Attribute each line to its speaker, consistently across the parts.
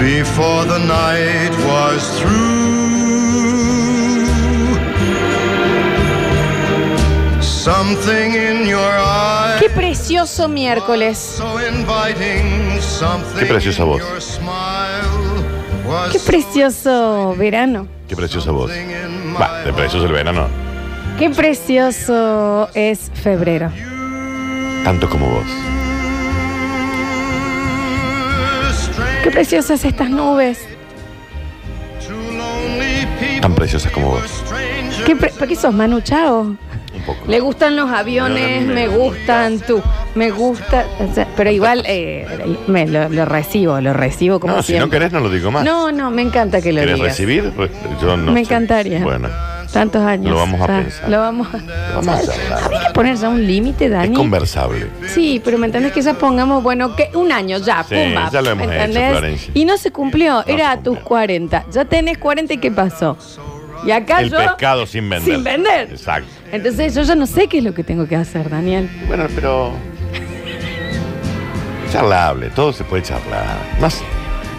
Speaker 1: before the night was through. Something in your eyes.
Speaker 2: Qué precioso miércoles.
Speaker 1: So inviting something
Speaker 3: Qué preciosa
Speaker 1: in
Speaker 3: voz.
Speaker 1: your smile was
Speaker 2: Qué precioso verano.
Speaker 3: Qué preciosa voz.
Speaker 1: something in
Speaker 3: Va,
Speaker 1: my
Speaker 3: de precioso el verano.
Speaker 2: Qué precioso es febrero.
Speaker 3: Tanto como vos.
Speaker 1: eyes. Strange
Speaker 2: Qué preciosas estas nubes.
Speaker 1: to lonely people.
Speaker 3: Tan preciosas como vos.
Speaker 1: Strangers
Speaker 2: Qué pre- ¿Por qué sos Manu Chao?
Speaker 3: Un poco.
Speaker 2: Le gustan los aviones, me gustan tú, me gusta, o sea, pero igual eh, me lo, lo recibo, lo recibo como
Speaker 3: No, si no
Speaker 2: siempre.
Speaker 3: querés, no lo digo más.
Speaker 2: no, no, me encanta que lo
Speaker 3: ¿Querés
Speaker 2: digas.
Speaker 3: recibir? Re- Yo no
Speaker 2: Me
Speaker 3: sé.
Speaker 2: encantaría.
Speaker 3: Bueno,
Speaker 2: Tantos años.
Speaker 3: Lo vamos a
Speaker 2: Ah,
Speaker 3: pensar.
Speaker 2: Lo vamos a.
Speaker 3: vamos a charlar.
Speaker 2: ¿Habría que poner ya un límite,
Speaker 3: Es
Speaker 2: Dani?
Speaker 3: conversable.
Speaker 2: Sí, pero me entendés que ya pongamos, bueno, que un año ya,
Speaker 3: Sí,
Speaker 2: pumba.
Speaker 3: ya lo hemos
Speaker 2: ¿me
Speaker 3: hecho,
Speaker 2: entendés?
Speaker 3: Florencia.
Speaker 2: Y no se cumplió,
Speaker 3: se
Speaker 2: era a
Speaker 3: cumplió.
Speaker 2: tus 40. Ya tenés 40 y ¿qué pasó? Y acá
Speaker 3: El
Speaker 2: yo.
Speaker 3: pescado sin vender.
Speaker 2: Sin vender.
Speaker 3: Exacto.
Speaker 2: Entonces yo ya no sé qué es lo que tengo que hacer, Daniel.
Speaker 3: Bueno, pero. Charlable, todo se puede charlar. Más.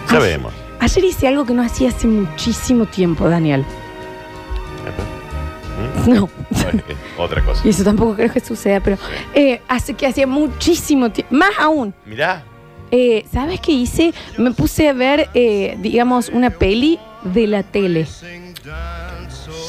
Speaker 2: Ah,
Speaker 3: Sabemos.
Speaker 2: Ayer hice algo que no hacía hace muchísimo tiempo, Daniel. No,
Speaker 3: Bueno, es Otra cosa.
Speaker 2: y eso tampoco creo que suceda, pero eh, hace que hacía muchísimo tiempo, más aún.
Speaker 3: Mirá,
Speaker 2: eh, ¿Sabes qué hice? Me puse a ver, eh, digamos, una peli de la tele.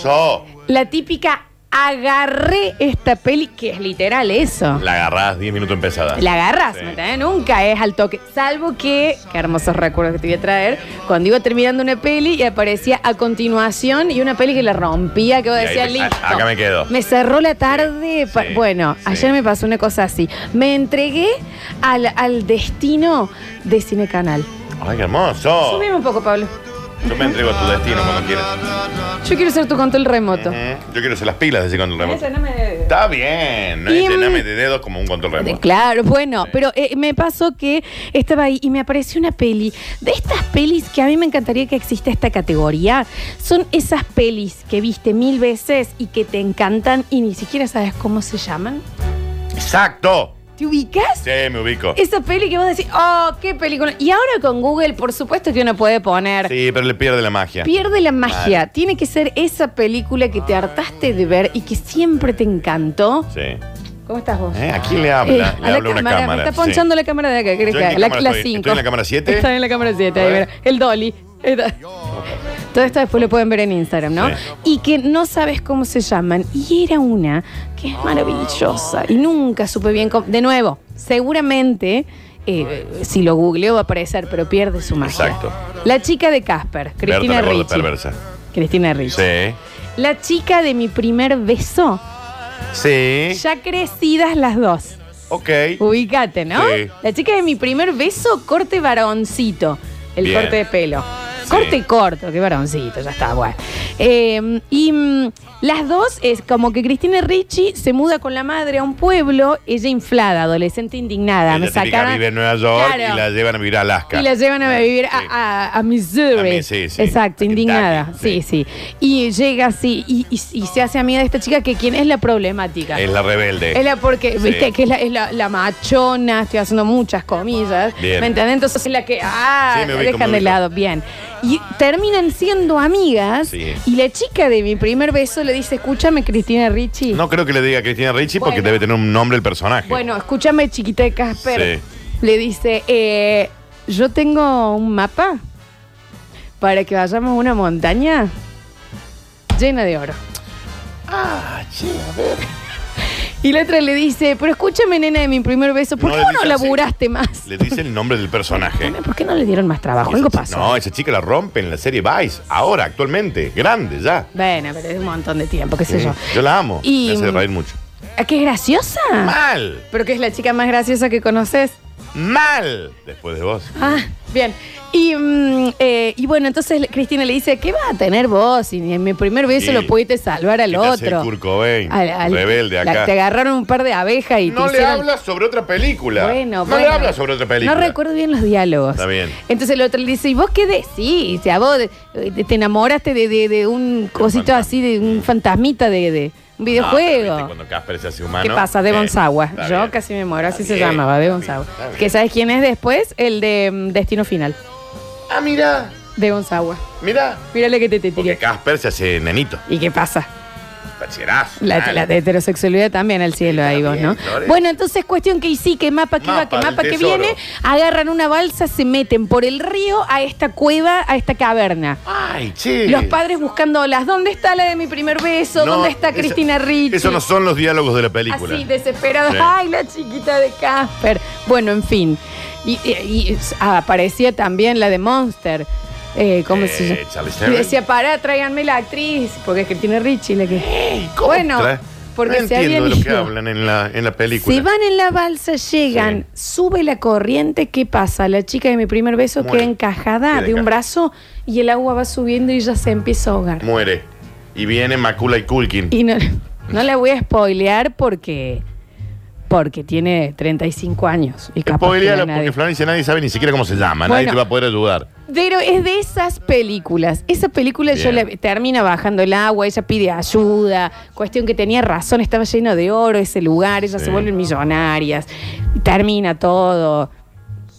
Speaker 3: so.
Speaker 2: La típica, agarré esta peli, que es literal eso.
Speaker 3: La agarrás 10 minutos empezada.
Speaker 2: La agarras,
Speaker 3: Sí.
Speaker 2: ¿me entendés? Nunca es al toque. Salvo que, qué hermosos recuerdos que te voy a traer, cuando iba terminando una peli y aparecía a continuación y una peli que la rompía, que vos
Speaker 3: Y ahí
Speaker 2: decías,
Speaker 3: te-
Speaker 2: listo.
Speaker 3: acá me quedo.
Speaker 2: Me cerró la tarde. pa-
Speaker 3: sí,
Speaker 2: bueno,
Speaker 3: sí.
Speaker 2: ayer me pasó una cosa así. Me entregué al, al destino de Cine Canal.
Speaker 3: Ay, qué hermoso.
Speaker 2: Subime un poco, Pablo.
Speaker 3: Yo me entrego a tu destino cuando quieras.
Speaker 2: Yo quiero ser tu control remoto.
Speaker 3: Ujú. Yo quiero hacer las pilas de ese control remoto.
Speaker 2: Eso no me-
Speaker 3: Está bien, no
Speaker 2: Y-
Speaker 3: es llename de dedos como un control
Speaker 2: De-
Speaker 3: remoto.
Speaker 2: Claro, bueno, pero eh, me pasó que estaba ahí y me apareció una peli. De estas pelis que a mí me encantaría que exista esta categoría, son esas pelis que viste mil veces y que te encantan y ni siquiera sabes cómo se llaman.
Speaker 3: ¡Exacto!
Speaker 2: ¿Te ubicas?
Speaker 3: Sí, me ubico.
Speaker 2: Esa peli que vos decís, oh, qué película. Y ahora con Google, por supuesto que uno puede poner.
Speaker 3: Sí, pero le pierde la magia.
Speaker 2: Pierde la magia. Tiene que ser esa película que te hartaste de ver y que siempre te encantó.
Speaker 3: Sí. ¿Eh?
Speaker 2: ¿Cómo estás vos?
Speaker 3: ¿A quién le
Speaker 2: Eh,
Speaker 3: habla?
Speaker 2: a
Speaker 3: le
Speaker 2: la
Speaker 3: habla una
Speaker 2: cámara,
Speaker 3: cámara.
Speaker 2: Me está ponchando la cámara de acá, ¿querés que
Speaker 3: ¿Yo en
Speaker 2: haga?
Speaker 3: qué
Speaker 2: La,
Speaker 3: cámara
Speaker 2: la
Speaker 3: estoy?
Speaker 2: cinco.
Speaker 3: ¿Estoy en la cámara siete?
Speaker 2: Está en la cámara 7, ahí
Speaker 3: A ver.
Speaker 2: mira. El Dolly. El do- Todo esto después lo pueden ver en Instagram, ¿no?
Speaker 3: Sí.
Speaker 2: Y que no sabes cómo se llaman. Y era una que es maravillosa. Y nunca supe bien cómo. De nuevo, seguramente eh, si lo googleo va a aparecer, pero pierde su magia.
Speaker 3: Exacto.
Speaker 2: La chica de Casper,
Speaker 3: Berta
Speaker 2: Cristina
Speaker 3: la gorda
Speaker 2: Ricci.
Speaker 3: perversa.
Speaker 2: Cristina Ricci.
Speaker 3: Sí.
Speaker 2: La chica de mi primer beso.
Speaker 3: Sí.
Speaker 2: Ya crecidas las dos.
Speaker 3: Ok.
Speaker 2: Ubicate, ¿no?
Speaker 3: Sí.
Speaker 2: La chica de mi primer beso, corte varoncito. El
Speaker 3: Bien.
Speaker 2: corte de pelo.
Speaker 3: Sí.
Speaker 2: Corte corto, que varoncito, ya está, bueno. Eh, y mm, las dos es como que Cristina Ricci se muda con la madre a un pueblo, ella inflada, adolescente indignada.
Speaker 3: Ella
Speaker 2: me
Speaker 3: típica
Speaker 2: sacaron-
Speaker 3: vive en Nueva York
Speaker 2: Claro.
Speaker 3: y la llevan a vivir a Alaska.
Speaker 2: Y la llevan a vivir
Speaker 3: Sí.
Speaker 2: a, a- a Missouri.
Speaker 3: A mí, sí, sí. A
Speaker 2: Exacto,
Speaker 3: Kentucky,
Speaker 2: indignada. Sí,
Speaker 3: sí.
Speaker 2: sí. Y llega así y, y- y se hace amiga de esta chica que quién es la problemática.
Speaker 3: Es la rebelde.
Speaker 2: Es la porque,
Speaker 3: Sí.
Speaker 2: viste, que es la, es la- la machona, estoy haciendo muchas comillas.
Speaker 3: Bien.
Speaker 2: ¿Me entendés? Entonces es la que, ah,
Speaker 3: Sí, me
Speaker 2: la
Speaker 3: ubico,
Speaker 2: dejan
Speaker 3: me
Speaker 2: de
Speaker 3: ubico.
Speaker 2: lado, bien. Y terminan siendo amigas.
Speaker 3: Sí.
Speaker 2: Y la chica de mi primer beso le dice, escúchame, Cristina Ricci.
Speaker 3: No creo que le diga a Cristina Ricci porque
Speaker 2: Bueno.
Speaker 3: debe tener un nombre el personaje.
Speaker 2: Bueno, escúchame, chiquita de Casper.
Speaker 3: Sí.
Speaker 2: Le dice, eh, yo tengo un mapa para que vayamos a una montaña llena de oro.
Speaker 3: Ah, che, a ver.
Speaker 2: Y la otra le dice, pero escúchame, nena de mi primer beso, ¿por
Speaker 3: No
Speaker 2: qué
Speaker 3: le
Speaker 2: vos no
Speaker 3: dice así.
Speaker 2: laburaste más?
Speaker 3: Le dice el nombre del personaje.
Speaker 2: ¿Por qué no le dieron más trabajo? Algo
Speaker 3: Esa chi-
Speaker 2: pasó.
Speaker 3: No, esa chica la rompe en la serie Vice, ahora, actualmente, grande ya.
Speaker 2: Bueno, pero es un montón de tiempo, qué sé yo.
Speaker 3: Yo la amo.
Speaker 2: Y- mm,
Speaker 3: Me hace reír mucho.
Speaker 2: ¿A qué es graciosa?
Speaker 3: Mal,
Speaker 2: Pero que es la chica más graciosa que conoces.
Speaker 3: mal. Después de vos.
Speaker 2: Ah, bien. Y, mm, eh, y bueno, entonces le- Cristina le dice, ¿qué va a tener vos? Y ni en mi primer beso
Speaker 3: Sí.
Speaker 2: lo pudiste salvar al
Speaker 3: ¿Qué te hace el
Speaker 2: otro.
Speaker 3: Kurt Cobain?
Speaker 2: Al- al-
Speaker 3: Rebelde
Speaker 2: la que
Speaker 3: acá.
Speaker 2: te agarraron un par de abejas y
Speaker 3: No
Speaker 2: te
Speaker 3: le
Speaker 2: hicieron...
Speaker 3: hablas sobre otra película.
Speaker 2: Bueno,
Speaker 3: no
Speaker 2: bueno.
Speaker 3: le hablas sobre otra película.
Speaker 2: No recuerdo bien los diálogos.
Speaker 3: Está bien.
Speaker 2: Entonces el otro le dice, ¿y vos qué decís? O sea, vos eh, te enamoraste de, de- de un cosito
Speaker 3: fantasma.
Speaker 2: así, de un fantasmita de, de un
Speaker 3: No, pero
Speaker 2: videojuego.
Speaker 3: viste Cuando Casper se hace humano.
Speaker 2: ¿Qué pasa? De
Speaker 3: Eh,
Speaker 2: Gonzagua.
Speaker 3: está
Speaker 2: Yo
Speaker 3: bien.
Speaker 2: casi me muero, así se
Speaker 3: Está bien,
Speaker 2: llamaba, de
Speaker 3: está bien,
Speaker 2: Gonzagua.
Speaker 3: está bien.
Speaker 2: Que sabes quién es después, el de mm, Destino Final.
Speaker 3: Ah, mira,
Speaker 2: de Gonzagua.
Speaker 3: mira.
Speaker 2: Mira la que te, te tiré.
Speaker 3: Porque Casper se hace nenito.
Speaker 2: ¿Y qué pasa?
Speaker 3: Parecerás.
Speaker 2: La, la de heterosexualidad también al cielo
Speaker 3: Sí,
Speaker 2: ahí vos,
Speaker 3: también,
Speaker 2: ¿no?
Speaker 3: Flores.
Speaker 2: Bueno, entonces cuestión que sí, que mapa, que va,
Speaker 3: Mapa
Speaker 2: que
Speaker 3: del
Speaker 2: mapa, que
Speaker 3: tesoro.
Speaker 2: viene, agarran una balsa, se meten por el río a esta cueva, a esta caverna.
Speaker 3: Ay, che.
Speaker 2: Los padres buscándolas. ¿Dónde está la de mi primer beso?
Speaker 3: No,
Speaker 2: ¿Dónde está
Speaker 3: esa-
Speaker 2: Cristina Ricci?
Speaker 3: Esos no son los diálogos de la película.
Speaker 2: Así, desesperada.
Speaker 3: Sí.
Speaker 2: Ay, la chiquita de Casper. Bueno, en fin. Y, y- y s- ah, aparecía también la de Monster. Eh, ¿Cómo
Speaker 3: Eh,
Speaker 2: se llama?
Speaker 3: Charlize
Speaker 2: Y
Speaker 3: Theron.
Speaker 2: decía, pará, tráiganme la actriz. Porque es Cristina Ricci la que...
Speaker 3: Ey, ¿cómo
Speaker 2: Bueno,
Speaker 3: tra-
Speaker 2: porque
Speaker 3: no
Speaker 2: se
Speaker 3: entiendo
Speaker 2: habían
Speaker 3: de lo que
Speaker 2: ido.
Speaker 3: hablan en la, en la película.
Speaker 2: Se van en la balsa, llegan, sube la corriente, ¿qué pasa? La chica de mi primer beso
Speaker 3: Muere.
Speaker 2: queda encajada
Speaker 3: Queda
Speaker 2: de un
Speaker 3: encajada.
Speaker 2: brazo y el agua va subiendo y ya se empieza a ahogar.
Speaker 3: Muere. Y viene Macula y Culkin.
Speaker 2: Y no, no la voy a spoilear porque porque tiene 35 años. Y capaz
Speaker 3: Spoilealo
Speaker 2: que no
Speaker 3: porque
Speaker 2: nadie-
Speaker 3: Florencia nadie sabe ni siquiera cómo se llama, nadie
Speaker 2: Bueno.
Speaker 3: te va a poder ayudar.
Speaker 2: Pero es de esas películas. Esa película yo
Speaker 3: Bien.
Speaker 2: la termina bajando el agua, ella pide ayuda, cuestión que tenía razón, estaba lleno de oro ese lugar, ellas
Speaker 3: Sí.
Speaker 2: se vuelven millonarias, termina todo.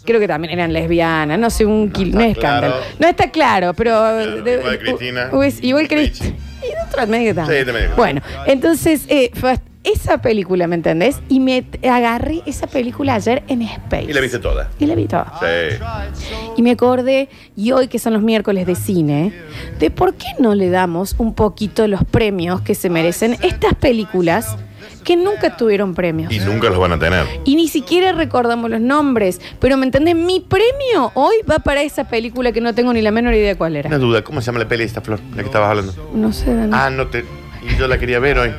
Speaker 2: Creo que también eran lesbianas, no sé, un quil-
Speaker 3: está
Speaker 2: no es escándalo.
Speaker 3: claro.
Speaker 2: No está claro, pero.
Speaker 3: claro, igual Cristina.
Speaker 2: u- hubiese- igual Cristina.
Speaker 3: Ricci.
Speaker 2: Y de otra medio también.
Speaker 3: Sí, de medio.
Speaker 2: Bueno, entonces, eh, fue esa película, ¿me entendés? Y me agarré esa película ayer en Space.
Speaker 3: Y la viste toda.
Speaker 2: Y la vi toda.
Speaker 3: Sí.
Speaker 2: Y me acordé, y hoy que son los miércoles de cine, de por qué no le damos un poquito los premios que se merecen estas películas que nunca tuvieron premios.
Speaker 3: Y nunca los van a tener.
Speaker 2: Y ni siquiera recordamos los nombres. Pero ¿me entendés? Mi premio hoy va para esa película que no tengo ni la menor idea cuál
Speaker 3: Una
Speaker 2: era.
Speaker 3: duda, ¿cómo se llama la peli esta, Flor? La que estabas hablando.
Speaker 2: No sé, Dani.
Speaker 3: Ah, no te. Y yo la quería ver hoy.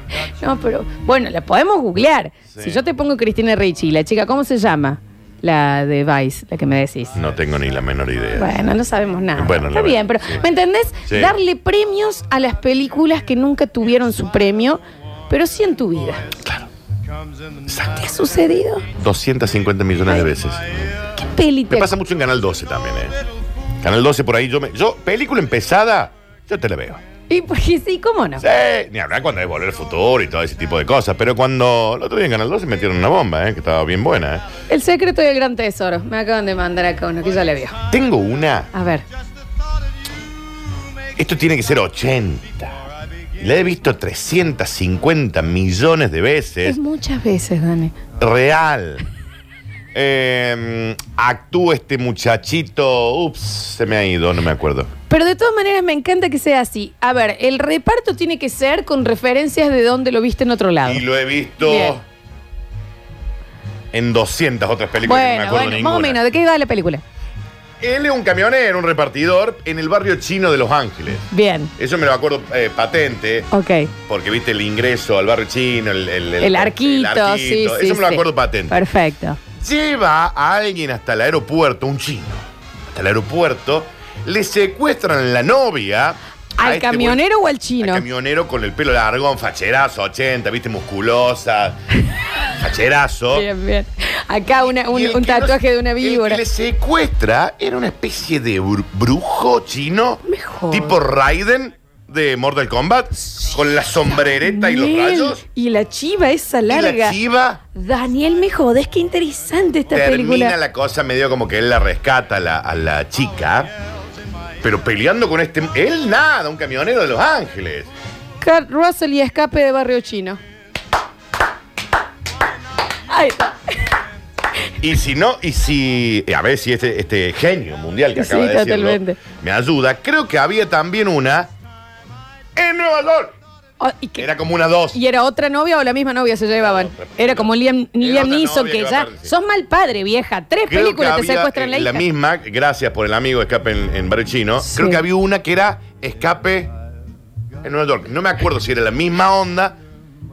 Speaker 2: No, pero bueno, la podemos googlear.
Speaker 3: Sí.
Speaker 2: Si yo te pongo Cristina Ricci, la chica, ¿cómo se llama? La de Vice, la que me decís.
Speaker 3: No tengo ni la menor idea.
Speaker 2: Bueno, no sabemos nada.
Speaker 3: Bueno,
Speaker 2: Está
Speaker 3: la
Speaker 2: bien, pero
Speaker 3: verdad, sí.
Speaker 2: ¿me entendés?
Speaker 3: Sí.
Speaker 2: Darle premios a las películas que nunca tuvieron su premio, pero sí en tu vida.
Speaker 3: Claro.
Speaker 2: ¿Te ha sucedido?
Speaker 3: 250 millones de veces.
Speaker 2: ¿Qué peli
Speaker 3: Me
Speaker 2: te
Speaker 3: pasa mucho en Canal 12 también, ¿eh? Canal 12 por ahí yo me. Yo, película empezada, yo te la veo.
Speaker 2: Y porque sí, cómo no.
Speaker 3: Sí, Eh, ni hablar cuando es Volver al Futuro y todo ese tipo de cosas. Pero cuando el otro día en Canal 12 metieron una bomba, ¿eh? que estaba bien buena. ¿eh?
Speaker 2: El secreto del gran tesoro. Me acaban de mandar acá uno que ya le vio.
Speaker 3: Tengo una,
Speaker 2: A ver.
Speaker 3: esto tiene que ser 80. La he visto 350 millones de
Speaker 2: Es
Speaker 3: veces.
Speaker 2: muchas veces, Dani.
Speaker 3: Real. Eh, actúa este muchachito. Ups, se me ha ido, no me acuerdo.
Speaker 2: Pero de todas maneras me encanta que sea así. A ver, el reparto tiene que ser con referencias de donde lo viste en otro lado.
Speaker 3: Y lo he visto
Speaker 2: Bien.
Speaker 3: en 200 otras películas que no me
Speaker 2: Bueno,
Speaker 3: acuerdo
Speaker 2: bueno, más
Speaker 3: ninguna.
Speaker 2: o menos, ¿de qué va la película?
Speaker 3: Él es un camionero, un repartidor en el barrio chino de Los Ángeles.
Speaker 2: Bien,
Speaker 3: Eso me lo acuerdo eh, patente,
Speaker 2: ok.
Speaker 3: porque viste el ingreso al barrio chino, el, el,
Speaker 2: El arquito,
Speaker 3: el arquito.
Speaker 2: sí, sí.
Speaker 3: Eso me lo
Speaker 2: sí.
Speaker 3: acuerdo patente.
Speaker 2: Perfecto.
Speaker 3: Lleva a alguien hasta el aeropuerto, un chino, hasta el aeropuerto, le secuestran la novia. a
Speaker 2: ¿Al
Speaker 3: este
Speaker 2: camionero o al
Speaker 3: buen-
Speaker 2: chino?
Speaker 3: Al camionero con el pelo largo, un facherazo, 80, viste, musculosa, facherazo.
Speaker 2: Bien, bien. Acá una-
Speaker 3: Y
Speaker 2: un,
Speaker 3: el
Speaker 2: un
Speaker 3: que no-
Speaker 2: tatuaje de una
Speaker 3: El
Speaker 2: víbora.
Speaker 3: que le secuestra era una especie de br- brujo chino.
Speaker 2: Mejor.
Speaker 3: Tipo Raiden de Mortal Kombat. Con la sombrereta y los
Speaker 2: Bien.
Speaker 3: rayos.
Speaker 2: Y la chiva esa
Speaker 3: Y la
Speaker 2: larga.
Speaker 3: chiva
Speaker 2: Daniel, me jodés, qué interesante esta
Speaker 3: termina
Speaker 2: película.
Speaker 3: la cosa medio como que él la rescata a la, a la chica. Pero peleando con este. Él nada, un camionero de Los Ángeles.
Speaker 2: Kurt Russell y Escape de Barrio Chino. Ahí está.
Speaker 3: Y si no, y si. A ver si este, este genio mundial que
Speaker 2: Sí,
Speaker 3: acaba de decirlo
Speaker 2: totalmente.
Speaker 3: me ayuda. Creo que había también una. En Nueva York.
Speaker 2: Oh, y, que-
Speaker 3: Era como una dos.
Speaker 2: ¿Y era otra novia o la misma novia se llevaban?
Speaker 3: otra.
Speaker 2: Era como Liam, Liam
Speaker 3: otra
Speaker 2: Neeson,
Speaker 3: novia
Speaker 2: que ya.
Speaker 3: que va a- sí.
Speaker 2: Sos mal padre, vieja. Tres
Speaker 3: Creo
Speaker 2: películas
Speaker 3: que
Speaker 2: te
Speaker 3: había,
Speaker 2: secuestran la
Speaker 3: eh,
Speaker 2: hija.
Speaker 3: misma, gracias por el amigo Escape en, en Barrio Chino.
Speaker 2: Sí.
Speaker 3: Creo que había una que era Escape en Nueva York. No me acuerdo si era la misma onda,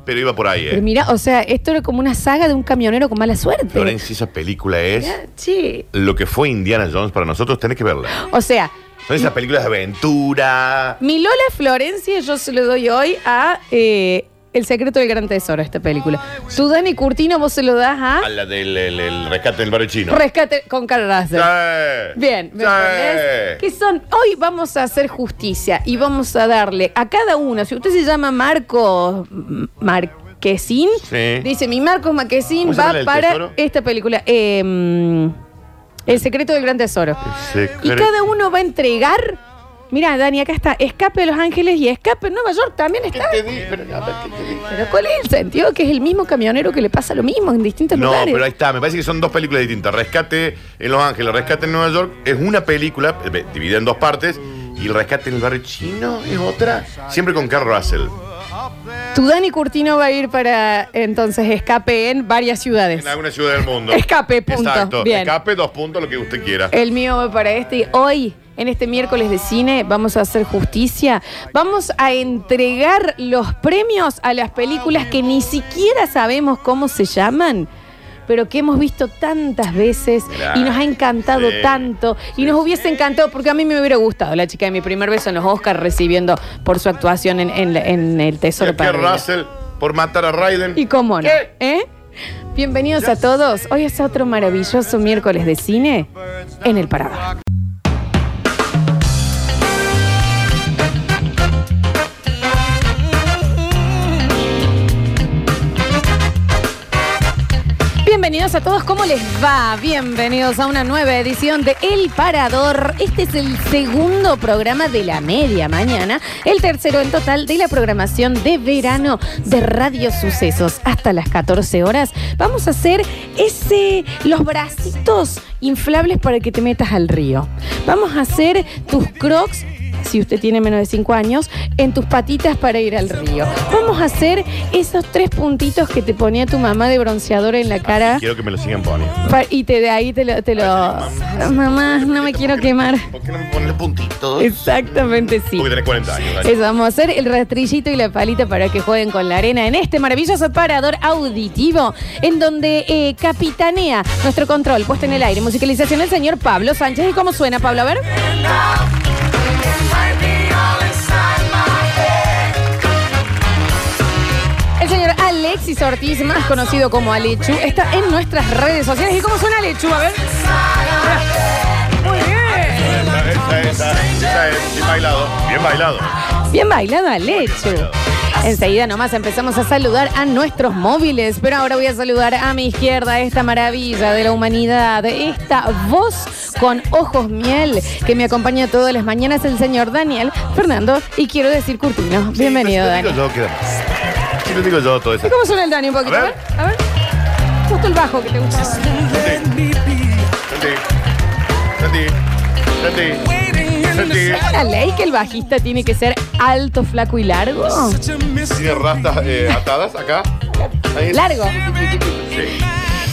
Speaker 3: pero iba por ahí,
Speaker 2: Pero
Speaker 3: ¿eh?
Speaker 2: mira, o sea, esto era como una saga de un camionero con mala suerte.
Speaker 3: Florencia, esa película es
Speaker 2: Sí.
Speaker 3: lo que fue Indiana Jones para nosotros. Tenés que verla.
Speaker 2: O sea,
Speaker 3: Son esas películas de aventura.
Speaker 2: mi Lola Florencia yo se lo doy hoy a eh, El secreto del gran tesoro, esta película. Tu Dani Curtino vos se lo das
Speaker 3: A
Speaker 2: a
Speaker 3: la del el- el rescate del Barrio Chino.
Speaker 2: Rescate con Carl Russell.
Speaker 3: Sí.
Speaker 2: Bien, ¿me
Speaker 3: Sí.
Speaker 2: entendés? Que son, hoy vamos a hacer justicia y vamos a darle a cada uno, si usted se llama Marco M- Marquesín,
Speaker 3: Sí.
Speaker 2: dice mi Marcos Marquesín
Speaker 3: ¿Cómo se
Speaker 2: va
Speaker 3: llama el
Speaker 2: para
Speaker 3: tesoro?
Speaker 2: esta película. Eh, mm, El secreto del gran tesoro. Y
Speaker 3: Secreto.
Speaker 2: cada uno va a entregar. Mira, Dani, acá está. Escape de Los Ángeles y Escape en Nueva York también
Speaker 3: ¿Qué
Speaker 2: está.
Speaker 3: te di? Pero, a ver, ¿qué te di?
Speaker 2: Pero ¿cuál es el sentido? Que es el mismo camionero que le pasa lo mismo en distintos
Speaker 3: No,
Speaker 2: lugares.
Speaker 3: pero ahí está. Me parece que son dos películas distintas. Rescate en Los Ángeles, Rescate en Nueva York es una película eh, dividida en dos partes y el Rescate en el barrio chino es otra. Siempre con Carl Russell.
Speaker 2: Tu Dani Curtino va a ir para entonces escape en varias ciudades.
Speaker 3: En alguna ciudad del mundo.
Speaker 2: Escape, punto.
Speaker 3: Exacto.
Speaker 2: Bien.
Speaker 3: Escape, dos puntos, lo que usted quiera.
Speaker 2: El mío va para este. Y hoy, en este miércoles de cine, vamos a hacer justicia. Vamos a entregar los premios a las películas que ni siquiera sabemos cómo se llaman. Pero que hemos visto tantas veces
Speaker 3: Mirá.
Speaker 2: y nos ha encantado
Speaker 3: Sí.
Speaker 2: tanto. Y nos hubiese encantado, porque a mí me hubiera gustado la chica de mi primer beso en los Oscars recibiendo por su actuación en, en la- en El
Speaker 3: Y
Speaker 2: Tesoro
Speaker 3: a Kurt
Speaker 2: Perdido.
Speaker 3: Russell por matar a Raiden.
Speaker 2: Y cómo no,
Speaker 3: ¿Qué?
Speaker 2: ¿eh? Bienvenidos a todos. Hoy es otro maravilloso miércoles de cine en El Parador. Bienvenidos a todos, ¿cómo les va? Bienvenidos a una nueva edición de El Parador. Este es el segundo programa de la media mañana, el tercero en total de la programación de verano de Radio Sucesos. Hasta las 14 horas vamos a hacer ese, los bracitos inflables para que te metas al río. Vamos a hacer tus crocs si usted tiene menos de 5 años, en tus patitas para ir al río. Vamos a hacer esos tres puntitos que te ponía tu mamá de bronceador en la cara
Speaker 3: Quiero que me lo sigan poniendo.
Speaker 2: pa- y te de ahí te lo... te lo- mamá, no me quiero quemar.
Speaker 3: ¿Por qué no me pones puntitos?
Speaker 2: Exactamente sí.
Speaker 3: Porque tenés 40 años. Dani.
Speaker 2: Eso, vamos a hacer el rastrillito y la palita para que jueguen con la arena en este maravilloso parador auditivo, en donde eh, capitanea nuestro control, puesto en el aire, musicalización el señor Pablo Sánchez. ¿Y cómo suena, Pablo? A ver. El señor Alexis Ortiz, más conocido como Alechu, está en nuestras redes sociales. ¿Y cómo suena Alechu? A ver. Muy bien.
Speaker 3: Esa, esa, esa, esa es. Bien bailado. Bien bailado.
Speaker 2: Bien bailado al hecho. Enseguida nomás empezamos a saludar a nuestros móviles, pero ahora voy a saludar a mi izquierda esta maravilla de la humanidad, esta voz con ojos miel que me acompaña todas las mañanas el señor Daniel Fernando y quiero decir Curtino. Bienvenido,
Speaker 3: Si lo
Speaker 2: Daniel.
Speaker 3: digo yo, queda mal. Si lo digo yo, todo eso.
Speaker 2: ¿Cómo suena el Dani un poquito? A
Speaker 3: A
Speaker 2: ver,
Speaker 3: ver.
Speaker 2: a ver. Justo el bajo que te gusta.
Speaker 3: Santi. Santi. Santi. Santi.
Speaker 2: ¿La ley que el bajista tiene que ser alto, flaco y largo?
Speaker 3: Tiene rastas eh, atadas acá. Ahí.
Speaker 2: Largo.
Speaker 3: Sí.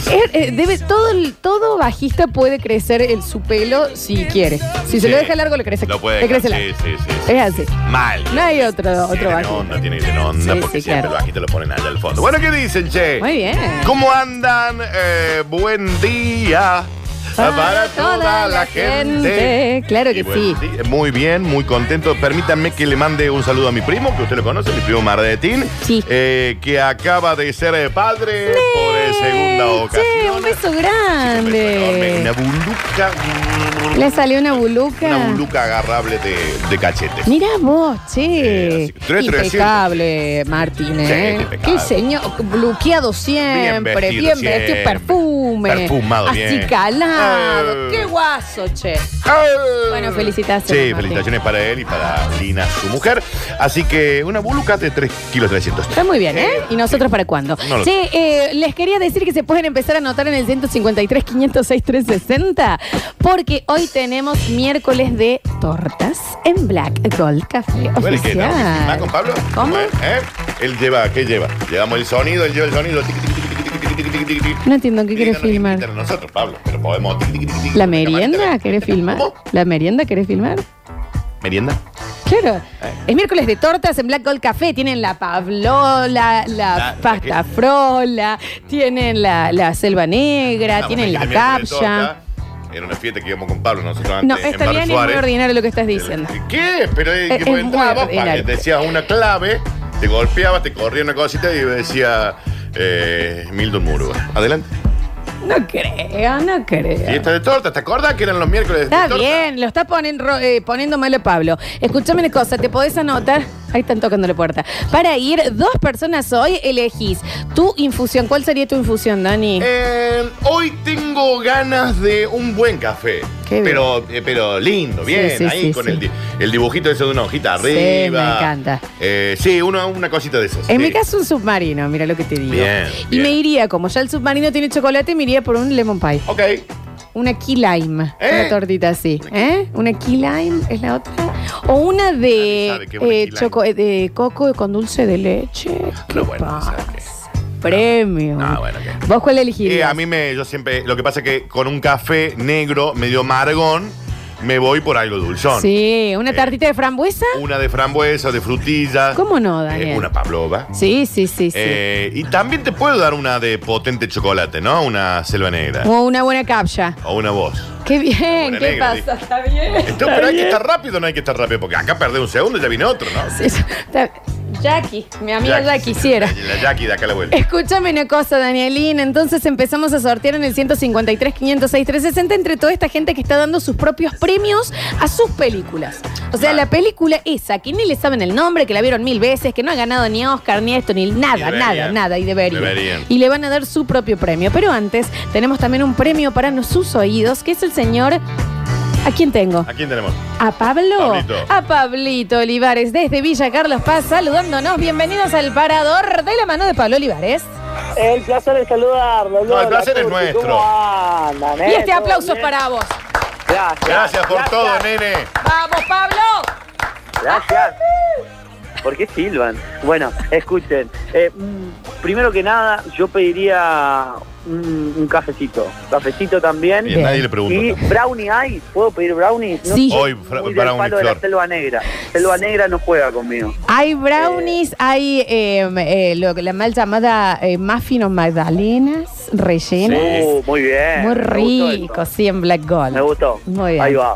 Speaker 2: Eh, eh, debe, todo, el- todo bajista puede crecer el, su pelo si quiere. Si se lo
Speaker 3: Sí.
Speaker 2: deja largo, le crece.
Speaker 3: Lo puede
Speaker 2: le crece
Speaker 3: dejar,
Speaker 2: largo.
Speaker 3: sí, sí, sí, sí.
Speaker 2: Es así.
Speaker 3: Mal.
Speaker 2: No hay otro, otro
Speaker 3: tiene
Speaker 2: bajista.
Speaker 3: onda, tiene que tener onda,
Speaker 2: Sí,
Speaker 3: porque
Speaker 2: sí,
Speaker 3: siempre
Speaker 2: claro.
Speaker 3: el bajito lo ponen allá al fondo. Bueno, ¿qué dicen, che?
Speaker 2: Muy bien.
Speaker 3: ¿Cómo andan? Eh, buen día.
Speaker 2: Para toda la gente. Claro que
Speaker 3: Y
Speaker 2: sí.
Speaker 3: día. Muy bien, muy contento. Permítanme que le mande un saludo a mi primo, que usted lo conoce, mi primo Mardetín.
Speaker 2: Sí.
Speaker 3: eh, que acaba de ser eh, padre por eh, segunda
Speaker 2: Che,
Speaker 3: ocasión.
Speaker 2: un beso
Speaker 3: Sí, un beso enorme,
Speaker 2: grande.
Speaker 3: Una buluca.
Speaker 2: Le salió una buluca.
Speaker 3: Una buluca agarrable de, de cachete.
Speaker 2: Mirá vos, che.
Speaker 3: Eh, así- tres, tres,
Speaker 2: impecable, Martín.
Speaker 3: Sí,
Speaker 2: ¿eh?
Speaker 3: impecable.
Speaker 2: Qué señor. Bluqueado siempre.
Speaker 3: vestido
Speaker 2: Bien vestido.
Speaker 3: siempre.
Speaker 2: Perfume.
Speaker 3: Perfumado bien.
Speaker 2: Acicalado.
Speaker 3: Eh.
Speaker 2: Qué guaso, che. Bueno, felicitaciones,
Speaker 3: Sí,
Speaker 2: Martín.
Speaker 3: felicitaciones para él y para Lina, su mujer. Así que una buluca de 3 kilos 300.
Speaker 2: Está muy bien, ¿eh?
Speaker 3: Eh,
Speaker 2: ¿Y nosotros para cuándo?
Speaker 3: No lo
Speaker 2: sí, eh, les quería decir que se pueden empezar a anotar en el 153, 506, 360, porque hoy tenemos miércoles de tortas en Black Gold Café
Speaker 3: Bueno, ¿qué? ¿Estamos sin más con
Speaker 2: Oficial.
Speaker 3: Pablo?
Speaker 2: ¿Cómo?
Speaker 3: es? ¿Eh? Él lleva, ¿qué lleva? Llevamos el sonido, él lleva el sonido. Tiqui, tiqui, tiqui, tiqui, tiqui, tiqui, tiqui, tiqui.
Speaker 2: No entiendo qué
Speaker 3: Y
Speaker 2: quieres
Speaker 3: no nos
Speaker 2: filmar.
Speaker 3: invitan a Nosotros, Pablo, pero podemos. tiqui, tiqui, tiqui, tiqui,
Speaker 2: ¿La
Speaker 3: con la
Speaker 2: merienda
Speaker 3: camarita.
Speaker 2: querés filmar?
Speaker 3: ¿Cómo?
Speaker 2: ¿La merienda querés filmar?
Speaker 3: ¿Merienda?
Speaker 2: Claro. Es miércoles de tortas en Black Gold Café. Tienen la pavlola, la,
Speaker 3: la
Speaker 2: pasta frola, tienen la, la selva negra,
Speaker 3: Ah,
Speaker 2: tienen
Speaker 3: bueno,
Speaker 2: la
Speaker 3: el miércoles de
Speaker 2: capcha.
Speaker 3: torta. Era una fiesta que íbamos con Pablo nosotros antes.
Speaker 2: No,
Speaker 3: en
Speaker 2: está
Speaker 3: Barrio
Speaker 2: bien, es muy
Speaker 3: Suárez.
Speaker 2: ordinario lo que estás diciendo.
Speaker 3: ¿Qué? Pero eh,
Speaker 2: Es-
Speaker 3: que vos
Speaker 2: es muy
Speaker 3: entrabas, pa,
Speaker 2: ordinario.
Speaker 3: decías una clave, te golpeabas, te corría una cosita y decía eh, Mildon Muro. Adelante.
Speaker 2: No creo, no creo.
Speaker 3: Fiesta de torta, ¿te acordás que eran los miércoles de
Speaker 2: Está
Speaker 3: torta?
Speaker 2: bien, lo está ponen- ro- eh, poniendo malo Pablo. Escúchame una cosa, ¿te podés anotar? Ahí están tocando la puerta. Para ir dos personas hoy, elegís tu infusión. ¿Cuál sería tu infusión, Dani?
Speaker 3: Eh, hoy tengo ganas de un buen café.
Speaker 2: Qué bien.
Speaker 3: Pero, eh, pero lindo, bien,
Speaker 2: sí,
Speaker 3: ahí
Speaker 2: sí,
Speaker 3: con
Speaker 2: sí.
Speaker 3: El, di- el dibujito ese de una hojita
Speaker 2: Sí,
Speaker 3: arriba.
Speaker 2: me encanta.
Speaker 3: Eh, sí, una, una cosita de esas.
Speaker 2: En
Speaker 3: sí.
Speaker 2: mi caso, un submarino, mira lo que te digo.
Speaker 3: Bien,
Speaker 2: y
Speaker 3: bien.
Speaker 2: me iría, como ya el submarino tiene chocolate, me iría por un lemon pie.
Speaker 3: Ok.
Speaker 2: Una key lime.
Speaker 3: ¿Eh?
Speaker 2: Una tortita así. ¿Eh? Una key lime es la otra. O una
Speaker 3: Nadie
Speaker 2: de,
Speaker 3: sabe qué es
Speaker 2: eh,
Speaker 3: una key lime.
Speaker 2: choco- eh, de coco con dulce de leche. ¿Qué
Speaker 3: No, bueno,
Speaker 2: pasa?
Speaker 3: no sé
Speaker 2: Premio.
Speaker 3: No, bueno, ¿qué?
Speaker 2: ¿Vos cuál elegirías?
Speaker 3: Eh, a mí me, yo siempre, lo que pasa es que con un café negro medio margón, me voy por algo dulzón.
Speaker 2: Sí, una
Speaker 3: Eh,
Speaker 2: tartita de frambuesa.
Speaker 3: Una de frambuesa, de frutilla.
Speaker 2: ¿Cómo no,
Speaker 3: Eh,
Speaker 2: Daniel?
Speaker 3: una pavlova.
Speaker 2: Sí, sí, sí, sí.
Speaker 3: Eh, y también te puedo dar una de potente chocolate, ¿no? Una selva negra.
Speaker 2: o una buena capcha.
Speaker 3: O una voz.
Speaker 2: Qué bien,
Speaker 3: Buena
Speaker 2: ¿qué
Speaker 3: negra,
Speaker 2: pasa? Está bien.
Speaker 3: Entonces, pero hay que estar rápido, no hay que estar rápido, porque acá perdés un segundo y ya viene otro, ¿no?
Speaker 2: Sí, está- Jackie, mi amiga Jackie,
Speaker 3: sí,
Speaker 2: quisiera.
Speaker 3: La, la Jackie de acá a la vuelta.
Speaker 2: Escúchame una cosa, Danielín. Entonces empezamos a sortear en el 153, 506, 360 entre toda esta gente que está dando sus propios premios a sus películas. O sea,
Speaker 3: Vale.
Speaker 2: la película esa, que ni le saben el nombre, que la vieron mil veces, que no ha ganado ni Oscar, ni esto, ni nada,
Speaker 3: deberían.
Speaker 2: nada, nada, y deberían.
Speaker 3: Deberían.
Speaker 2: Y le van a dar su propio premio. Pero antes, tenemos también un premio para nos- sus oídos, que es el señor. ¿A quién tengo?
Speaker 3: ¿A quién tenemos?
Speaker 2: ¿A Pablo?
Speaker 3: Pablito.
Speaker 2: A Pablito Olivares desde Villa Carlos Paz saludándonos. Bienvenidos al parador de la mano de Pablo Olivares.
Speaker 4: El placer es saludarlo.
Speaker 3: No, el
Speaker 4: Lola,
Speaker 3: placer es
Speaker 4: Turki,
Speaker 3: nuestro.
Speaker 4: ¿Cómo andan, eh?
Speaker 2: Y este Ah,
Speaker 4: ¿Todo
Speaker 2: aplauso es
Speaker 4: bien?
Speaker 2: para vos.
Speaker 4: Gracias.
Speaker 3: Gracias por
Speaker 4: gracias,
Speaker 3: todo, nene.
Speaker 2: ¡Vamos, Pablo!
Speaker 4: Gracias. ¿Por qué silban? Bueno, escuchen. eh, mm, primero que nada, yo pediría un, un cafecito. Cafecito también.
Speaker 3: Bien, nadie le preguntó.
Speaker 4: Y brownie hay. ¿Puedo pedir brownies? No
Speaker 2: Sí.
Speaker 4: soy
Speaker 3: Hoy,
Speaker 4: muy
Speaker 3: fra-
Speaker 4: del
Speaker 3: brownie,
Speaker 4: palo de
Speaker 3: Flor.
Speaker 4: la selva negra. Selva negra no juega conmigo.
Speaker 2: Hay brownies, hay eh, eh, lo que- la mal llamada eh, muffin o magdalenas rellenas.
Speaker 4: Uh, muy bien.
Speaker 2: Muy
Speaker 4: me gustó esto.
Speaker 2: rico, sí, en Black Gold.
Speaker 4: Me gustó.
Speaker 2: Muy bien.
Speaker 4: Ahí va.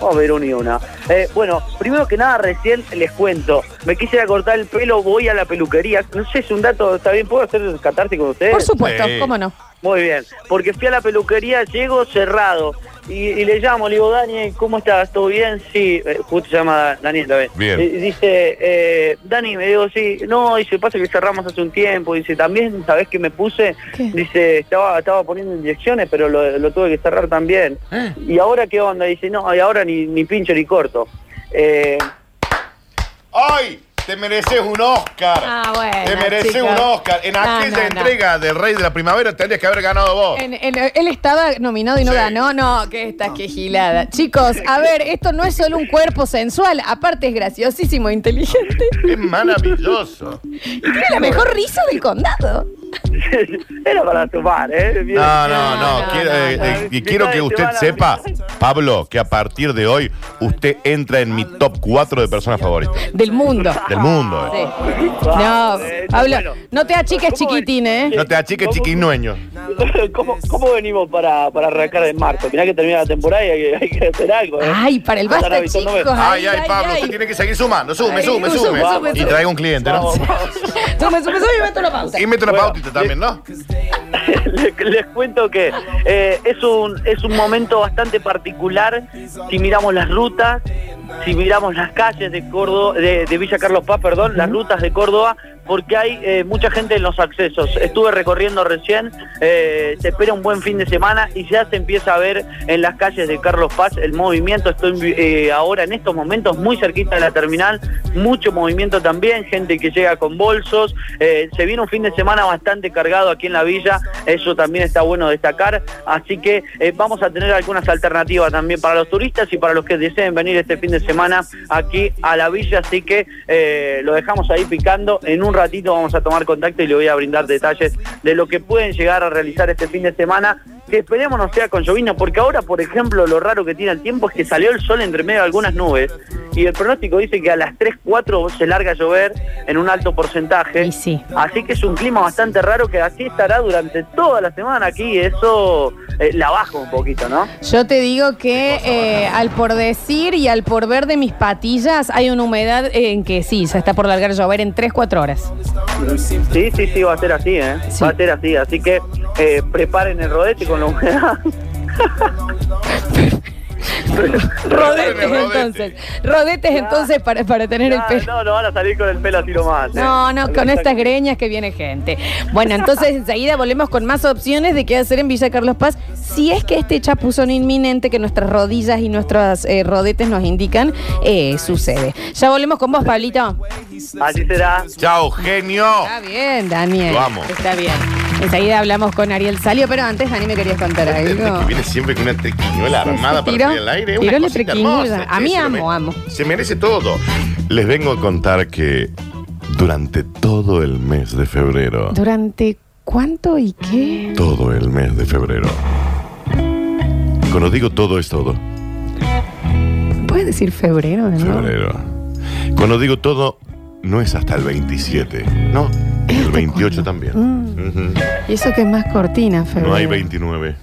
Speaker 4: Vamos a ver una y una. Eh, bueno, primero que nada, recién les cuento. Me quisiera cortar el pelo, voy a la peluquería. No sé, es un dato, ¿está bien? ¿Puedo hacer catarte con ustedes?
Speaker 2: Por supuesto,
Speaker 3: Sí.
Speaker 2: cómo no.
Speaker 4: Muy bien. Porque fui a la peluquería, llego cerrado. Y, y le llamo, le digo, Dani, ¿cómo estás? ¿Todo bien? Sí, eh, justo se llama Daniel también.
Speaker 3: Bien.
Speaker 4: Y dice, eh, Dani, me digo, sí. No, dice, pasa que cerramos hace un tiempo. Dice, también, ¿sabés qué me puse?
Speaker 2: ¿Qué?
Speaker 4: Dice, estaba, estaba poniendo inyecciones, pero lo, lo tuve que cerrar también.
Speaker 2: ¿Eh?
Speaker 4: ¿Y ahora qué onda? Dice, no, y ahora ni, ni pincho ni corto. Eh,
Speaker 3: ¡Ay! Te mereces un Oscar.
Speaker 2: Ah, bueno,
Speaker 3: Te mereces
Speaker 2: chicos.
Speaker 3: un Oscar. En
Speaker 2: No, no,
Speaker 3: aquella
Speaker 2: no.
Speaker 3: entrega de Rey de la Primavera tendrías que haber ganado vos.
Speaker 2: En- en- él estaba nominado y no
Speaker 3: Sí.
Speaker 2: ganó. No, que esta quejilada. Chicos, a ver, esto no es solo un cuerpo sensual, aparte es graciosísimo, inteligente.
Speaker 3: Es maravilloso.
Speaker 2: Y tiene la mejor risa del condado.
Speaker 4: era para tomar, ¿eh? Bien.
Speaker 3: No, no, no.
Speaker 2: No, no,
Speaker 3: quiero,
Speaker 2: no,
Speaker 3: eh,
Speaker 4: no.
Speaker 3: eh, y quiero que usted sepa, Pablo, que a partir de hoy usted entra en mi top 4 de personas favoritas
Speaker 2: Del mundo.
Speaker 3: del mundo.
Speaker 2: Sí.
Speaker 3: eh.
Speaker 2: No,
Speaker 4: eh,
Speaker 2: Pablo,
Speaker 4: bueno.
Speaker 2: no te achiques
Speaker 4: ¿Cómo ven?
Speaker 2: chiquitín, ¿eh?
Speaker 3: No te achiques, chiquinueño.
Speaker 4: ¿Cómo, cómo venimos para, para arrancar en marzo? Mirá que termina la temporada y hay, que- hay que hacer algo. ¿eh?
Speaker 2: Ay, para el
Speaker 4: Andan
Speaker 2: basta,
Speaker 4: avisándome.
Speaker 2: chicos. Ay,
Speaker 3: Ay, ay,
Speaker 2: ay,
Speaker 3: Pablo,
Speaker 2: ay.
Speaker 3: usted tiene que seguir sumando. Sume,
Speaker 2: Ay,
Speaker 3: sume,
Speaker 2: sube,
Speaker 3: sume.
Speaker 4: sube,
Speaker 3: Y
Speaker 4: sube.
Speaker 3: traiga un cliente, ¿no?
Speaker 4: Vamos, vamos.
Speaker 2: Sube, sube, sube y meto la pausa.
Speaker 3: Y mete una
Speaker 4: Bueno,
Speaker 3: pautita también, ¿no?
Speaker 4: les, les cuento que eh, es, un, es un momento bastante particular si miramos las rutas, si miramos las calles de Córdoba, de, de Villa Carlos Paz, perdón, las rutas de Córdoba, porque hay eh, mucha gente en los accesos. Estuve recorriendo recién, eh, se espera un buen fin de semana y ya se empieza a ver en las calles de Carlos Paz el movimiento. Estoy eh, ahora en estos momentos muy cerquita de la terminal, mucho movimiento también, gente que llega con bolsos. Eh, se viene un fin de semana bastante cargado aquí en la villa, eso también está bueno destacar. Así que eh, vamos a tener algunas alternativas también para los turistas y para los que deseen venir este fin de semana aquí a la villa. Así que eh, lo dejamos ahí picando. En un ratito vamos a tomar contacto y le voy a brindar detalles de lo que pueden llegar a realizar este fin de semana. Que esperemos no sea con llovina, porque ahora, por ejemplo, lo raro que tiene el tiempo es que salió el sol entre medio de algunas nubes y el pronóstico dice que a las 3, 4 se larga a llover en un alto porcentaje.
Speaker 2: Y sí.
Speaker 4: Así que es un clima bastante raro que así estará durante toda la semana aquí. Eso eh, la baja un poquito, ¿no?
Speaker 2: Yo te digo que eh, al por decir y al por ver de mis patillas hay una humedad en que sí, se está por largar a llover en 3-4 horas.
Speaker 4: Sí, sí, sí, va a ser así, ¿eh?
Speaker 2: Sí.
Speaker 4: Va a ser así. Así que eh, preparen el rodete con la humedad.
Speaker 2: Rodetes
Speaker 3: Rodetes.
Speaker 2: entonces. Rodetes entonces para, para tener el
Speaker 5: Ah,
Speaker 2: pelo.
Speaker 5: No, no van a salir con el pelo así nomás. ¿eh?
Speaker 2: No, no, con estas greñas que viene gente. Bueno, entonces enseguida volvemos con más opciones de qué hacer en Villa Carlos Paz. Si es que este chapuzón inminente que nuestras rodillas y nuestros rodetes nos indican, eh, sucede. Ya volvemos con vos, Pablito.
Speaker 5: Así será.
Speaker 3: Chao, genio.
Speaker 2: Está bien, Daniel.
Speaker 3: Lo amo.
Speaker 2: Está bien. Enseguida hablamos con Ariel Salio, pero antes, Dani, me querías contar
Speaker 3: Que
Speaker 2: algo. Este,
Speaker 3: viene siempre con una triquiñuela este, armada para
Speaker 2: tiró-
Speaker 3: salir al aire. es
Speaker 2: tiró
Speaker 3: una
Speaker 2: la
Speaker 3: cosita
Speaker 2: triquiñuela.
Speaker 3: hermosa,
Speaker 2: A
Speaker 3: che,
Speaker 2: mí
Speaker 3: se lo
Speaker 2: amo,
Speaker 3: mere-
Speaker 2: amo.
Speaker 3: Se merece todo. Les vengo a contar que durante todo el mes de febrero,
Speaker 2: ¿Durante cuánto y qué?
Speaker 3: todo el mes de febrero, cuando digo todo es todo,
Speaker 2: ¿Puedes decir febrero de nuevo?
Speaker 3: febrero, cuando digo todo no es hasta el 27, no, el 28 también. Ujú.
Speaker 2: Mm. Y eso que es más cortina, febrero.
Speaker 3: No hay 29,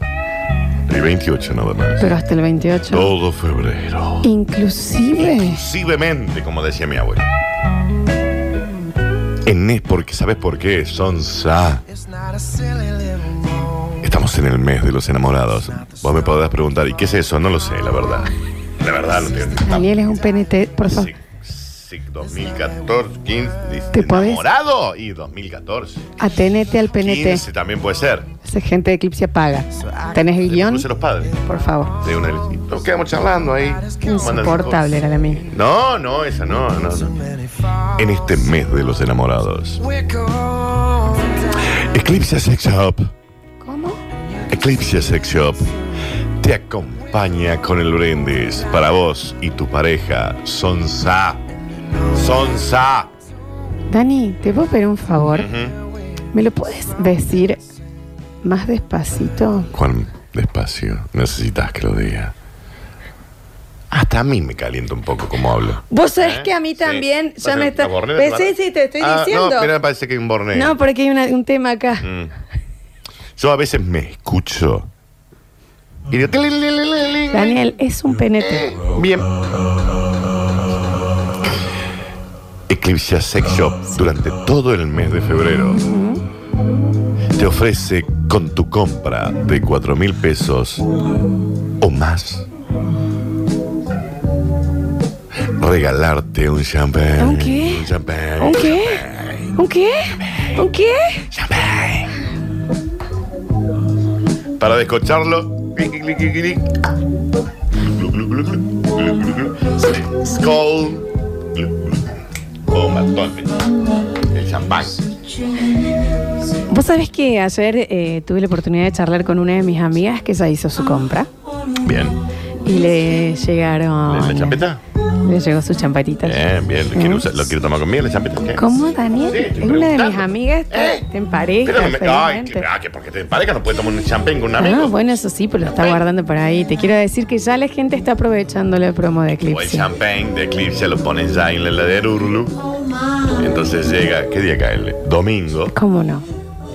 Speaker 3: hay 28 nada más.
Speaker 2: Pero hasta el 28.
Speaker 3: Todo febrero.
Speaker 2: Inclusive.
Speaker 3: Inclusivemente, como decía mi abuela. En es porque, ¿sabes por qué? Sonsa. Estamos en el mes de los enamorados. Vos me podrás preguntar, ¿y qué es eso? No lo sé, la verdad. La verdad, no tengo ni
Speaker 2: Daniel es un PNT, por favor.
Speaker 3: Sí, sí, 2014, 15,
Speaker 2: ¿Te podés?
Speaker 3: enamorado y 2014.
Speaker 2: Atenete al PNT.
Speaker 3: 15 también puede ser.
Speaker 2: Esa gente de Eclipse apaga. ¿Tenés el guión?
Speaker 3: Cruce los padres.
Speaker 2: Por favor.
Speaker 3: De una y nos quedamos charlando ahí.
Speaker 2: Insoportable era la mía.
Speaker 3: No, no, esa no, no, no. En este mes de los enamorados. Eclipse Sex Shop.
Speaker 2: ¿Cómo?
Speaker 3: Eclipse Sex Shop te acompaña con el brindis para vos y tu pareja. Sonsa. Sonsa.
Speaker 2: Dani, ¿te puedo pedir un favor?
Speaker 3: Ujú.
Speaker 2: ¿Me lo puedes decir más despacito?
Speaker 3: Juan, despacio. Necesitas que lo diga. Hasta a mí me calienta un poco como hablo.
Speaker 2: Vos sabés
Speaker 3: ¿Eh?
Speaker 2: que a mí
Speaker 3: Sí.
Speaker 2: también
Speaker 3: ¿Vas
Speaker 2: ya
Speaker 3: a-
Speaker 2: me está.
Speaker 3: la bornea
Speaker 2: Pues
Speaker 3: te
Speaker 2: sí,
Speaker 3: va-
Speaker 2: sí, te estoy
Speaker 3: Ah,
Speaker 2: diciendo.
Speaker 3: No, pero me parece que hay un borneo.
Speaker 2: No, porque hay una- un tema acá.
Speaker 3: Mm. Yo a veces me escucho. Y digo, "Tilín, lin, lin, lin, lin".
Speaker 2: Daniel, es un penete.
Speaker 3: Bien. Eclipse Sex Shop durante todo el mes de febrero te ofrece con tu compra de 4 mil pesos o más regalarte un champagne.
Speaker 2: ¿Un qué?
Speaker 3: Un champagne.
Speaker 2: ¿Un qué? ¿Un qué? ¿Un qué?
Speaker 3: Champagne. Para descocharlo. clic, clic, clic, clic. Glu, glu, glu, glu, glu, glu, glu. Skull. Glu, glu. Bomba, tope. El champán.
Speaker 2: Vos sabés que ayer eh, tuve la oportunidad de charlar con una de mis amigas que ya hizo su compra
Speaker 3: Bien.
Speaker 2: y le llegaron.
Speaker 3: ¿La champeta?
Speaker 2: Le llegó su champatita.
Speaker 3: Bien, bien. ¿Lo quiero, usar- lo quiero tomar conmigo, la champeta? ¿Qué?
Speaker 2: ¿Cómo, Daniel?
Speaker 3: Sí,
Speaker 2: es
Speaker 3: estoy
Speaker 2: una de mis
Speaker 3: preguntando.
Speaker 2: amigas. Está,
Speaker 3: ¿Eh?
Speaker 2: está en pareja.
Speaker 3: Pero no me- Ay,
Speaker 2: felizmente.
Speaker 3: que- ah, que porque te pareja no puedes tomar un champán con un amigo.
Speaker 2: Ah, bueno, eso sí, pero lo está
Speaker 3: Champagne.
Speaker 2: guardando para ahí. Te quiero decir que ya la gente está aprovechando la promo de
Speaker 3: O el
Speaker 2: Eclipse.
Speaker 3: champagne de Eclipse lo ponen ya en la heladera Urlu. Entonces llega, ¿qué día cae? El Domingo.
Speaker 2: ¿Cómo no?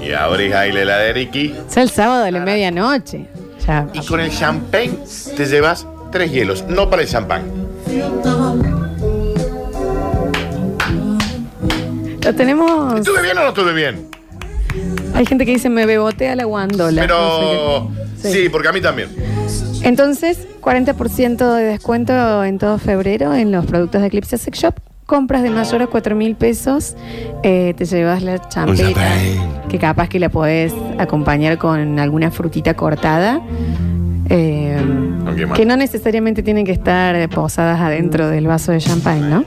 Speaker 3: Y abrís ahí la heladera Iki.
Speaker 2: Ya el sábado a la medianoche. Ya.
Speaker 3: Y con el champagne te llevas tres hielos, no para el champán.
Speaker 2: Lo tenemos.
Speaker 3: ¿Estuve bien o no estuve bien?
Speaker 2: Hay gente que dice me bebotea la guandola.
Speaker 3: Pero.
Speaker 2: No sé qué.
Speaker 3: Sí, porque a mí también.
Speaker 2: Entonces, 40% de descuento en todo febrero en los productos de Eclipse Sex Shop. Compras de mayor a 4 mil pesos, eh, te llevas la champita,
Speaker 3: champagne.
Speaker 2: que capaz que la podés acompañar con alguna frutita cortada, eh,
Speaker 3: Aunque más.
Speaker 2: que no necesariamente tienen que estar eh, posadas adentro del vaso de champagne, ¿no?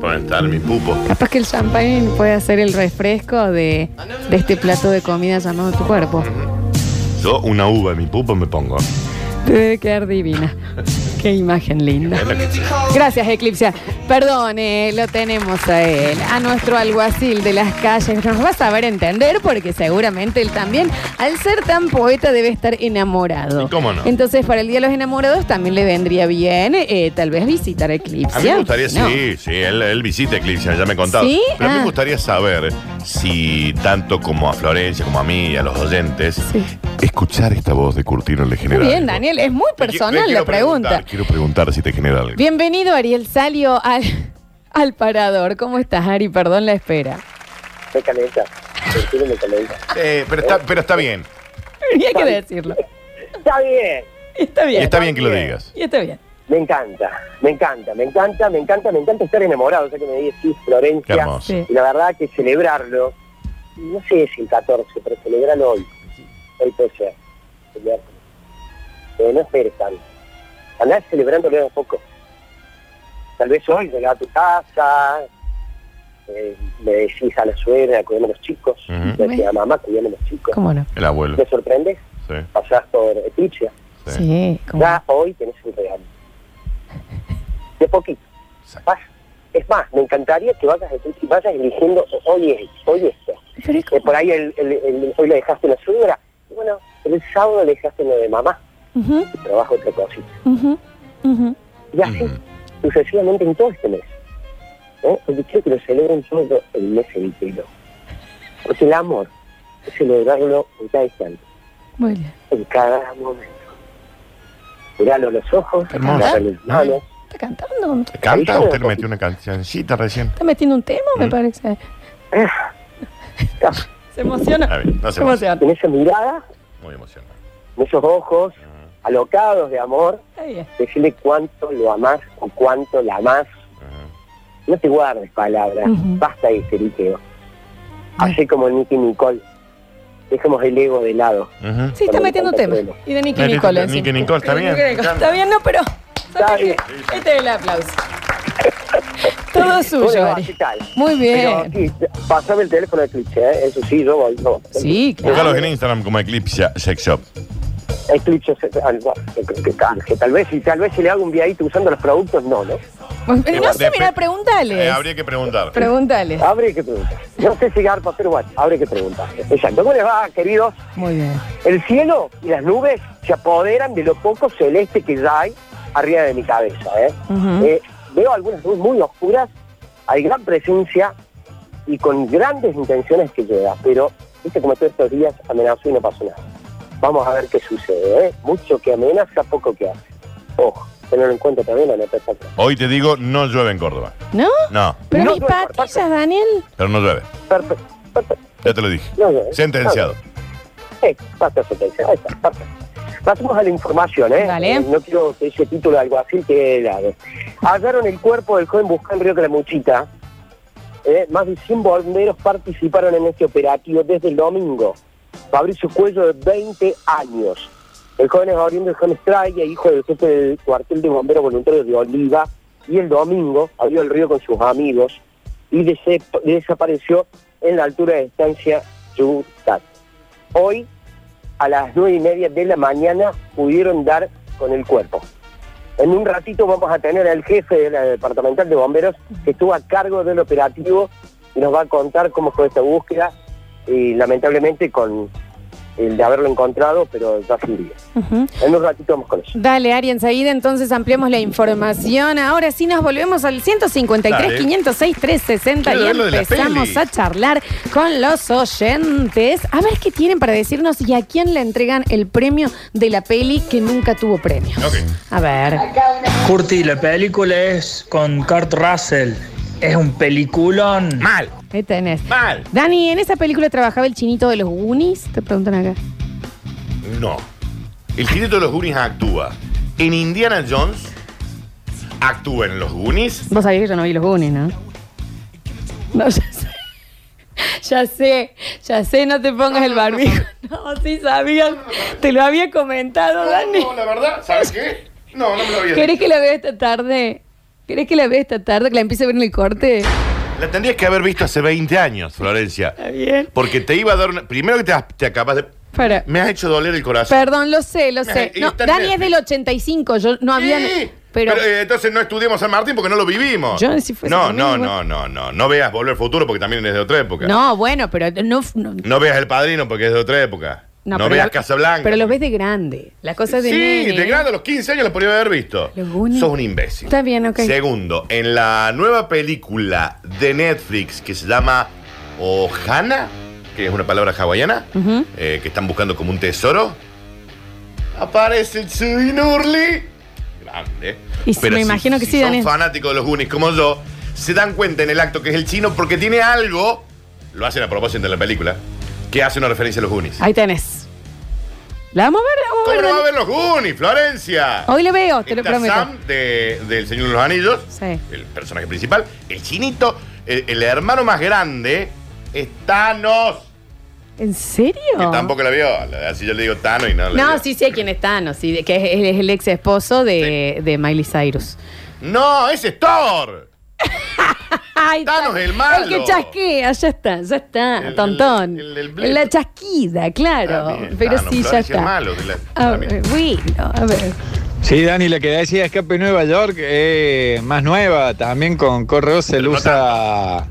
Speaker 3: Pueden estar mis pupos.
Speaker 2: Capaz que el champagne puede hacer el refresco de, de este plato de comida llamado tu cuerpo.
Speaker 3: Yo una uva en mi pupo me pongo.
Speaker 2: Te debe quedar divina. Qué imagen linda.
Speaker 3: Es lo que-
Speaker 2: Gracias, Eclipse. Perdón, eh, lo tenemos a él, a nuestro alguacil de las calles. Nos va a saber entender porque seguramente él también, al ser tan poeta, debe estar enamorado.
Speaker 3: ¿Y cómo no?
Speaker 2: Entonces, para el Día de los Enamorados también le vendría bien, eh, tal vez, visitar Eclipse.
Speaker 3: A mí me gustaría,
Speaker 2: No.
Speaker 3: sí, sí, él, él visita Eclipse, ya me he contado.
Speaker 2: ¿Sí?
Speaker 3: Pero a mí
Speaker 2: Ah.
Speaker 3: me gustaría saber si, tanto como a Florencia, como a mí y a los oyentes,
Speaker 2: Sí.
Speaker 3: escuchar esta voz de Curtino le
Speaker 2: Muy
Speaker 3: genera.
Speaker 2: bien,
Speaker 3: algo.
Speaker 2: Daniel, es muy
Speaker 3: Le qui- le
Speaker 2: personal
Speaker 3: quiero
Speaker 2: la pregunta.
Speaker 3: preguntar, Quiero preguntar si te genera algo.
Speaker 2: Bienvenido, Ariel Salio, al, al parador. ¿Cómo estás, Ari? Perdón la espera.
Speaker 6: Me calenta. Curtino me calenta.
Speaker 3: Eh, pero, está, pero está bien.
Speaker 2: Tenía que decirlo.
Speaker 6: Está bien.
Speaker 2: Está bien.
Speaker 3: Y está bien que lo digas.
Speaker 2: Y está bien.
Speaker 7: Me encanta, me encanta, me encanta, me encanta, me encanta estar enamorado. O sea que me decís
Speaker 3: Qué
Speaker 7: Florencia.
Speaker 3: hermoso.
Speaker 2: Sí.
Speaker 7: Y la verdad que celebrarlo, no sé si el 14, pero celebrarlo hoy. Hoy puede ser. el miércoles. Pero no esperes tanto. Andás celebrándolo de a poco. Tal vez hoy llegás a tu casa, eh, le decís a la suegra, cuidame a los chicos.
Speaker 3: Ujú.
Speaker 7: Le decís a mamá, cuidame a los chicos.
Speaker 2: ¿Cómo no?
Speaker 3: El abuelo.
Speaker 7: Te sorprendes,
Speaker 3: Sí,
Speaker 7: pasás por Etichia.
Speaker 3: sí.
Speaker 2: Sí, cómo
Speaker 7: Ya hoy tenés un regalo. De poquito.
Speaker 3: Exacto.
Speaker 7: Vas. Es más, me encantaría que vayas, vayas eligiendo hoy es, hoy esto.
Speaker 2: no. Pero es
Speaker 7: Eh,
Speaker 2: como-
Speaker 7: por ahí el, el- el- hoy le dejaste una suegra, y bueno, el sábado le dejaste lo de mamá,
Speaker 2: Ujú,
Speaker 7: y trabajo otra cosita.
Speaker 2: ujú, ujú.
Speaker 7: Y así,
Speaker 3: Ujú.
Speaker 7: sucesivamente en todo este mes. ¿Eh? Porque quiero que lo celebren todo el mes entero. Porque el amor es celebrarlo en cada instante,
Speaker 2: Muy bien.
Speaker 7: en cada momento. Mirarlo a los ojos,
Speaker 3: Hermoso.
Speaker 7: agarrarle las manos.
Speaker 2: ¿Está cantando?
Speaker 3: ¿Canta? Usted le metió una cancioncita recién.
Speaker 2: ¿Está metiendo un tema, me
Speaker 3: Mm.
Speaker 2: parece?
Speaker 7: Ah,
Speaker 2: Se emociona.
Speaker 3: Está bien, no se
Speaker 2: Se emociona.
Speaker 7: En esa mirada,
Speaker 3: Muy emocionante.
Speaker 7: en esos ojos
Speaker 3: Ujú,
Speaker 7: alocados de amor,
Speaker 2: Está bien.
Speaker 7: decirle cuánto lo amás o cuánto la amás.
Speaker 3: ujú.
Speaker 7: No te guardes palabras,
Speaker 2: Ujú.
Speaker 7: basta de periqueo. Así como Nicky Nicole, dejemos el ego de lado.
Speaker 3: Ujú.
Speaker 2: Sí, está
Speaker 7: Para
Speaker 2: metiendo
Speaker 7: cantar
Speaker 2: tema.
Speaker 7: solo.
Speaker 2: Y de Nicky
Speaker 3: Nicky-
Speaker 2: Nicole. encima.
Speaker 3: Nicky Nicole, está
Speaker 2: Y de
Speaker 3: bien,
Speaker 2: Nicky Nicole.
Speaker 3: claro.
Speaker 2: Está bien, no, pero.
Speaker 7: Está
Speaker 2: ¿sabes
Speaker 7: bien.
Speaker 2: qué? Este es el aplauso. Todo suyo,
Speaker 7: Bueno, así
Speaker 2: Ari.
Speaker 7: tal.
Speaker 2: Muy
Speaker 7: Pero
Speaker 2: bien.
Speaker 7: sí, pasame el teléfono de cliché, ¿eh? eso sí, yo voy. yo voy.
Speaker 2: Sí,
Speaker 3: Búscalos en
Speaker 2: claro.
Speaker 3: Instagram como Eclipse Sex Shop.
Speaker 7: El cliché se- algo que- que canje. Tal vez, si, tal vez si le hago un viadito usando los productos, no, ¿no?
Speaker 2: No sé,
Speaker 3: Dep-
Speaker 2: mira, pregúntale.
Speaker 3: Eh, habría que preguntar.
Speaker 2: Pregúntale.
Speaker 7: Abre que preguntar. No sé si garpa, pero bueno, abre que preguntar. Exacto. ¿Cómo les va, queridos?
Speaker 2: Muy bien.
Speaker 7: El cielo y las nubes se apoderan de lo poco celeste que ya hay arriba de mi cabeza. ¿eh?
Speaker 2: Ujú.
Speaker 7: Eh, veo algunas nubes muy oscuras, hay gran presencia y con grandes intenciones que llega, pero viste como todos estos días amenazó y no pasó nada. Vamos a ver qué sucede. ¿eh? Mucho que amenaza, poco que hace. Ojo, tenerlo en cuenta también la nota está atrás.
Speaker 3: Hoy te digo, no llueve en Córdoba.
Speaker 2: ¿No?
Speaker 3: No,
Speaker 2: Pero
Speaker 7: No,
Speaker 2: mis
Speaker 7: no,
Speaker 2: patillas, Daniel.
Speaker 3: pero no llueve.
Speaker 7: Perfecto, perfecto.
Speaker 3: Ya te lo dije.
Speaker 7: No, no, eh.
Speaker 3: Sentenciado.
Speaker 7: Eh, basta sentencia, ahí está, basta. Pasemos a la información, ¿eh?
Speaker 2: Dale.
Speaker 7: Eh, no quiero que ese título de alguacil que helado. Hallaron el cuerpo del joven buscado en Río Calamuchita. Eh, más de 100 bomberos participaron en este operativo desde el domingo. Fabricio Cuello, de 20 años. El joven es oriundo de Juan Estrella, hijo del jefe del cuartel de bomberos voluntarios de Oliva, y el domingo abrió el río con sus amigos y dese- desapareció en la altura de Estancia Yucat. Hoy, a las nueve y media de la mañana, pudieron dar con el cuerpo. En un ratito vamos a tener al jefe de la departamental de bomberos que estuvo a cargo del operativo y nos va a contar cómo fue esta búsqueda y lamentablemente con el de haberlo encontrado, pero ya sin vida.
Speaker 2: Ujú.
Speaker 7: En un ratito vamos con eso.
Speaker 2: Dale, Ari, enseguida entonces ampliamos la información. Ahora sí nos volvemos al 153,
Speaker 3: Dale.
Speaker 2: 506, 360 y
Speaker 3: Quiero ver lo de la
Speaker 2: empezamos
Speaker 3: peli.
Speaker 2: a charlar con los oyentes. A ver qué tienen para decirnos y a quién le entregan el premio de la peli que nunca tuvo premio.
Speaker 3: Ok.
Speaker 2: A ver.
Speaker 8: Curti, la película es con Kurt Russell. Es un peliculón.
Speaker 3: Mal,
Speaker 2: Ahí tenés.
Speaker 3: mal.
Speaker 2: Dani, en esa película trabajaba el chinito de los Goonies. Te preguntan acá.
Speaker 3: No. El jinete de los Goonies actúa en Indiana Jones, actúa en los Goonies.
Speaker 2: Vos sabías que yo no vi los Goonies, ¿no? No, ya sé. Ya sé, ya sé, no te pongas el barbijo. No, sí sabías. Te lo había comentado, Dani.
Speaker 3: la verdad, ¿sabes qué? No, no me lo había
Speaker 2: ¿Querés que la vea esta tarde? ¿Querés que la vea esta tarde? Que la empiece a ver en el corte.
Speaker 3: La tendrías que haber visto hace 20 años, Florencia.
Speaker 2: Está bien.
Speaker 3: Porque te iba a dar una. Primero que te, te acabas de.
Speaker 2: Para.
Speaker 3: Me has hecho doler el corazón.
Speaker 2: Perdón, lo sé, lo sé.
Speaker 3: Ay,
Speaker 2: No,
Speaker 3: está
Speaker 2: Dani
Speaker 3: bien.
Speaker 2: es del 85, yo no había.
Speaker 3: Sí,
Speaker 2: Pero.
Speaker 3: eh, entonces no estudiamos San Martín porque no lo vivimos.
Speaker 2: Yo, si fuese
Speaker 3: no,
Speaker 2: conmigo,
Speaker 3: no,
Speaker 2: igual.
Speaker 3: no, no, no. No veas Volver al Futuro porque también es de otra época.
Speaker 2: No, bueno, pero no. no-
Speaker 3: No veas El Padrino porque es de otra época. No,
Speaker 2: pero
Speaker 3: veas
Speaker 2: la-
Speaker 3: Casablanca.
Speaker 2: Pero los ves de grande. Las cosas de.
Speaker 3: Sí,
Speaker 2: nene,
Speaker 3: de
Speaker 2: ¿eh?
Speaker 3: grande a los 15 años lo podría haber visto.
Speaker 2: Los Goonies.
Speaker 3: Sos un imbécil.
Speaker 2: Está bien, ok.
Speaker 3: Segundo, en la nueva película de Netflix que se llama Ohana, que es una palabra hawaiana,
Speaker 2: Ujú.
Speaker 3: eh, que están buscando como un tesoro, aparece Chubinurli. Grande.
Speaker 2: Y sí, me imagino que sí,
Speaker 3: son
Speaker 2: Daniel.
Speaker 3: fanáticos de los Goonies como yo, se dan cuenta en el acto que es el chino porque tiene algo, lo hacen a propósito de la película, que hace una referencia a los Goonies.
Speaker 2: Ahí tenés. La vamos a ver, la
Speaker 3: Pero va
Speaker 2: vamos
Speaker 3: a
Speaker 2: a ver.
Speaker 3: ver los Goonies, Florencia.
Speaker 2: Hoy le veo, te lo
Speaker 3: Está
Speaker 2: prometo.
Speaker 3: Sam de, del Señor de los Anillos,
Speaker 2: Sí.
Speaker 3: el personaje principal. El chinito, el, el hermano más grande, es Thanos.
Speaker 2: ¿En serio?
Speaker 3: Que tampoco la vio. Así yo le digo Thanos y no la
Speaker 2: No,
Speaker 3: vio.
Speaker 2: sí, sí, quien es Thanos, sí, de- que es, él es el ex esposo de, de Miley Cyrus.
Speaker 3: No, ese es Thor.
Speaker 2: Ay,
Speaker 3: Thanos,
Speaker 2: Thanos,
Speaker 3: el malo.
Speaker 2: El que chasquea, ya está, ya está,
Speaker 3: El-
Speaker 2: tontón.
Speaker 3: el- el del bledo.
Speaker 2: la chasquida, claro.
Speaker 3: Ah, bien,
Speaker 2: pero
Speaker 3: Thanos,
Speaker 2: sí, ya
Speaker 3: Florencia,
Speaker 2: está.
Speaker 3: malo de la-
Speaker 2: A
Speaker 3: para mí.
Speaker 2: ver, bueno, a ver.
Speaker 9: Sí, Dani, la que decía Escape Nueva York eh, más nueva, también con Correo se
Speaker 3: Pero
Speaker 9: lo
Speaker 3: no
Speaker 9: usa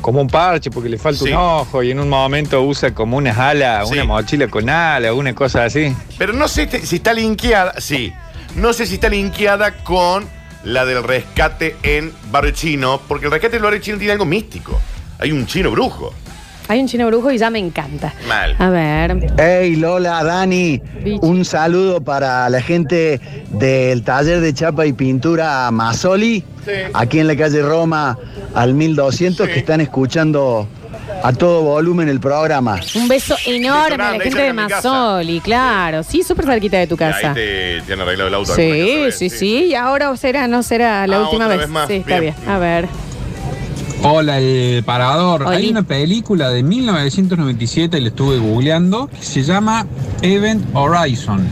Speaker 9: como un parche porque le falta
Speaker 3: Sí.
Speaker 9: un ojo y en un momento usa como unas alas,
Speaker 3: Sí.
Speaker 9: una mochila con alas, una cosa así.
Speaker 3: Pero no sé te- si está linkeada. Sí. No sé si está linkeada con la del rescate en Barrio Chino. Porque el rescate del Barrio Chino tiene algo místico. Hay un chino brujo.
Speaker 2: Hay un chino brujo y ya me encanta.
Speaker 3: Mal.
Speaker 2: A ver.
Speaker 10: Hey Lola, Dani,
Speaker 2: Bicho.
Speaker 10: un saludo para la gente del taller de chapa y pintura Masoli,
Speaker 3: Sí.
Speaker 10: aquí en la calle Roma al 1200
Speaker 3: Sí.
Speaker 10: que están escuchando a todo volumen el programa.
Speaker 2: Un beso enorme a la
Speaker 3: grande,
Speaker 2: gente
Speaker 3: ahí
Speaker 2: de
Speaker 3: cerca de mi casa.
Speaker 2: Masoli, claro. Sí, súper cerquita de tu
Speaker 3: Y Ahí
Speaker 2: casa.
Speaker 3: te, te han arreglado el auto. alguna que
Speaker 2: Sí,
Speaker 3: otra
Speaker 2: sí,
Speaker 3: vez,
Speaker 2: sí. Y ahora será, no será la
Speaker 3: Ah,
Speaker 2: última
Speaker 3: otra
Speaker 2: vez.
Speaker 3: vez más.
Speaker 2: Sí, está bien.
Speaker 3: Bien.
Speaker 2: A ver.
Speaker 11: Hola, el parador.
Speaker 2: Oli.
Speaker 11: Hay una película de 1997, y la estuve googleando, que se llama Event Horizon.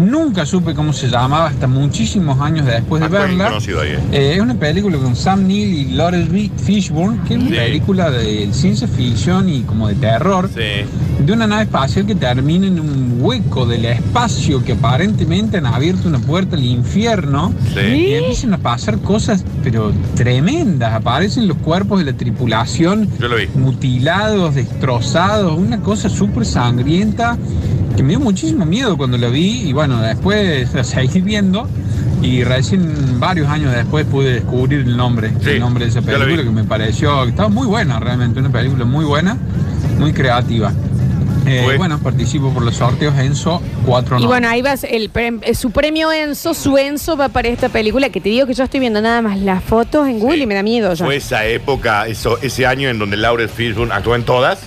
Speaker 11: Nunca supe cómo se llamaba hasta muchísimos años después de
Speaker 3: Actor
Speaker 11: verla.
Speaker 3: inconocido ahí, eh.
Speaker 11: Eh, es una película con Sam Neill y Laurel B. Fishburne, que es una
Speaker 3: Sí.
Speaker 11: película de ciencia ficción y como de terror,
Speaker 3: Sí.
Speaker 11: de una nave espacial que termina en un hueco del espacio que aparentemente han abierto una puerta al infierno.
Speaker 3: Sí.
Speaker 11: Y empiezan a pasar cosas, pero tremendas. Aparecen los cuerpos de la tripulación
Speaker 3: Yo lo vi.
Speaker 11: mutilados, destrozados, una cosa súper sangrienta que me dio muchísimo miedo cuando lo vi. Y bueno, después la seguí viendo. Y recién varios años después pude descubrir el nombre,
Speaker 3: Sí,
Speaker 11: el nombre de esa
Speaker 3: ya lo vi.
Speaker 11: película que me pareció que estaba muy buena realmente, una película muy buena, muy creativa. Eh,
Speaker 3: Bueno.
Speaker 11: bueno, participo por los sorteos Enzo 4
Speaker 2: Y bueno, ahí vas, el prem- eh, su premio Enzo, su Enzo va para esta película que te digo que yo estoy viendo nada más las fotos en Google y me da miedo ya.
Speaker 3: Fue esa época, eso, ese año en donde Laurel Fishburne actuó en todas.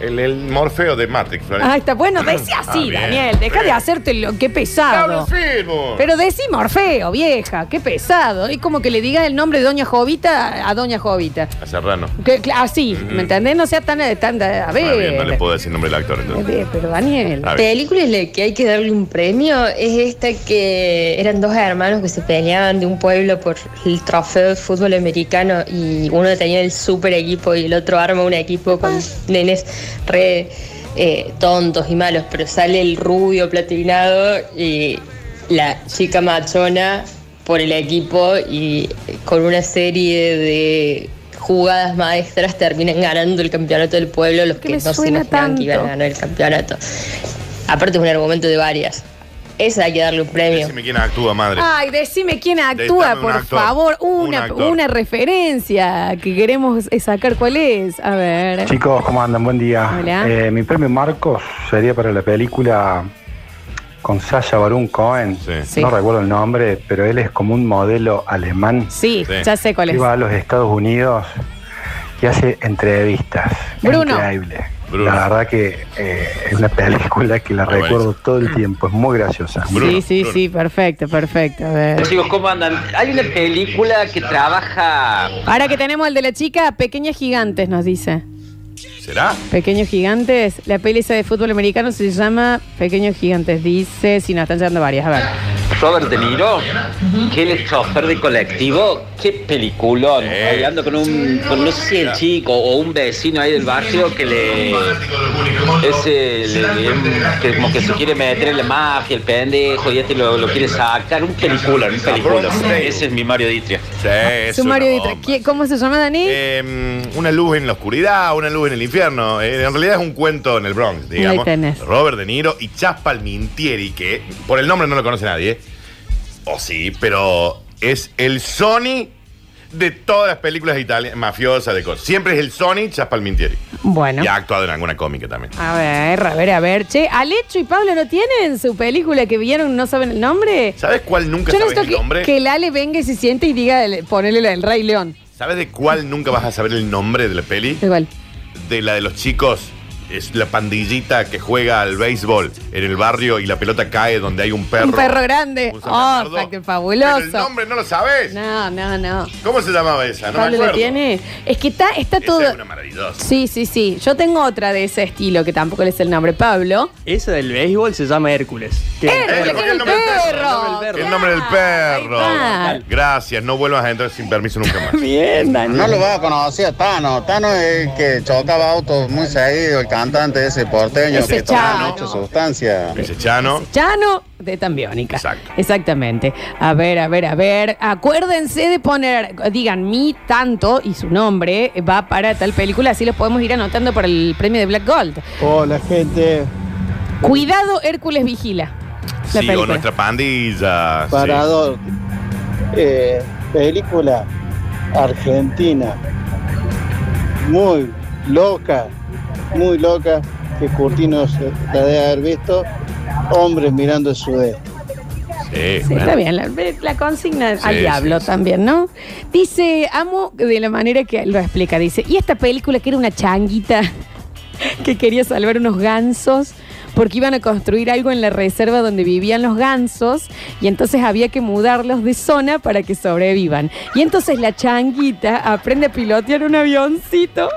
Speaker 3: El, el Morfeo de Matrix,
Speaker 2: Ah,
Speaker 3: Florencia.
Speaker 2: está bueno, decía
Speaker 3: Ah,
Speaker 2: así,
Speaker 3: bien,
Speaker 2: Daniel, deja
Speaker 3: bien.
Speaker 2: de hacerte lo que pesado.
Speaker 3: Laurel Fishburne.
Speaker 2: Pero decí Morfeo, vieja, qué pesado. Es como que le digas el nombre de Doña Jovita a Doña Jovita.
Speaker 3: A Serrano.
Speaker 2: Que- que- así, ¿me entendés? No sea tan, tan a ver.
Speaker 3: Ah, bien, no le puedo decir nombre del actor
Speaker 2: A
Speaker 3: entonces.
Speaker 2: ver, pero Daniel.
Speaker 3: A ver.
Speaker 12: película en la que hay que darle un premio es esta que eran dos hermanos que se peleaban de un pueblo por el trofeo de fútbol americano y uno tenía el super equipo y el otro arma un equipo con nenes re eh, tontos y malos, pero sale el rubio platinado y la chica machona por el equipo y con una serie de jugadas maestras terminan ganando el campeonato del pueblo los que,
Speaker 2: Que me
Speaker 12: no se
Speaker 2: suena
Speaker 12: imaginaban que iban a
Speaker 2: tanto.
Speaker 12: ganar el campeonato. Aparte es un argumento de varias. Esa hay que darle un premio.
Speaker 3: Decime quién actúa, madre.
Speaker 2: Ay, decime quién actúa,
Speaker 3: Dame un
Speaker 2: por
Speaker 3: actor,
Speaker 2: favor.
Speaker 3: un
Speaker 2: Una,
Speaker 3: actor.
Speaker 2: una referencia que queremos eh, sacar cuál es. A ver.
Speaker 13: Chicos, ¿cómo andan? Buen día.
Speaker 2: Hola.
Speaker 13: Eh, mi premio Marcos sería para la película con Sasha Baron Cohen.
Speaker 3: Sí.
Speaker 2: Sí.
Speaker 13: No recuerdo el nombre, pero él es como un modelo alemán
Speaker 2: Sí,
Speaker 3: Sí.
Speaker 2: ya sé cuál
Speaker 13: que
Speaker 2: es.
Speaker 13: va a los Estados Unidos y hace entrevistas.
Speaker 2: Bruno.
Speaker 13: Increíble.
Speaker 3: Bruno.
Speaker 13: La verdad que eh, es una película que la
Speaker 3: Muy
Speaker 13: recuerdo todo el tiempo. Es muy graciosa.
Speaker 3: Bruno,
Speaker 2: sí, sí,
Speaker 3: Bruno.
Speaker 2: sí, perfecto, perfecto. A ver.
Speaker 14: Chicos, ¿cómo andan? Hay una película que trabaja.
Speaker 2: Ahora que tenemos el de la chica, Pequeñas Gigantes nos dice.
Speaker 3: ¿Será?
Speaker 2: Pequeños Gigantes, la peli esa de fútbol americano se llama Pequeños Gigantes, dice, si nos están llegando varias, a ver.
Speaker 14: Robert De Niro, que él es chofer de colectivo, qué peliculón.
Speaker 3: Sí.
Speaker 14: Hablando con un, con no sé si el chico o un vecino ahí del barrio que le. Es el- el- que como que se quiere meter en la mafia, el pendejo, y este lo, lo quiere sacar. Un peliculón, un peliculón. Ese es mi Mario Ditria.
Speaker 3: Sí, es
Speaker 2: Sumario
Speaker 3: una
Speaker 2: de Tra-
Speaker 3: bomba.
Speaker 2: ¿Qui- ¿Cómo se llama, Dani?
Speaker 3: Eh, una luz en la oscuridad, una luz en el infierno. Eh, en realidad es un cuento en el Bronx, digamos.
Speaker 2: Ahí tenés.
Speaker 3: Robert De Niro y Chas Palmintieri, que por el nombre no lo conoce nadie. ¿eh? O sí, pero es el Sony de todas las películas italianas, mafiosas, de cosas. Siempre es el Sony Chas Palmintieri.
Speaker 2: bueno.
Speaker 3: Y ha actuado en alguna cómica también.
Speaker 2: A ver, a ver, a ver. Che, Alecho y Pablo no tienen su película que vieron, no saben el nombre.
Speaker 3: ¿Sabes cuál nunca
Speaker 2: Yo
Speaker 3: sabes
Speaker 2: necesito
Speaker 3: el nombre?
Speaker 2: que, que el Ale venga y se siente y diga, el- ponele la del Rey León.
Speaker 3: ¿Sabes de cuál nunca vas a saber el nombre de la peli?
Speaker 2: Igual.
Speaker 3: De la de los chicos es la pandillita que juega al béisbol en el barrio y la pelota cae donde hay un perro.
Speaker 2: Un perro grande. Oh, fa- qué fabuloso.
Speaker 3: Pero el nombre no lo sabes.
Speaker 2: No, no, no.
Speaker 3: ¿Cómo se llamaba esa? No me
Speaker 2: Pablo lo
Speaker 3: acuerdo.
Speaker 2: tiene. Es que está, está
Speaker 3: Esa
Speaker 2: todo.
Speaker 3: es una maravillosa.
Speaker 2: Sí, sí, sí. Yo tengo otra de ese estilo que tampoco le es el nombre. Pablo.
Speaker 15: Esa del béisbol se llama Hércules. Tiene-
Speaker 2: Hércules, que era el perro.
Speaker 3: El nombre del perro.
Speaker 2: Ahí
Speaker 3: Gracias, no vuelvas a entrar sin permiso nunca más.
Speaker 15: Bien, Daniel.
Speaker 16: No lo va a conocer, Tano. Tano es el que chocaba autos muy seguido, el cantante ese porteño
Speaker 2: Ese
Speaker 16: que tomaba
Speaker 2: Chano.
Speaker 16: mucha sustancia.
Speaker 3: Ese Chano.
Speaker 2: Chano de Tambiónica. Exactamente. A ver, a ver, a ver. Acuérdense de poner, digan mi tanto y su nombre va para tal película, así los podemos ir anotando para el premio de Black Gold.
Speaker 17: Hola, gente.
Speaker 2: Cuidado, Hércules vigila. La
Speaker 3: Sí, o
Speaker 2: película.
Speaker 3: nuestra pandilla. sí.
Speaker 17: Parador. Eh, película argentina. Muy loca. Muy loca. Que Curtino se- la debe haber visto. Hombres mirando el sudeste.
Speaker 3: Sí,
Speaker 2: Sí,
Speaker 17: bueno.
Speaker 2: está bien, la, la consigna
Speaker 17: Sí,
Speaker 2: al
Speaker 17: sí,
Speaker 2: diablo también, ¿no? Dice, amo de la manera que lo explica, dice, y esta película que era una changuita que quería salvar unos gansos porque iban a construir algo en la reserva donde vivían los gansos y entonces había que mudarlos de zona para que sobrevivan. Y entonces la changuita aprende a pilotear un avioncito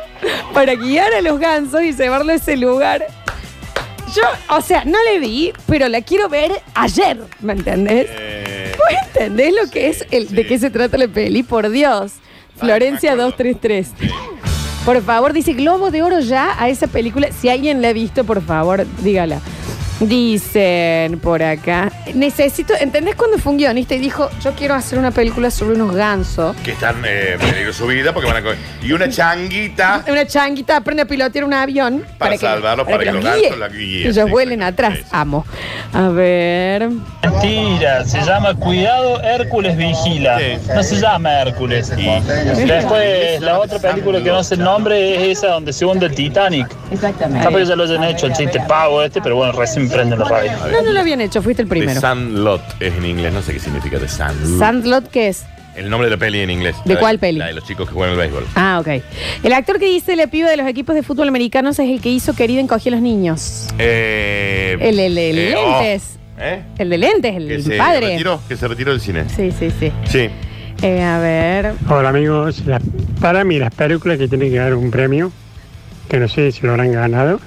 Speaker 2: para guiar a los gansos y llevarlo a ese lugar. Yo, o sea, no le vi, pero la quiero ver ayer, ¿me entendés?
Speaker 17: Eh,
Speaker 3: Eh,
Speaker 2: ¿Vos entendés lo que es el, de qué se trata la peli? Por Dios. Florencia 233. Por favor, dice Globo de Oro ya a esa película. Si alguien la ha visto, por favor, dígala. Dicen por acá. Necesito. ¿Entendés cuando fue un guionista y dijo, yo quiero hacer una película sobre unos gansos?
Speaker 3: Que están eh, en peligro su vida porque van a coger. Y una changuita
Speaker 2: Una changuita aprende a pilotear un avión
Speaker 3: para, salvarlos, para, que los
Speaker 2: guíe.
Speaker 3: gansos la
Speaker 2: Que
Speaker 3: guíen.
Speaker 2: ellos vuelen atrás. Amo. A ver.
Speaker 18: Mentira, se llama Cuidado Hércules Vigila. No se llama Hércules. Después, la otra película que no sé el nombre es esa donde se hunde el Titanic.
Speaker 2: Exactamente.
Speaker 18: Capaz que Ah, ya lo hayan hecho el chiste pavo este, pero bueno, recién prenden la radio.
Speaker 2: No, no lo habían hecho, fuiste el
Speaker 3: De
Speaker 2: primero.
Speaker 3: Sandlot es en inglés, no sé qué significa de Sandlot.
Speaker 2: Sandlot, ¿qué es?
Speaker 3: el nombre de la peli en inglés.
Speaker 2: ¿De
Speaker 3: La
Speaker 2: cuál peli?
Speaker 3: La de los chicos que juegan al béisbol.
Speaker 2: Ah, ok. El actor que dice la piba de los equipos de fútbol americanos es el que hizo Querida encogí a los niños.
Speaker 3: Eh,
Speaker 2: El, el de
Speaker 3: eh, oh,
Speaker 2: lentes.
Speaker 3: ¿Eh?
Speaker 2: El de lentes, el,
Speaker 3: Que se
Speaker 2: padre.
Speaker 3: retiró, que se retiró del cine.
Speaker 2: Sí, sí, sí.
Speaker 3: Sí.
Speaker 2: Eh, a ver.
Speaker 19: Hola amigos, Las- para mí las películas que tienen que dar un premio, que no sé si lo habrán ganado,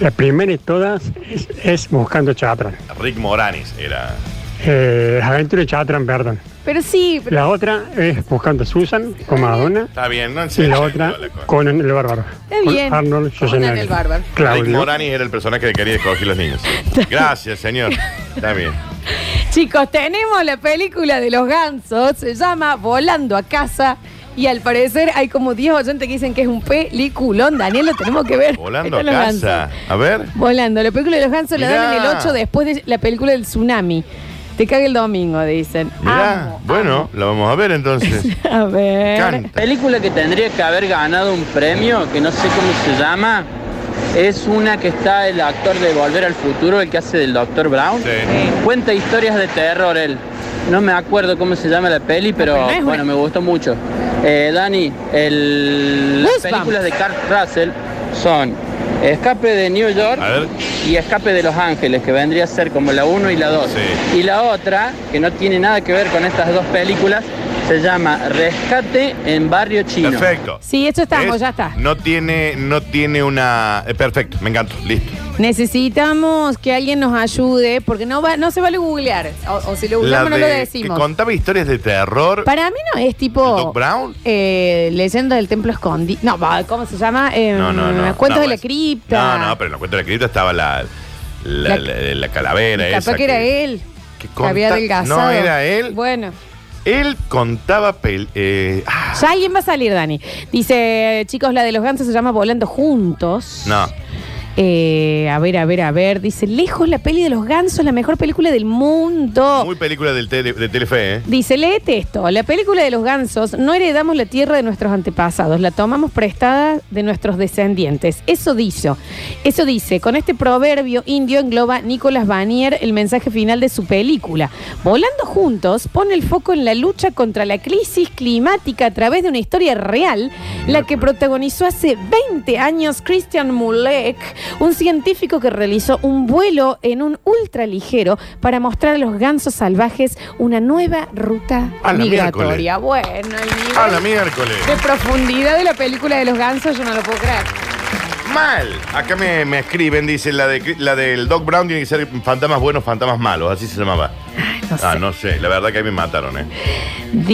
Speaker 19: la primera de todas es, es Buscando Chatran,
Speaker 3: Rick Moranis era.
Speaker 19: eh, Las Aventuras de Chatran, perdón.
Speaker 2: Pero sí.
Speaker 19: La otra es Buscando a Susan con Madonna
Speaker 3: Está bien, ¿no? En
Speaker 19: y
Speaker 3: serio.
Speaker 19: la otra con el Bárbaro.
Speaker 2: Está
Speaker 19: Con
Speaker 2: bien.
Speaker 19: Arnold Schwarzenegger.
Speaker 2: el bárbaro.
Speaker 19: Claudio.
Speaker 3: Rick Moranis era el personaje que quería escoger los niños. sí. Gracias, señor. Está bien.
Speaker 2: Chicos, tenemos la película de los gansos. Se llama Volando a casa. Y al parecer hay como 10 oyentes que dicen que es un peliculón. Daniel, lo tenemos que ver.
Speaker 3: Volando a
Speaker 2: Están los gansos.
Speaker 3: casa. A ver.
Speaker 2: Volando. La película de los Gansos la dan en
Speaker 3: Mirá.
Speaker 2: el 8 después de la película del tsunami. Te caga el domingo, dicen.
Speaker 3: Mirá, bueno, la vamos a ver entonces.
Speaker 2: Ah, a ver.
Speaker 15: Película que tendría que haber ganado un premio, que no sé cómo se llama, es una que está el actor de Volver al Futuro, el que hace del Dr. Brown. Cuenta historias de terror él. No me acuerdo cómo se llama la peli, pero
Speaker 20: pero no es una-
Speaker 15: bueno, me gustó mucho. Eh, Dani, el- las películas de Carl Russell son Escape de New York y Escape de Los Ángeles, que vendría a ser como la 1 y la 2. Y la otra, que no tiene nada que ver con estas dos películas, se llama Rescate en Barrio Chino.
Speaker 3: Perfecto.
Speaker 2: Sí, esto estamos,
Speaker 3: Es-
Speaker 2: ya está.
Speaker 3: No tiene, no tiene una. eh, perfecto, me encanta. Listo.
Speaker 2: Necesitamos que alguien nos ayude, porque no va, no se vale googlear. O, o si lo googleamos no lo
Speaker 3: de Que
Speaker 2: decimos.
Speaker 3: contaba historias de terror.
Speaker 2: Para mí no es tipo.
Speaker 3: Doc Brown?
Speaker 2: Eh, leyenda del templo escondido. No, va, ¿cómo se llama? Eh,
Speaker 3: No, no, no.
Speaker 2: Cuentos
Speaker 3: No,
Speaker 2: de la
Speaker 3: es-
Speaker 2: cripta.
Speaker 3: No, no, pero en la cuenta de la cripta estaba la, la,
Speaker 2: La-
Speaker 3: la- la calavera
Speaker 2: Capaz
Speaker 3: esa.
Speaker 2: que era él.
Speaker 3: que
Speaker 2: Que había
Speaker 3: conta-
Speaker 2: adelgazado.
Speaker 3: No, era él.
Speaker 2: Bueno.
Speaker 3: Él contaba. pel- eh, ah,
Speaker 2: Ya alguien va a salir, Dani. Dice, chicos, la de los gansos se llama Volando Juntos.
Speaker 3: no.
Speaker 2: Eh, a ver, a ver, a ver. Dice, lejos la peli de los gansos, la mejor película del mundo.
Speaker 3: Muy película del tele- de Telefe, ¿eh?
Speaker 2: Dice, léete esto. La película de los gansos, no heredamos la tierra de nuestros antepasados, la tomamos prestada de nuestros descendientes. Eso dice, eso dice, con este proverbio indio engloba Nicolás Banier el mensaje final de su película. Volando juntos, pone el foco en la lucha contra la crisis climática a través de una historia real, la que protagonizó hace 20 años Christian Mulek, un científico que realizó un vuelo en un ultraligero para mostrar a los gansos salvajes una nueva ruta
Speaker 3: A la
Speaker 2: migratoria. Bueno, el nivel
Speaker 3: A la miércoles.
Speaker 2: de profundidad de la película de los gansos, yo no lo puedo creer.
Speaker 3: Mal. Acá me, me escriben, dice, la, de, la del Doc Brown tiene que ser fantasmas buenos, fantasmas malos, así se llamaba. Ah, no sé, la verdad que ahí me mataron, ¿eh?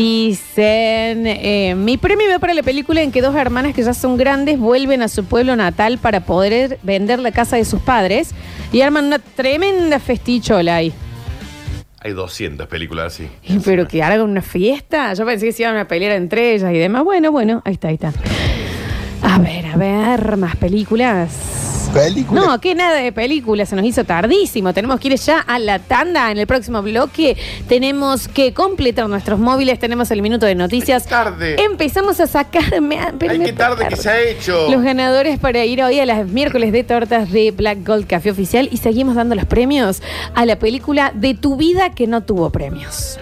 Speaker 2: Dicen, eh, mi premio va para la película en que dos hermanas que ya son grandes vuelven a su pueblo natal para poder vender la casa de sus padres y arman una tremenda festichola ahí.
Speaker 3: Hay 200 películas así.
Speaker 2: Y, Pero que hagan una fiesta. Yo pensé que se iban a pelear entre ellas y demás. Bueno, bueno, ahí está, ahí está. A ver, a ver, más películas. ¿Películas? No, que nada de películas, se nos hizo tardísimo. Tenemos que ir ya a la tanda en el próximo bloque. Tenemos que completar nuestros móviles, tenemos el minuto de noticias.
Speaker 3: tarde.
Speaker 2: Empezamos a sacarme. a- pero
Speaker 3: Ay,
Speaker 2: me-
Speaker 3: qué tarde que se ha hecho.
Speaker 2: Los ganadores para ir hoy a las miércoles de tortas de Black Gold Café Oficial y seguimos dando los premios a la película de tu vida que no tuvo premios.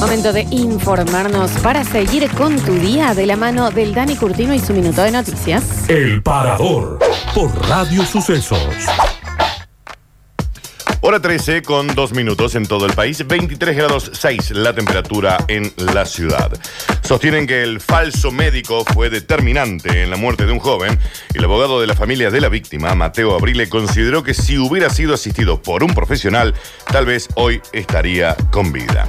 Speaker 2: Momento de informarnos para seguir con tu día de la mano del Dani Curtino y su minuto de noticias.
Speaker 21: El Parador por Radio Sucesos.
Speaker 3: Hora 13 con 2 minutos en todo el país, 23 grados 6 la temperatura en la ciudad. Sostienen que el falso médico fue determinante en la muerte de un joven. El abogado de la familia de la víctima, Mateo Abrile, consideró que si hubiera sido asistido por un profesional, tal vez hoy estaría con vida.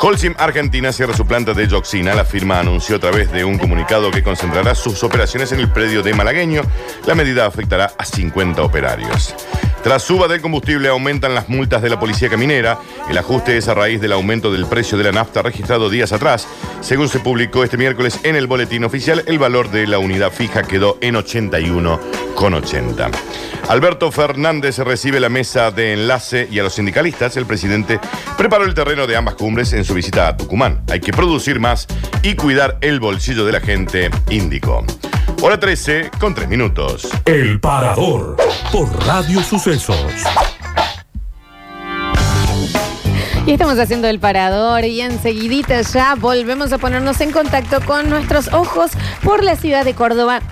Speaker 3: Holcim Argentina cierra su planta de Yoxina. La firma anunció a través de un comunicado que concentrará sus operaciones en el predio de Malagueño. La medida afectará a 50 operarios. Tras suba del combustible aumentan las multas de la policía caminera. El ajuste es a raíz del aumento del precio de la nafta registrado días atrás. Según se publicó este miércoles en el boletín oficial, el valor de la unidad fija quedó en 81,80. Alberto Fernández recibe la mesa de enlace y a los sindicalistas el presidente preparó el terreno de ambas cumbres en su visita a Tucumán. Hay que producir más y cuidar el bolsillo de la gente, indicó. Hora 13 con 3 minutos.
Speaker 21: El Parador por Radio Sucesos.
Speaker 2: Y estamos haciendo el parador y enseguidita ya volvemos a ponernos en contacto con nuestros ojos por la ciudad de Córdoba.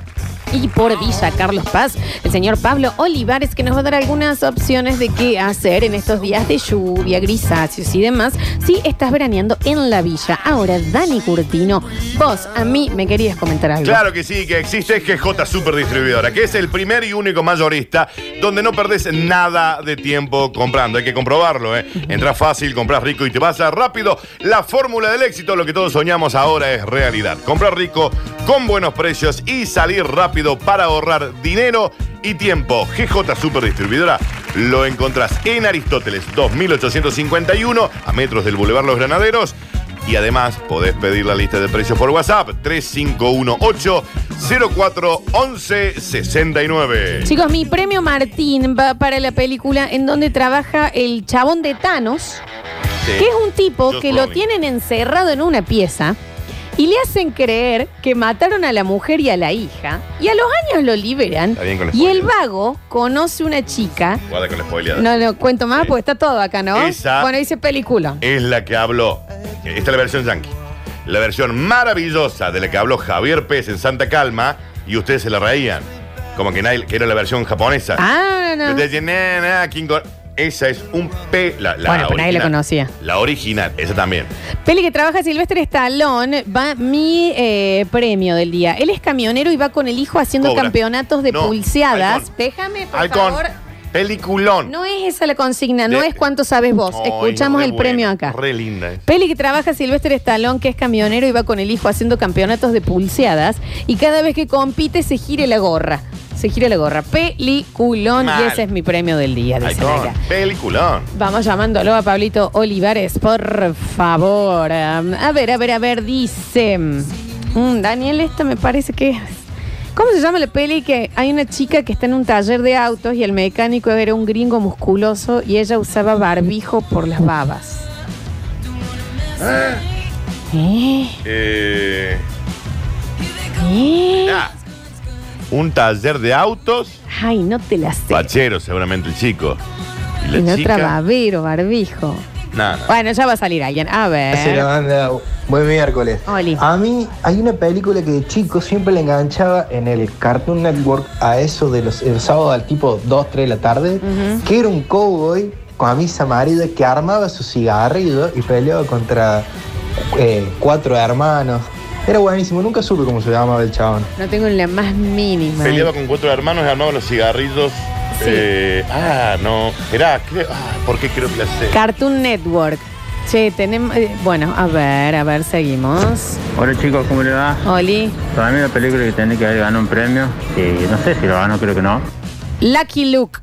Speaker 2: Y por Villa Carlos Paz, el señor Pablo Olivares, que nos va a dar algunas opciones de qué hacer en estos días de lluvia, grisáceos y demás, si estás veraneando en la villa. Ahora, Dani Curtino, vos a mí me querías comentar algo.
Speaker 3: Claro que sí, que existe GJ Super Distribuidora, que es el primer y único mayorista donde no perdés nada de tiempo comprando. Hay que comprobarlo, ¿eh? Entrás fácil, compras rico y te vas a rápido. La fórmula del éxito, lo que todos soñamos ahora es realidad. Comprar rico con buenos precios y salir rápido para ahorrar dinero y tiempo. GJ Super Distribuidora lo encontrás en Aristóteles 2851, a metros del Boulevard Los Granaderos. Y además podés pedir la lista de precios por WhatsApp 3518-041169.
Speaker 2: Chicos, mi premio Martín va para la película en donde trabaja el chabón de Thanos,
Speaker 3: Sí.
Speaker 2: que es un tipo
Speaker 3: Josh
Speaker 2: que lo
Speaker 3: Brolin.
Speaker 2: tienen encerrado en una pieza y le hacen creer que mataron a la mujer y a la hija, y a los años lo liberan.
Speaker 3: Está bien con la
Speaker 2: Y el
Speaker 3: spoiler.
Speaker 2: vago conoce una chica.
Speaker 3: Guarda con la spoileada.
Speaker 2: No lo cuento más porque está todo acá, ¿no?
Speaker 3: Esa-
Speaker 2: Bueno, dice película.
Speaker 3: Es la que habló. Esta es la versión yankee. La versión maravillosa de la que habló Javier Pérez en Santa Calma y ustedes se la reían. Como que, nadie- que era la versión japonesa.
Speaker 2: Ah,
Speaker 3: Y
Speaker 2: no.
Speaker 3: ustedes dicen, "Nah, nah, King Kong". Esa es un P. La, la
Speaker 2: Bueno, pero nadie la
Speaker 3: original.
Speaker 2: conocía.
Speaker 3: La original, esa también.
Speaker 2: Peli que trabaja Silvestre Stallone va mi eh, premio del día. Él es camionero y va con el hijo haciendo
Speaker 3: Cobra.
Speaker 2: campeonatos de
Speaker 3: No,
Speaker 2: pulseadas. Déjame, por
Speaker 3: Halcón.
Speaker 2: favor.
Speaker 3: Peliculón.
Speaker 2: No es esa la consigna, no
Speaker 3: De-
Speaker 2: es cuánto sabes vos.
Speaker 3: Ay,
Speaker 2: Escuchamos
Speaker 3: re
Speaker 2: el
Speaker 3: buena,
Speaker 2: premio acá.
Speaker 3: Re linda. eh.
Speaker 2: Peli que trabaja Silvestre Stallone, que es camionero y va con el hijo haciendo campeonatos de pulseadas. Y cada vez que compite se gire la gorra. Se se gira la gorra. Peliculón.
Speaker 3: Mal.
Speaker 2: Y ese es mi premio del día, dicen
Speaker 3: Icon,
Speaker 2: acá.
Speaker 3: peliculón.
Speaker 2: Vamos llamándolo a Pablito Olivares, por favor. Um, A ver, a ver, a ver, dice. Mm, Daniel, esta me parece que es. ¿Cómo se llama la peli que hay una chica que está en un taller de autos y el mecánico era un gringo musculoso y ella usaba barbijo por las babas? ¿Eh?
Speaker 3: Eh,
Speaker 2: ¿Eh?
Speaker 3: ah, un taller de autos.
Speaker 2: Ay, no te la sé.
Speaker 3: Bachero, seguramente el chico. Y la
Speaker 2: En otra
Speaker 3: chica.
Speaker 2: babero, barbijo.
Speaker 3: Nada.
Speaker 2: Bueno, ya va a salir alguien. A
Speaker 22: Gracias, la
Speaker 2: ver.
Speaker 22: banda. Buen miércoles.
Speaker 2: Oli.
Speaker 22: A mí hay una película que de chico siempre le enganchaba en el Cartoon Network a eso de los el sábado al tipo 2, 3 de la tarde, que era un cowboy con camisa amarilla que armaba su cigarrillo y peleaba contra eh, cuatro hermanos. Era buenísimo, nunca supe cómo se llamaba el chabón.
Speaker 2: No tengo la más mínima.
Speaker 3: Peleaba con cuatro hermanos y armaba los cigarrillos. Eh, ah, no. Esperá, creo, ah, ¿por qué creo que la sé?
Speaker 2: Cartoon Network. Che, tenemos. eh, bueno, a ver, a ver, seguimos.
Speaker 23: Hola chicos, ¿cómo le va?
Speaker 2: Oli.
Speaker 23: Para mí la película que tiene que haber ganado un premio, que no sé si lo ganó, creo que no.
Speaker 2: Lucky Luke.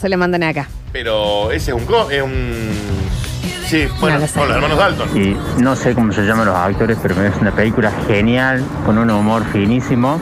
Speaker 2: Se le mandan acá.
Speaker 3: Pero ese es un. co- Es un sí, bueno,
Speaker 2: No lo sé.
Speaker 3: con los hermanos Dalton.
Speaker 23: Y no sé cómo se llaman los actores, pero es una película genial, con un humor finísimo.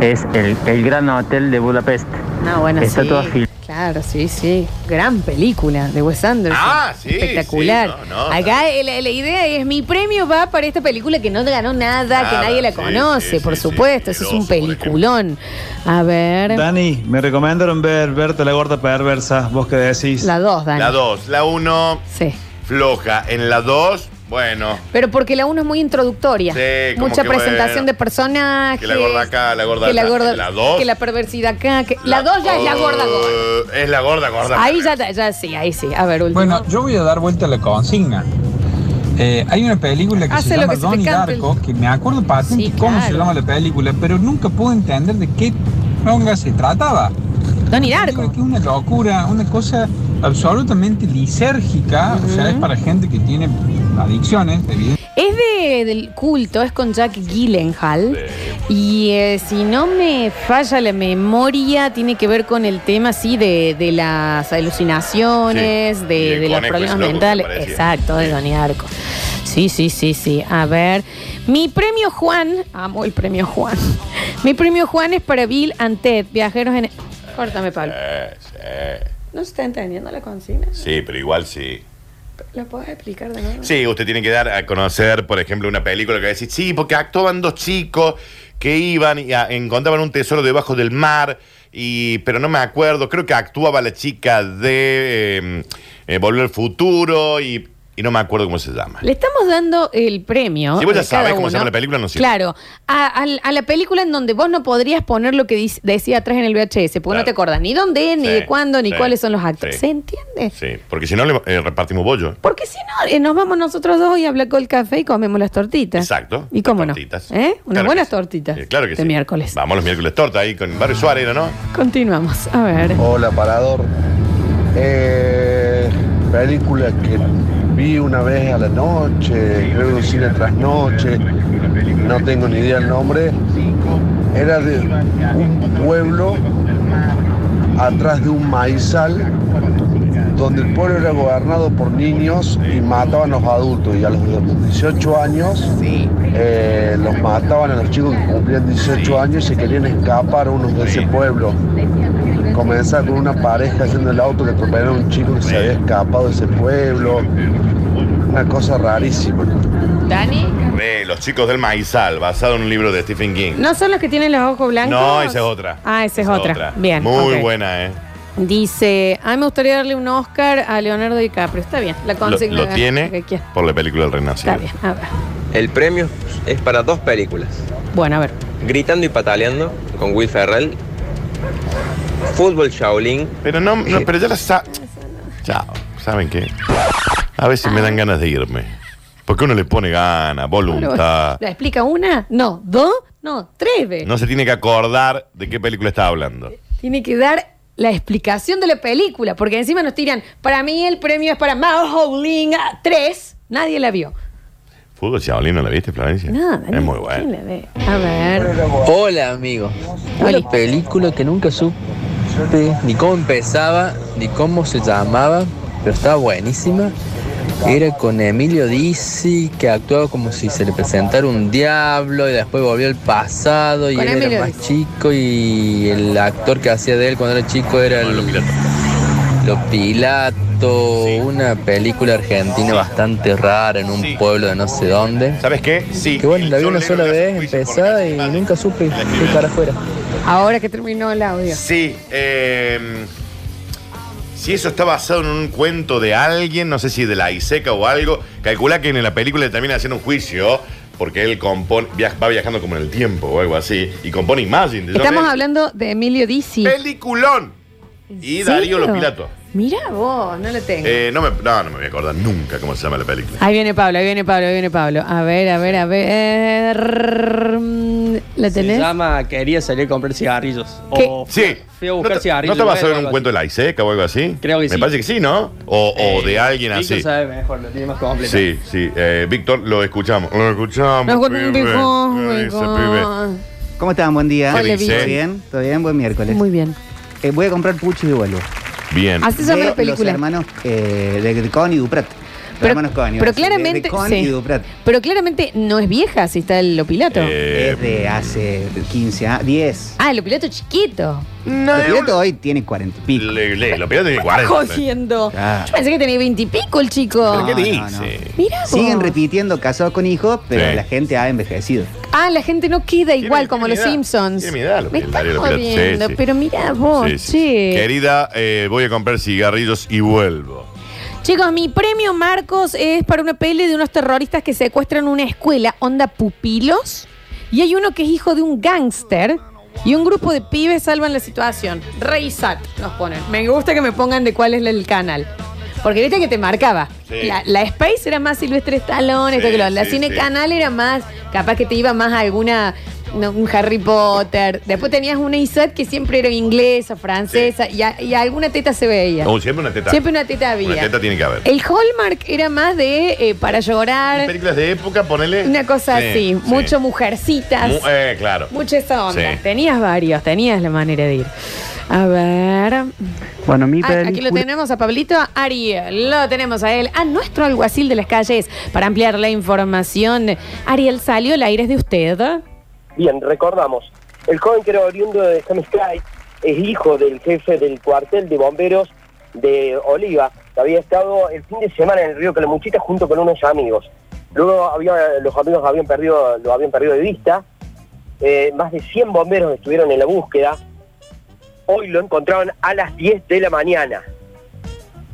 Speaker 23: Es el, el Gran Hotel de Budapest.
Speaker 2: No, Ah, bueno,
Speaker 23: Está
Speaker 2: sí.
Speaker 23: toda fil-
Speaker 2: Claro, sí, sí. Gran película de Wes Anderson.
Speaker 23: Ah, sí,
Speaker 2: Espectacular.
Speaker 23: sí, no, no,
Speaker 2: acá eh, la, la idea es: mi premio va para esta película que no ganó nada, que
Speaker 24: Nada,
Speaker 2: nadie la
Speaker 24: sí,
Speaker 2: conoce,
Speaker 24: sí,
Speaker 2: por
Speaker 24: sí,
Speaker 2: supuesto. Eso es un peliculón. A ver.
Speaker 24: Dani, me recomendaron ver Berta la gorda perversa. ¿Vos qué decís?
Speaker 2: La dos, Dani.
Speaker 3: La 2, la 1.
Speaker 2: Sí.
Speaker 3: Floja. En la 2, bueno.
Speaker 2: Pero porque la 1 es muy introductoria.
Speaker 3: Sí, como
Speaker 2: Mucha
Speaker 3: que,
Speaker 2: presentación
Speaker 3: bueno,
Speaker 2: de personajes.
Speaker 3: Que la gorda acá, la gorda
Speaker 2: que la
Speaker 3: acá.
Speaker 2: gorda-
Speaker 3: La 2.
Speaker 2: que la perversidad acá. que- la 2 ya es la gorda gorda.
Speaker 3: Es la gorda, gorda.
Speaker 2: Ahí ya, ya sí, ahí sí. A ver, último.
Speaker 11: Bueno, yo voy a dar vuelta a la consigna. Eh, hay una película que
Speaker 2: Hace
Speaker 11: se
Speaker 2: lo
Speaker 11: llama
Speaker 2: que se te
Speaker 11: Donnie
Speaker 2: cante el-
Speaker 11: Darko, que me acuerdo patente
Speaker 2: Sí,
Speaker 11: cómo
Speaker 2: claro.
Speaker 11: se llama la película, pero nunca pude entender de qué manga se trataba.
Speaker 2: Donnie Darko.
Speaker 11: Que es una locura, una cosa absolutamente lisérgica, o sea, es para gente que tiene adicciones, evidentemente.
Speaker 2: Es de, del culto, es con Jack Gyllenhaal. Y eh, si no me falla la memoria, tiene que ver con el tema, sí, de, de las alucinaciones,
Speaker 25: Sí, y
Speaker 2: de,
Speaker 25: el
Speaker 2: de los
Speaker 25: conejo ese
Speaker 2: problemas
Speaker 25: loco que
Speaker 2: mentales.
Speaker 25: aparecía.
Speaker 2: Exacto, de Donnie Darko. Sí, sí, sí, sí. A ver. Mi premio Juan, amo el premio Juan. Mi premio Juan es para Bill and Ted, viajeros en. Córtame, Pablo.
Speaker 25: Eh,
Speaker 3: Sí,
Speaker 2: ¿No se está entendiendo la consigna?
Speaker 3: sí, pero igual sí.
Speaker 2: ¿Lo puedes explicar de nuevo?
Speaker 3: Sí, usted tiene que dar a conocer, por ejemplo, una película que va a decir, sí, porque actuaban dos chicos que iban y ah, encontraban un tesoro debajo del mar, y, pero no me acuerdo, creo que actuaba la chica de eh, eh, Volver al Futuro y, y no me acuerdo cómo se llama.
Speaker 2: Le estamos dando el premio.
Speaker 3: Si vos ya
Speaker 2: de cada
Speaker 3: sabés cómo se
Speaker 2: uno.
Speaker 3: llama la película, no sirve.
Speaker 2: Claro, a, al- a la película en donde vos no podrías poner lo que dice- decía atrás en el VHS, porque no te acordás ni dónde, es, ni
Speaker 3: Sí,
Speaker 2: de cuándo, ni
Speaker 3: sí,
Speaker 2: cuáles son los actores.
Speaker 3: sí.
Speaker 2: ¿Se entiende?
Speaker 3: Sí, porque si no le eh, repartimos bollo.
Speaker 2: Porque si no, eh, nos vamos nosotros dos y a Black Gold Café y comemos las tortitas.
Speaker 3: Exacto.
Speaker 2: ¿Y cómo no?
Speaker 3: tortitas.
Speaker 2: ¿Eh? Unas
Speaker 3: Claro
Speaker 2: buenas
Speaker 3: que sí.
Speaker 2: tortitas.
Speaker 3: Eh, claro
Speaker 2: de
Speaker 3: que sí.
Speaker 2: miércoles.
Speaker 3: Vamos los miércoles torta ahí con Barrio Suárez, ¿no?
Speaker 2: Continuamos, a ver.
Speaker 26: Hola, parador. Eh, película que vi una vez a la noche, creo en un cine tras noche, no tengo ni idea el nombre. Era de un pueblo atrás de un maizal donde el pueblo era gobernado por niños y mataban a los adultos y a los 18 años eh, los mataban a los chicos que cumplían 18 años y se querían escapar unos de ese pueblo. Comenzaba con una pareja haciendo el auto que atropelló a un chico que se había escapado de ese pueblo. Una cosa rarísima.
Speaker 2: Dani,
Speaker 3: Eh, los chicos del Maizal, basado en un libro de Stephen King.
Speaker 2: ¿no son los que tienen los ojos blancos?
Speaker 3: No, esa es otra.
Speaker 2: Ah, esa es otra. Bien.
Speaker 3: Muy
Speaker 2: ok.
Speaker 3: buena, ¿eh?
Speaker 2: Dice, a mí me gustaría darle un Oscar a Leonardo DiCaprio. Está bien, la
Speaker 25: Lo-
Speaker 2: consigna.
Speaker 25: lo tiene.
Speaker 2: Ok, ¿quién?
Speaker 25: Por la película El
Speaker 2: Está
Speaker 25: Renacido.
Speaker 2: bien, a ver.
Speaker 25: El premio es para dos películas.
Speaker 2: Bueno, a ver.
Speaker 25: Gritando y pataleando con Will Ferrell. Fútbol Shaolin.
Speaker 3: Pero no, no, pero ya la sa- Chao. ¿Saben qué? A veces me dan ganas de irme. Porque uno le pone gana, voluntad.
Speaker 2: ¿La explica una? No, dos, no, tres veces.
Speaker 3: No se tiene que acordar de qué película está hablando.
Speaker 2: Tiene que dar la explicación de la película, porque encima nos tiran, para mí el premio es para Mao Howling 3, nadie la vio.
Speaker 3: Fútbol Shaolin, ¿no la viste, Florencia?
Speaker 21: Nada,
Speaker 3: Es muy bueno.
Speaker 21: A ver.
Speaker 1: Hola amigos, una película que nunca supe ni cómo empezaba ni cómo se llamaba, pero estaba buenísima. Era con Emilio Dizzi que actuaba como si se le presentara un diablo y después volvió al pasado y
Speaker 2: Con
Speaker 1: él
Speaker 2: Emilio
Speaker 1: era más chico y el actor que hacía de él cuando era chico era el Lo Pilato, una película argentina bastante rara en un pueblo de no sé dónde.
Speaker 3: ¿Sabes qué? Sí.
Speaker 1: Que bueno, la vi una sola vez empezada y nunca supe qué carajo era.
Speaker 2: Ahora que terminó el audio.
Speaker 3: Sí, eh, si eso está basado en un cuento de alguien, no sé si de la Iseca o algo, calcula que en la película le termina haciendo un juicio porque él compone, viaj- va viajando como en el tiempo o algo así y compone Imagine. de John
Speaker 2: Estamos
Speaker 3: Lennon.
Speaker 2: hablando de Emilio Dizzi.
Speaker 3: Peliculón. Y Darío
Speaker 2: serio?
Speaker 3: Lopilato.
Speaker 2: Mira vos, no lo tengo.
Speaker 3: Eh, no, me, no, no me voy a acordar nunca cómo se llama la película.
Speaker 2: Ahí viene Pablo, ahí viene Pablo, ahí viene Pablo. A ver, a ver, a ver. Mm, ¿La
Speaker 5: Se
Speaker 2: tenés?
Speaker 5: llama Quería salir a comprar cigarrillos.
Speaker 2: ¿Qué?
Speaker 5: O
Speaker 3: Sí.
Speaker 5: Fui a
Speaker 3: ¿No,
Speaker 5: buscar
Speaker 3: está- no
Speaker 5: cigarrillos.
Speaker 3: está basado en
Speaker 5: algo
Speaker 3: un
Speaker 5: así.
Speaker 3: cuento de la Iseca o algo así? Creo que me
Speaker 5: sí.
Speaker 3: parece que sí, ¿no? O, o
Speaker 5: Eh,
Speaker 3: de alguien
Speaker 5: Víctor
Speaker 3: así.
Speaker 5: sabe mejor, lo tiene más completo.
Speaker 3: Sí, sí. Eh, Víctor, lo escuchamos. Lo escuchamos.
Speaker 5: Nos cuenta un
Speaker 3: pibe.
Speaker 5: pico,
Speaker 3: Ay, ese pibe.
Speaker 11: ¿Cómo están? Buen día.
Speaker 3: Hola, Bien. Vicky.
Speaker 11: ¿Todo bien? ¿Todo bien? Buen miércoles.
Speaker 2: Muy bien.
Speaker 11: Eh, voy a comprar puchos y vuelvo.
Speaker 3: Bien.
Speaker 2: Así se llama
Speaker 11: De
Speaker 2: la película.
Speaker 11: Los hermanos eh, de, de Connie Duprat. Los
Speaker 2: Pero-
Speaker 11: hermanos Connie.
Speaker 2: pero
Speaker 11: o sea, de-
Speaker 2: claramente-
Speaker 11: De Connie
Speaker 2: sí.
Speaker 11: y Duprat.
Speaker 2: Pero claramente no es vieja si está el Lopilato.
Speaker 11: es de hace 15 años, 10.
Speaker 2: Ah, el Lopilato chiquito.
Speaker 11: No, el piloto hoy tiene 40 y pico.
Speaker 3: Lo piloto tiene
Speaker 2: Está jodiendo.
Speaker 11: Claro.
Speaker 2: Yo pensé que tenía 20 y pico el chico.
Speaker 11: No, no, no.
Speaker 2: Mirá
Speaker 11: Siguen
Speaker 2: vos.
Speaker 11: repitiendo casados con hijos, pero la gente ha envejecido.
Speaker 2: Ah, la gente no queda igual como los Simpsons.
Speaker 11: tiene mi edad,
Speaker 2: Me está
Speaker 3: Darío Lopilato. Sí,
Speaker 2: jodiendo,
Speaker 3: sí.
Speaker 2: pero mirá vos,
Speaker 3: Sí, sí,
Speaker 2: che.
Speaker 3: Querida, eh, voy a comprar cigarrillos y vuelvo.
Speaker 2: Chicos, mi premio Marcos es para una peli de unos terroristas que secuestran una escuela, onda pupilos, y hay uno que es hijo de un gángster y un grupo de pibes salvan la situación. Reisat nos ponen. Me gusta que me pongan de cuál es el canal. Porque viste que te marcaba.
Speaker 21: Sí.
Speaker 2: La, la Space era más Silvestre Stallone, esto
Speaker 21: Sí,
Speaker 2: que lo- la
Speaker 21: sí,
Speaker 2: Cine
Speaker 21: sí.
Speaker 2: Canal era más, capaz que te iba más a alguna, no, un Harry Potter. Después tenías una ISAT que siempre era inglesa, francesa, y, a- y alguna teta se veía.
Speaker 3: No, siempre una teta.
Speaker 2: Siempre una teta había.
Speaker 3: Una teta tiene que haber.
Speaker 2: El Hallmark era más de eh, para llorar,
Speaker 3: Películas de época, ponele.
Speaker 2: una cosa
Speaker 3: Sí,
Speaker 2: así,
Speaker 3: sí.
Speaker 2: mucho mujercitas,
Speaker 3: Mu- eh, claro.
Speaker 2: mucha esa onda.
Speaker 3: Sí.
Speaker 2: Tenías varios, tenías la manera de ir. A ver.
Speaker 11: Bueno, mi
Speaker 2: Ah, aquí lo tenemos a Pablito Ariel, lo tenemos a él, a nuestro alguacil de las calles. Para ampliar la información, Ariel salió, el aire es de usted.
Speaker 7: Bien, recordamos. El joven que era oriundo de Sky es hijo del jefe del cuartel de bomberos de Oliva, que había estado el fin de semana en el río Calamuchita junto con unos amigos. Luego había, los amigos habían perdido, lo habían perdido de vista. Eh, más de 100 bomberos estuvieron en la búsqueda. Hoy lo encontraron a las 10 de la mañana.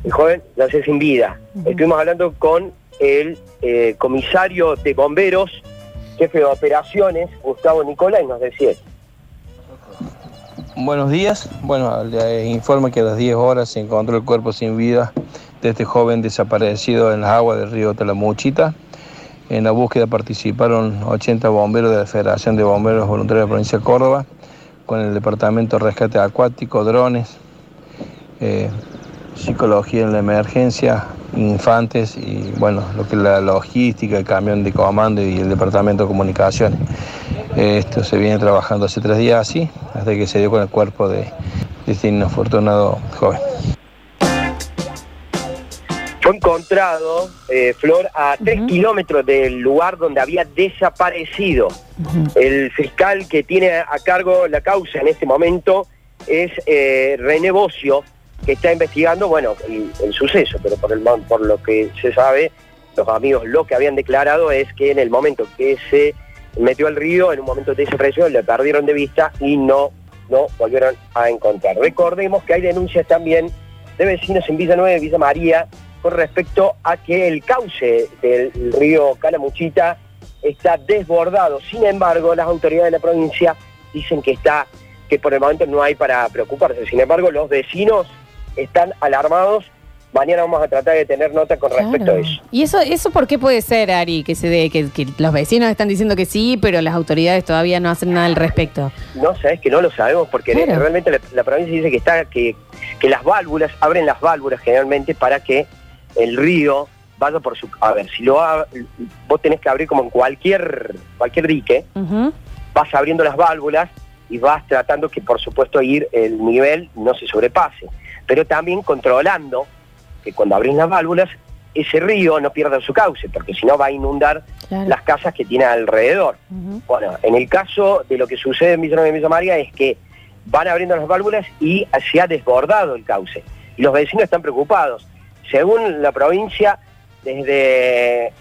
Speaker 7: El joven nació sin vida. Estuvimos hablando con el eh, comisario de bomberos jefe de operaciones, Gustavo Nicolás, nos decía,
Speaker 1: Buenos días. Bueno, le informo que a las 10 horas se encontró el cuerpo sin vida de este joven desaparecido en las aguas del río Talamuchita. En la búsqueda participaron 80 bomberos de la Federación de Bomberos Voluntarios de la Provincia de Córdoba, con el Departamento de Rescate Acuático, drones, eh, psicología en la emergencia, infantes y bueno, lo que es la logística, el camión de comando y el Departamento de Comunicaciones. Esto se viene trabajando hace tres días así, hasta que se dio con el cuerpo de, de este inafortunado joven.
Speaker 7: fue encontrado, eh, Flor, a tres kilómetros del lugar donde había desaparecido. El fiscal que tiene a cargo la causa en este momento es eh, René Bocio, que está investigando, bueno, el, el suceso, pero por, el, mo- por lo que se sabe, los amigos lo que habían declarado es que en el momento que se metió al río, en un momento de desapareció, le perdieron de vista y no, no volvieron a encontrar. Recordemos que hay denuncias también de vecinos en Villa 9, Villa María, con respecto a que el cauce del río Calamuchita está desbordado. Sin embargo, las autoridades de la provincia dicen que está, que por el momento no hay para preocuparse. Sin embargo, los vecinos están alarmados. Mañana vamos a tratar de tener nota con respecto a eso.
Speaker 2: ¿Y eso, eso por qué puede ser, Ari, que se dé, que, que los vecinos están diciendo que sí, pero las autoridades todavía no hacen nada al respecto?
Speaker 7: No, sabes que no lo sabemos porque
Speaker 2: Claro.
Speaker 7: realmente la, la provincia dice que está que, que las válvulas, abren las válvulas generalmente para que el río vaya por su... A ver, si lo ha- vos tenés que abrir como en cualquier, cualquier dique, vas abriendo las válvulas y vas tratando que por supuesto ir el nivel no se sobrepase, pero también controlando que cuando abrís las válvulas ese río no pierda su cauce, porque si no va a inundar las casas que tiene alrededor. Bueno, en el caso de lo que sucede en Villanueva y Villa María es que van abriendo las válvulas y se ha desbordado el cauce. Y los vecinos están preocupados. Según la provincia, desde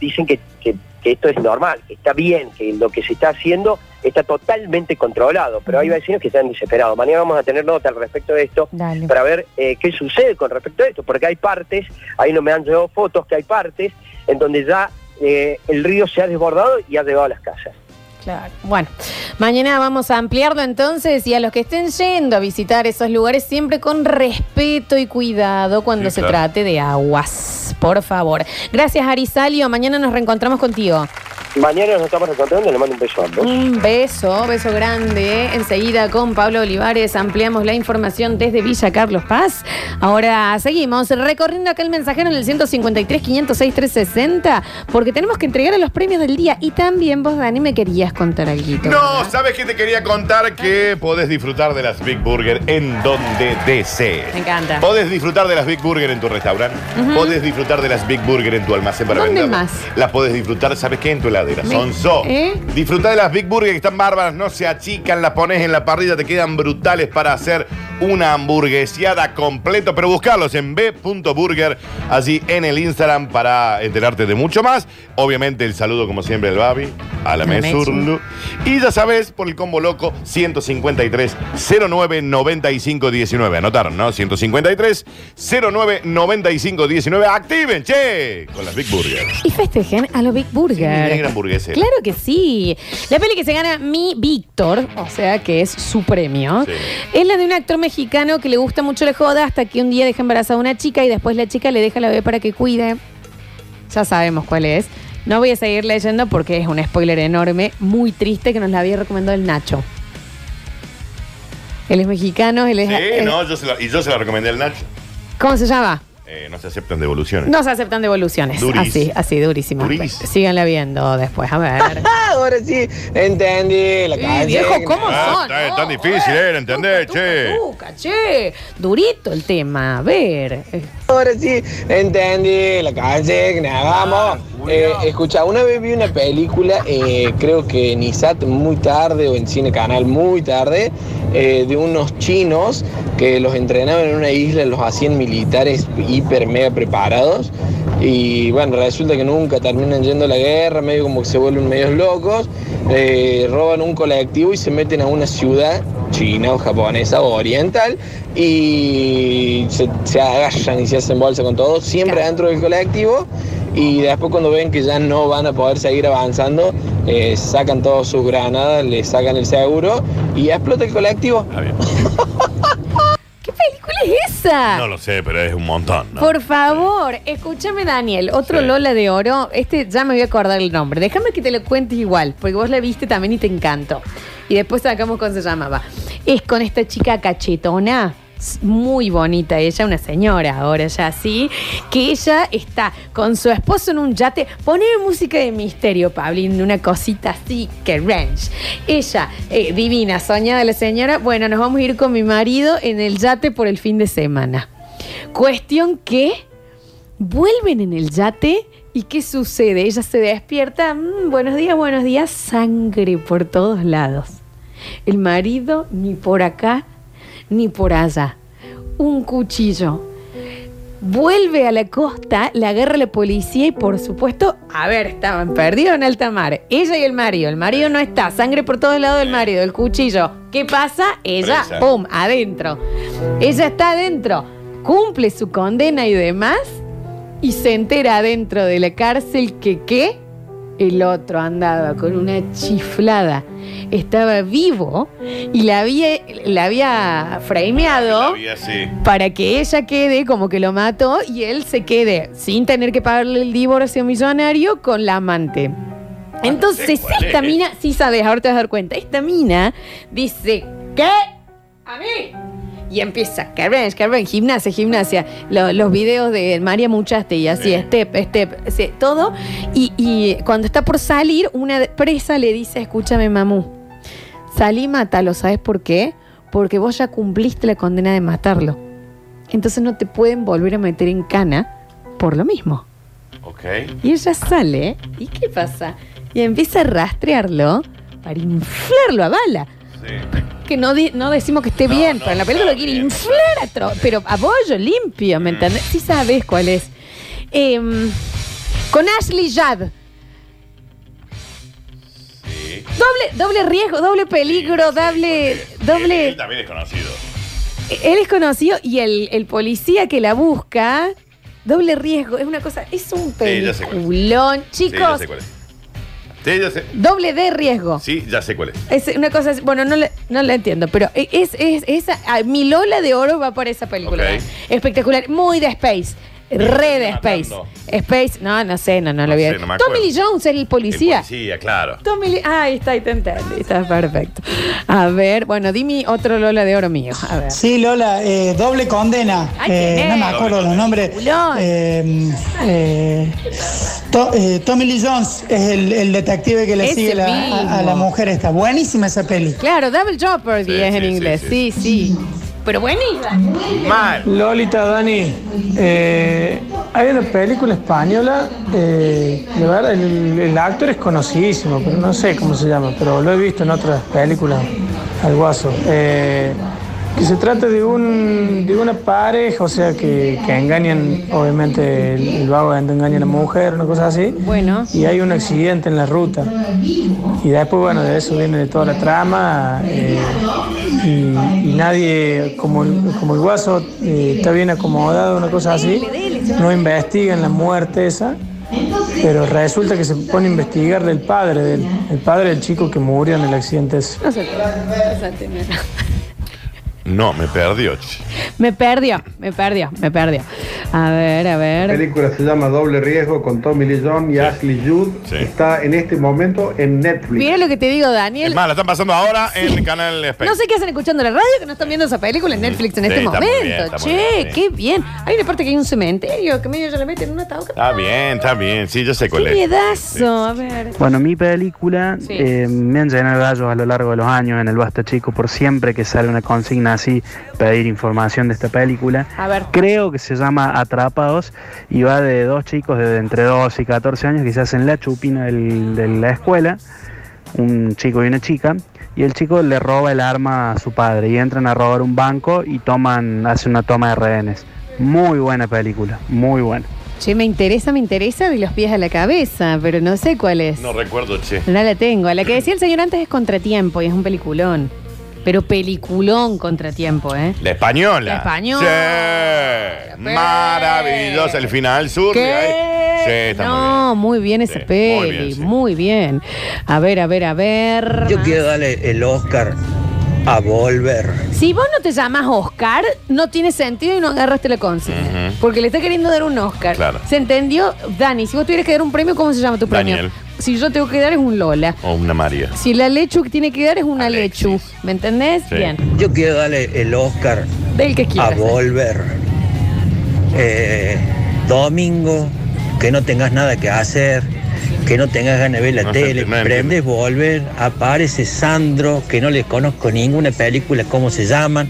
Speaker 7: dicen que, que- que esto es normal, que está bien, que lo que se está haciendo está totalmente controlado, pero hay vecinos que están desesperados. Mañana vamos a tener nota al respecto de esto para ver eh, qué sucede con respecto a esto, porque hay partes, ahí no me han llegado fotos, que hay partes en donde ya eh, el río se ha desbordado y ha llegado a las casas.
Speaker 2: Claro. Bueno, mañana vamos a ampliarlo entonces y a los que estén yendo a visitar esos lugares siempre con respeto y cuidado cuando
Speaker 27: Sí,
Speaker 2: se
Speaker 27: claro.
Speaker 2: trate de aguas, por favor. Gracias Arisalio, mañana nos reencontramos contigo.
Speaker 7: Mañana nos estamos encontrando, le mando un beso
Speaker 21: Mm,
Speaker 7: a ambos.
Speaker 2: Un beso, beso grande. Enseguida con Pablo Olivares ampliamos la información desde Villa Carlos Paz. Ahora seguimos recorriendo acá el mensajero en el 153 506 360 porque tenemos que entregar a los premios del día y también vos, Dani, me querías contar algo.
Speaker 3: No, ¿sabes qué te quería contar? Que podés disfrutar de las Big Burger en donde desees.
Speaker 2: Me encanta.
Speaker 3: Podés disfrutar de las Big Burger en tu restaurante.
Speaker 2: Ujú.
Speaker 3: Podés disfrutar de las Big Burger en tu almacén para
Speaker 2: ¿Dónde
Speaker 3: venderlas.
Speaker 2: más?
Speaker 3: Las podés disfrutar, ¿sabes qué? En tu heladera.
Speaker 2: Me-
Speaker 3: Sonso.
Speaker 2: ¿Eh?
Speaker 3: Disfrutá de las Big Burger que están bárbaras, no se achican, las pones en la parrilla, te quedan brutales para hacer una hamburguesiada completo. Pero buscarlos en b.burger, allí en el Instagram para enterarte de mucho más. Obviamente el saludo, como siempre, al Babi, a la
Speaker 25: A la
Speaker 3: Mesurlu. Y ya sabes, por el combo loco, 153 09 95 19. Anotaron, ¿no? 153 09 95 19. Activen, che, con las Big Burger.
Speaker 2: Y festejen a los Big Burger.
Speaker 3: Negra hamburguesa.
Speaker 2: Claro que sí. La peli que se gana mi Víctor, o sea que es su premio, es la de un actor mexicano que le gusta mucho la joda hasta que un día deja embarazada a una chica y después la chica le deja la bebé para que cuide. Ya sabemos cuál es. No voy a seguir leyendo porque es un spoiler enorme, muy triste que nos la había recomendado el Nacho. Él es mexicano, él es...
Speaker 3: Sí,
Speaker 2: es-
Speaker 3: no, yo se la- y yo se la recomendé al Nacho.
Speaker 2: ¿Cómo se llama?
Speaker 3: Eh, no se aceptan devoluciones.
Speaker 2: No se aceptan devoluciones.
Speaker 3: Duris.
Speaker 2: Así, así, durísima. Síganla viendo después, a ver.
Speaker 9: Ahora sí, entendí la Ah,
Speaker 2: canción. viejo, ¿cómo son?
Speaker 3: Ah, Está, es tan difícil, ¿eh? ¿Entendés, che?
Speaker 2: Tuca, che, durito el tema, a ver. Eh,
Speaker 9: Ahora sí, entendí la consigna, vamos. Eh, escucha, una vez vi una película, eh, creo que en ISAT muy tarde o en Cine Canal muy tarde, eh, de unos chinos que los entrenaban en una isla, los hacían militares hiper mega preparados. Y bueno, resulta que nunca terminan yendo a la guerra, medio como que se vuelven medios locos, eh, roban un colectivo y se meten a una ciudad china o japonesa o oriental y se, se agallan y se hacen bolsa con todo, siempre dentro del colectivo y después cuando ven que ya no van a poder seguir avanzando, eh, sacan todas sus granadas, le sacan el seguro y explota el colectivo.
Speaker 2: ¿Qué película es esa?
Speaker 3: No lo sé, pero es un montón, ¿no?
Speaker 2: Por favor, escúchame, Daniel. Otro
Speaker 3: Sí.
Speaker 2: Lola de Oro. Este ya me voy a acordar el nombre. Déjame que te lo cuente igual, porque vos la viste también y te encantó. Y después sacamos cómo se llamaba. Es con esta chica cachetona. s- Muy bonita ella, una señora ahora ya sí, que ella está con su esposo en un yate. Poner música de misterio, Pablín, una cosita así, que ranch. Ella, eh, divina, soñada la señora. Bueno, nos vamos a ir con mi marido en el yate por el fin de semana. Cuestión que vuelven en el yate y ¿qué sucede? Ella se despierta, mm, buenos días, buenos días, sangre por todos lados. El marido ni por acá ni por allá. Un cuchillo. Vuelve a la costa, la agarra la policía y por supuesto, a ver, estaban perdidos en alta mar. Ella y el marido, el marido no está, sangre por todos lados del marido, el cuchillo. ¿Qué pasa? Ella,
Speaker 27: Presa.
Speaker 2: ¡pum!, adentro. Ella está adentro, cumple su condena y demás y se entera adentro de la cárcel que qué. El otro andaba con una chiflada. Estaba vivo y la había, la había frameado
Speaker 3: Y así.
Speaker 2: para que ella quede como que lo mató y él se quede sin tener que pagarle el divorcio millonario con la amante. Entonces,
Speaker 27: cuál
Speaker 2: esta
Speaker 27: es.
Speaker 2: mina, sí sabes, ahora te vas a dar cuenta, esta mina dice, ¿qué? A mí. Y empieza, Carmen, Carmen, gimnasia, gimnasia. Lo- los videos de María Muchaste y así, step, step, sí, todo. Y, y cuando está por salir, una de- presa le dice, escúchame, mamú, salí, mátalo, ¿sabes por qué? Porque vos ya cumpliste la condena de matarlo. Entonces no te pueden volver a meter en cana por lo mismo.
Speaker 3: Ok.
Speaker 2: Y ella sale, ¿y qué pasa? Y empieza a rastrearlo para inflarlo a bala. Que no, di- no decimos que esté bien, pero en la película lo quiere inflar a tro- pero a bollo limpio,
Speaker 3: Mm.
Speaker 2: ¿me entendés? Sí sabes cuál es. Em, con Ashley Judd. Doble, doble riesgo, doble peligro, doble, doble.
Speaker 3: Él también es conocido.
Speaker 2: Él es conocido y el, el policía que la busca, doble riesgo, es una cosa, es un
Speaker 3: Sí, ya sé cuál es.
Speaker 2: peliculón.
Speaker 3: Sí, ya
Speaker 2: Chicos,
Speaker 3: sé cuál es. Sí, ya sé.
Speaker 2: doble D riesgo.
Speaker 3: Sí, ya sé cuál es.
Speaker 2: Es una cosa, así- bueno, no la, no la entiendo, pero e, es, es, esa, ah, mi Lola de Oro va por esa película.
Speaker 3: Ok.
Speaker 2: Espectacular, muy de Space. Re de Space.
Speaker 3: Matando.
Speaker 2: Space, no, no sé, no, no, lo
Speaker 3: No
Speaker 2: vi.
Speaker 3: sé, no
Speaker 2: Tommy
Speaker 3: me acuerdo.
Speaker 2: Lee Jones es el policía.
Speaker 3: Sí, claro.
Speaker 2: Tommy Lee, ah, ahí está, ahí te entendí, está perfecto. A ver, bueno, dime otro Lola de Oro mío. A ver.
Speaker 28: Sí, Lola, eh, doble condena. Eh,
Speaker 2: ¿quién
Speaker 28: no me
Speaker 2: es?
Speaker 28: acuerdo los nombres. Eh, eh, To- eh, Tommy Lee Jones es el, el detective que le
Speaker 2: Ese
Speaker 28: sigue la- a, a la
Speaker 2: mismo.
Speaker 28: mujer esta. Buenísima esa peli.
Speaker 2: Claro, Double Jumper que es en inglés. Sí, sí. Pero bueno, y-
Speaker 10: Lolita, Dani, eh, hay una película española, eh, de verdad, el, el actor es conocidísimo, pero no sé cómo se llama, pero lo he visto en otras películas, al guaso. eh, que se trata de, un, de una pareja, o sea, que, que engañan, obviamente el, el vago engaña a la mujer, una cosa así.
Speaker 2: Bueno.
Speaker 10: Y hay un accidente en la ruta. Y después, bueno, de eso viene toda la trama. eh, y, y nadie, como el, como el guaso eh, está bien acomodado, una cosa así, no investigan la muerte esa. Pero resulta que se pone a investigar del padre, del el padre del chico que murió en el accidente ese.
Speaker 2: No sé. no sé, no.
Speaker 3: No, me perdió. ch.
Speaker 2: Me perdió, me perdió, me perdió. A ver, a
Speaker 8: La
Speaker 2: ver.
Speaker 8: película se llama Doble Riesgo con Tommy Lee Jones y Ashley Judd. Está en este momento en Netflix.
Speaker 2: Mira lo que te digo, Daniel.
Speaker 8: Es más, la están pasando ahora en
Speaker 2: Sí.
Speaker 3: Canal Space.
Speaker 2: No sé qué hacen escuchando la radio que no están viendo esa película en Netflix en
Speaker 3: Sí,
Speaker 2: este
Speaker 3: está muy
Speaker 2: momento.
Speaker 3: bien, está muy
Speaker 2: che,
Speaker 3: bien, sí.
Speaker 2: qué bien. Hay una parte que hay un cementerio que medio ya le meten en una ataúd.
Speaker 3: Está bien, está bien. Sí, yo sé
Speaker 2: ¡Qué
Speaker 3: cuál es.
Speaker 2: miedazo! A ver.
Speaker 8: Bueno, mi película
Speaker 2: Sí.
Speaker 8: eh, me han llenado gallos a lo largo de los años en el Basta Chico por siempre que sale una consigna así, pedir información de esta película.
Speaker 2: A ver.
Speaker 8: Creo que se llama Atrapados y va de dos chicos de entre 12 y 14 años que se hacen la chupina del- de la escuela, un chico y una chica, y el chico le roba el arma a su padre y entran a robar un banco y toman, hacen una toma de rehenes. Muy buena película, muy buena.
Speaker 2: Che, me interesa, me interesa de los pies a la cabeza, pero no sé cuál es.
Speaker 3: No recuerdo, che.
Speaker 2: No la tengo. La que decía el señor antes es Contratiempo y es un peliculón. Pero peliculón Contratiempo, ¿eh?
Speaker 3: La española.
Speaker 2: La española.
Speaker 3: Sí. Maravillosa. El final sur.
Speaker 2: ¿Qué?
Speaker 3: ahí. Sí, está
Speaker 2: Eh, No, muy bien, ese peli, muy bien, A ver, a ver, a ver.
Speaker 5: Yo quiero darle el Oscar a Volver.
Speaker 2: Si vos no te llamas Oscar, no tiene sentido y no agarraste la consigna. Porque le está queriendo dar un Oscar.
Speaker 3: Claro.
Speaker 2: ¿Se entendió? Dani, si vos tuvieras que dar un premio, ¿cómo se llama tu premio?
Speaker 3: Daniel.
Speaker 2: Si yo tengo que dar es un Lola.
Speaker 3: O una María.
Speaker 2: Si la lechu que tiene que dar es una lechu. ¿Me entendés? Bien.
Speaker 5: Yo quiero darle el Oscar
Speaker 2: Del que
Speaker 5: a
Speaker 2: quieras.
Speaker 5: Volver. Eh, domingo, que no tengas nada que hacer, que no tengas ganas de ver la
Speaker 11: No,
Speaker 5: tele,
Speaker 11: no entiendo.
Speaker 5: prendes Volver, aparece Sandro, que no les conozco ninguna película, cómo se llaman,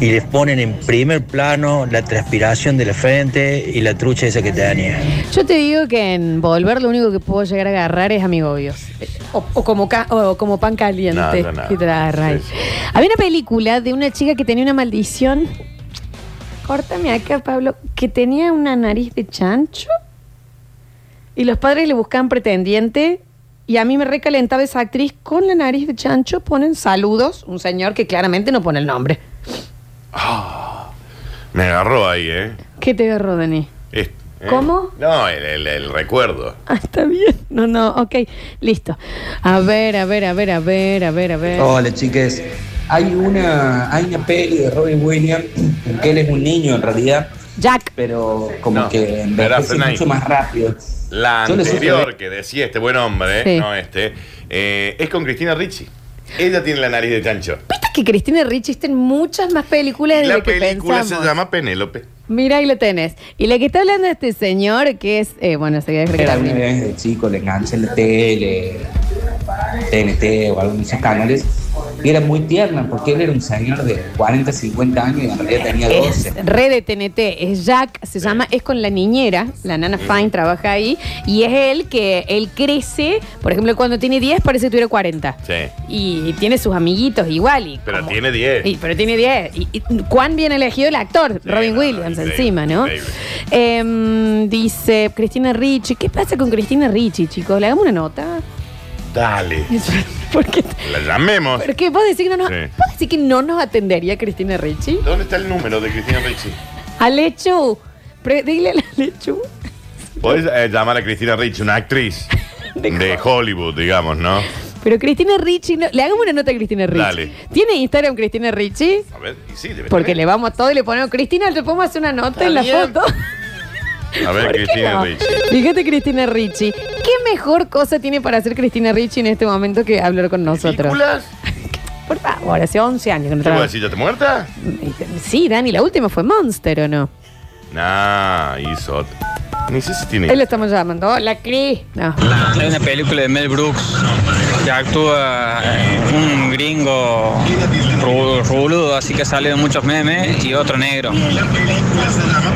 Speaker 5: y les ponen en primer plano la transpiración de la frente y la trucha esa que tenía.
Speaker 2: Yo te digo que en volver lo único que puedo llegar a agarrar es amigobios. O, o como, ca- o como pan caliente.
Speaker 5: No, no, no.
Speaker 2: que te la agarras. Había una película de una chica que tenía una maldición. Córtame acá, Pablo. Que tenía una nariz de chancho. Y los padres le buscaban pretendiente. Y a mí me recalentaba esa actriz con la nariz de chancho. Ponen saludos. Un señor que claramente no pone el nombre.
Speaker 3: Me agarró ahí, ¿eh?
Speaker 2: ¿Qué te agarró, Dani?
Speaker 3: Es- eh.
Speaker 2: ¿Cómo?
Speaker 3: No, el, el- el recuerdo.
Speaker 2: Ah, está bien. No, no, ok. Listo. A ver, a ver, a ver, a ver, a ver, a ver.
Speaker 3: Oh.
Speaker 11: Hola chiques, hay una, hay una peli de Robin Williams en que él es un niño en realidad.
Speaker 2: Jack.
Speaker 11: Pero como
Speaker 3: No,
Speaker 11: que
Speaker 3: espera,
Speaker 11: envejece
Speaker 3: frena ahí.
Speaker 11: mucho más rápido.
Speaker 3: La
Speaker 11: Yo le supe
Speaker 3: anterior que decía este buen hombre,
Speaker 11: Sí.
Speaker 3: no este, eh, es con Cristina Ricci. Ella tiene la nariz de chancho.
Speaker 2: ¿Viste que Cristina Ricci está en muchas más películas de
Speaker 3: La
Speaker 2: lo que
Speaker 3: película
Speaker 2: pensamos?
Speaker 3: se llama Penélope.
Speaker 2: Mira, ahí lo tenés. Y la que está hablando de este señor, que es, eh, bueno, sería creo que
Speaker 14: Era una
Speaker 2: también.
Speaker 14: vez de chico, le enganché en la tele, TNT o algunos de esos canales, y era muy tierna porque él era un señor de 40, 50 años y en realidad tenía
Speaker 2: Es
Speaker 14: 12.
Speaker 2: re de TNT, es Jack, se llama, es con la niñera, la nana Fine trabaja ahí, y es él que él crece, por ejemplo, cuando tiene 10 parece que tuviera 40.
Speaker 3: Sí.
Speaker 2: Y tiene sus amiguitos igual, y,
Speaker 3: Pero tiene 10.
Speaker 2: y- pero tiene 10. Y, y cuán bien elegido el actor, Robin Williams, encima, ¿no?
Speaker 3: increíble.
Speaker 2: Em, dice Cristina Ricci, ¿qué pasa con Cristina Ricci, chicos? Le hagamos una nota.
Speaker 3: Dale.
Speaker 2: ¿Por qué?
Speaker 3: La llamemos.
Speaker 2: ¿Por qué? ¿Vos decís que no nos,
Speaker 3: Sí.
Speaker 2: vos decís que no nos atendería Cristina Ricci?
Speaker 3: ¿Dónde está el número de Cristina Ricci?
Speaker 2: Alechu, pre- dile a la Alechu.
Speaker 3: Podés eh, llamar a Cristina Ricci, una actriz de, Hollywood, digamos, ¿no?
Speaker 2: Pero Cristina Ricci, no- le hagamos una nota a Cristina Ricci.
Speaker 3: Dale.
Speaker 2: ¿Tiene Instagram Cristina Ricci?
Speaker 3: A ver, y sí, debe
Speaker 2: Porque
Speaker 3: tener.
Speaker 2: le vamos a todo y le ponemos, Cristina, te podemos hacer una nota
Speaker 3: Está
Speaker 2: en la
Speaker 3: bien.
Speaker 2: foto.
Speaker 3: A ver, Cristina
Speaker 2: No.
Speaker 3: Ricci.
Speaker 2: Fíjate, Cristina Ricci. ¿Qué mejor cosa tiene para hacer Cristina Ricci en este momento que hablar con nosotros?
Speaker 3: ¿Películas?
Speaker 2: Por favor, hace 11 años que no
Speaker 3: ¿Qué voy
Speaker 2: trabaja.
Speaker 3: a decir? ¿Ya está muerta?
Speaker 2: Mm, Sí, Dani, la última fue Monster, ¿o no?
Speaker 3: Nah, hizo. otra. Ni sé si tiene.
Speaker 2: Él lo estamos llamando. Hola, Cris. No.
Speaker 29: Hay una película de Mel Brooks que actúa eh, un gringo ru- ruludo, así que ha salido en muchos memes, y otro negro.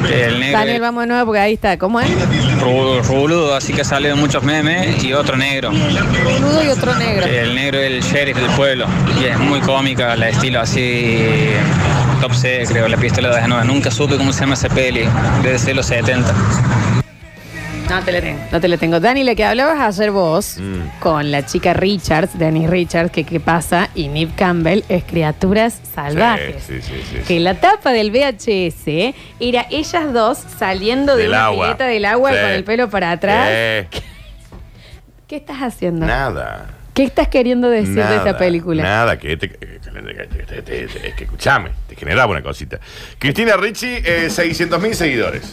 Speaker 29: Que El negro
Speaker 2: Daniel, vamos de nuevo porque ahí está. ¿Cómo es?
Speaker 29: es ru- ruludo, así que ha salido en muchos memes, y otro negro.
Speaker 2: Nudo y otro negro.
Speaker 29: Que El negro es el sheriff del pueblo, y es muy cómica, la estilo así. Top C, creo, la pistola de desnuda. Nunca supe cómo se llama esa peli, desde los 70.
Speaker 2: No te la tengo. No te la tengo. Dani, la que hablabas ayer vos
Speaker 3: Mm.
Speaker 2: con la chica Richards, Dani Richards, que qué pasa, y Nip Campbell es Criaturas Salvajes.
Speaker 3: Sí, sí, sí.
Speaker 2: Que la tapa del VHS era ellas dos saliendo de
Speaker 3: Del
Speaker 2: una
Speaker 3: agua.
Speaker 2: pileta del agua
Speaker 3: Sí.
Speaker 2: con el pelo para atrás.
Speaker 3: Eh,
Speaker 2: ¿Qué estás haciendo?
Speaker 3: Nada.
Speaker 2: ¿Qué estás queriendo decir de
Speaker 3: nada,
Speaker 2: esta película?
Speaker 3: Nada, que te, que- que- que- que- es que escuchame, te generaba una cosita. Cristina Ricci, eh, 600 mil seguidores.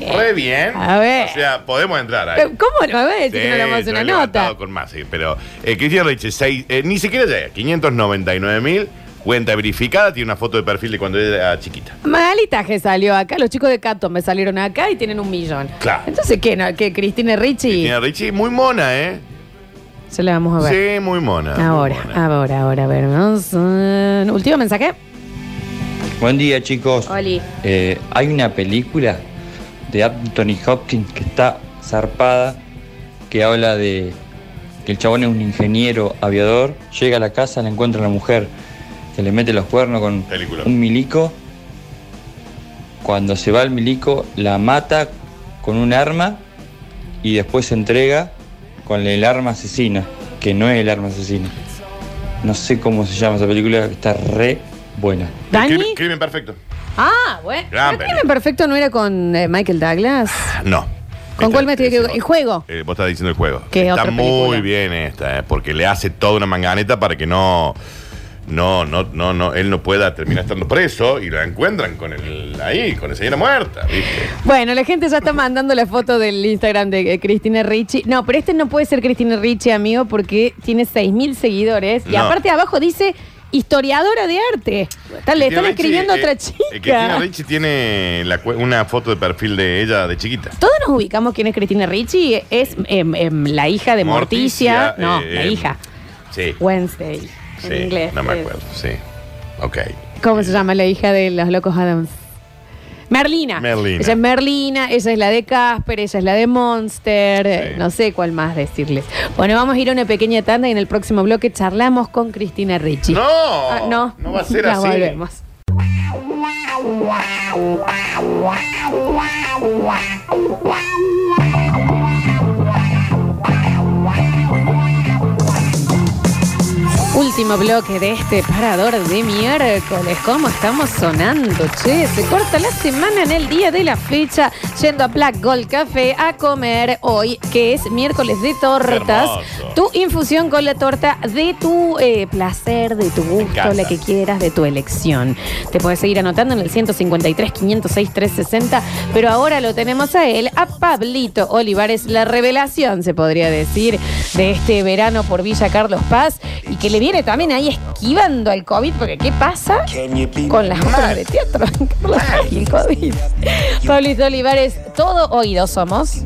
Speaker 3: Re bien.
Speaker 2: A ver.
Speaker 3: O sea, podemos entrar ahí.
Speaker 2: Pero, Eh, ¿Cómo no? A ver, si no le vamos a hacer
Speaker 3: yo
Speaker 2: una
Speaker 3: he levantado
Speaker 2: nota.
Speaker 3: con más, sí, pero eh, Cristina Ricci, seis- eh, ni siquiera llega, 599 mil, cuenta verificada, tiene una foto de perfil de cuando era chiquita.
Speaker 2: Malitaje salió acá, los chicos de Cato me salieron acá y tienen un millón.
Speaker 3: Claro.
Speaker 2: Entonces, ¿qué? No? ¿Qué Cristina Ricci?
Speaker 3: Cristina Ricci, muy mona, ¿eh?
Speaker 2: Se la vamos a ver.
Speaker 3: Sí, muy mona.
Speaker 2: Ahora, ahora, ahora, a ver, vamos. eh, último mensaje.
Speaker 30: Buen día, chicos.
Speaker 2: Oli.
Speaker 30: Eh, hay una película de Anthony Hopkins que está zarpada, que habla de que el chabón es un ingeniero aviador, llega a la casa, le encuentra a la mujer que le mete los cuernos con un milico. Cuando se va el milico, la mata con un arma y después se entrega con el arma asesina, que no es el arma asesina. No sé cómo se llama esa película, que está re buena.
Speaker 2: ¿Dani?
Speaker 3: Crimen, crimen perfecto.
Speaker 2: Ah, bueno.
Speaker 3: Gran Ah,
Speaker 2: ¿Pero Crimen Perfecto no era con eh, Michael Douglas?
Speaker 3: No.
Speaker 2: ¿Con cuál me estoy equivocando? ¿Y juego?
Speaker 3: Eh, vos estás diciendo el juego.
Speaker 2: ¿Qué
Speaker 3: Está
Speaker 2: otra
Speaker 3: muy bien esta, eh, porque le hace toda una manganeta para que no. No, no, no, no, él no pueda terminar estando preso y lo encuentran con el ahí, con la señora muerta, ¿viste?
Speaker 2: Bueno, la gente ya está mandando la foto del Instagram de eh, Cristina Ricci. No, pero este no puede ser Cristina Ricci, amigo, porque tiene 6.000 seguidores. Y
Speaker 3: No.
Speaker 2: aparte abajo dice historiadora de arte. Está- le
Speaker 3: Cristina
Speaker 2: están
Speaker 3: Ricci,
Speaker 2: escribiendo a
Speaker 3: eh,
Speaker 2: otra
Speaker 3: eh, Cristina
Speaker 2: chica.
Speaker 3: Ricci tiene la cu- una foto de perfil de ella de chiquita.
Speaker 2: Todos nos ubicamos quién es Cristina Ricci. Es em, em, la hija de Morticia.
Speaker 3: Morticia,
Speaker 2: No,
Speaker 3: eh,
Speaker 2: la
Speaker 3: em,
Speaker 2: hija.
Speaker 3: Sí.
Speaker 2: Wednesday.
Speaker 3: Sí,
Speaker 2: en inglés.
Speaker 3: no me
Speaker 2: Eh,
Speaker 3: acuerdo, sí. Ok.
Speaker 2: ¿Cómo
Speaker 3: Eh.
Speaker 2: se llama la hija de los locos Adams? Merlina.
Speaker 3: Merlina.
Speaker 2: Ah. Ella es Merlina, ella es la de Casper, ella es la de Monster, eh, no sé cuál más decirles. Bueno, vamos a ir a una pequeña tanda y en el próximo bloque charlamos con Cristina Ricci.
Speaker 3: ¡No!
Speaker 2: Ah, no,
Speaker 3: No va a ser
Speaker 2: Ya
Speaker 3: así.
Speaker 2: volvemos. Último bloque de este parador de miércoles. ¿Cómo estamos sonando, che? Se corta la semana en el día de la fecha, yendo a Black Gold Café a comer hoy, que es miércoles de tortas. Tu infusión con la torta de tu eh, placer, de tu gusto,
Speaker 12: encanta.
Speaker 2: la que quieras, de tu elección. Te puedes seguir anotando en el 153 506 360, pero ahora lo tenemos a él, a Pablito Olivares, la revelación, se podría decir,
Speaker 5: de este verano por Villa Carlos Paz y que le viene también ahí esquivando al COVID, porque ¿qué pasa con las obras de teatro en Carlos Paz y el COVID? Pablito Olivares, todo oídos somos.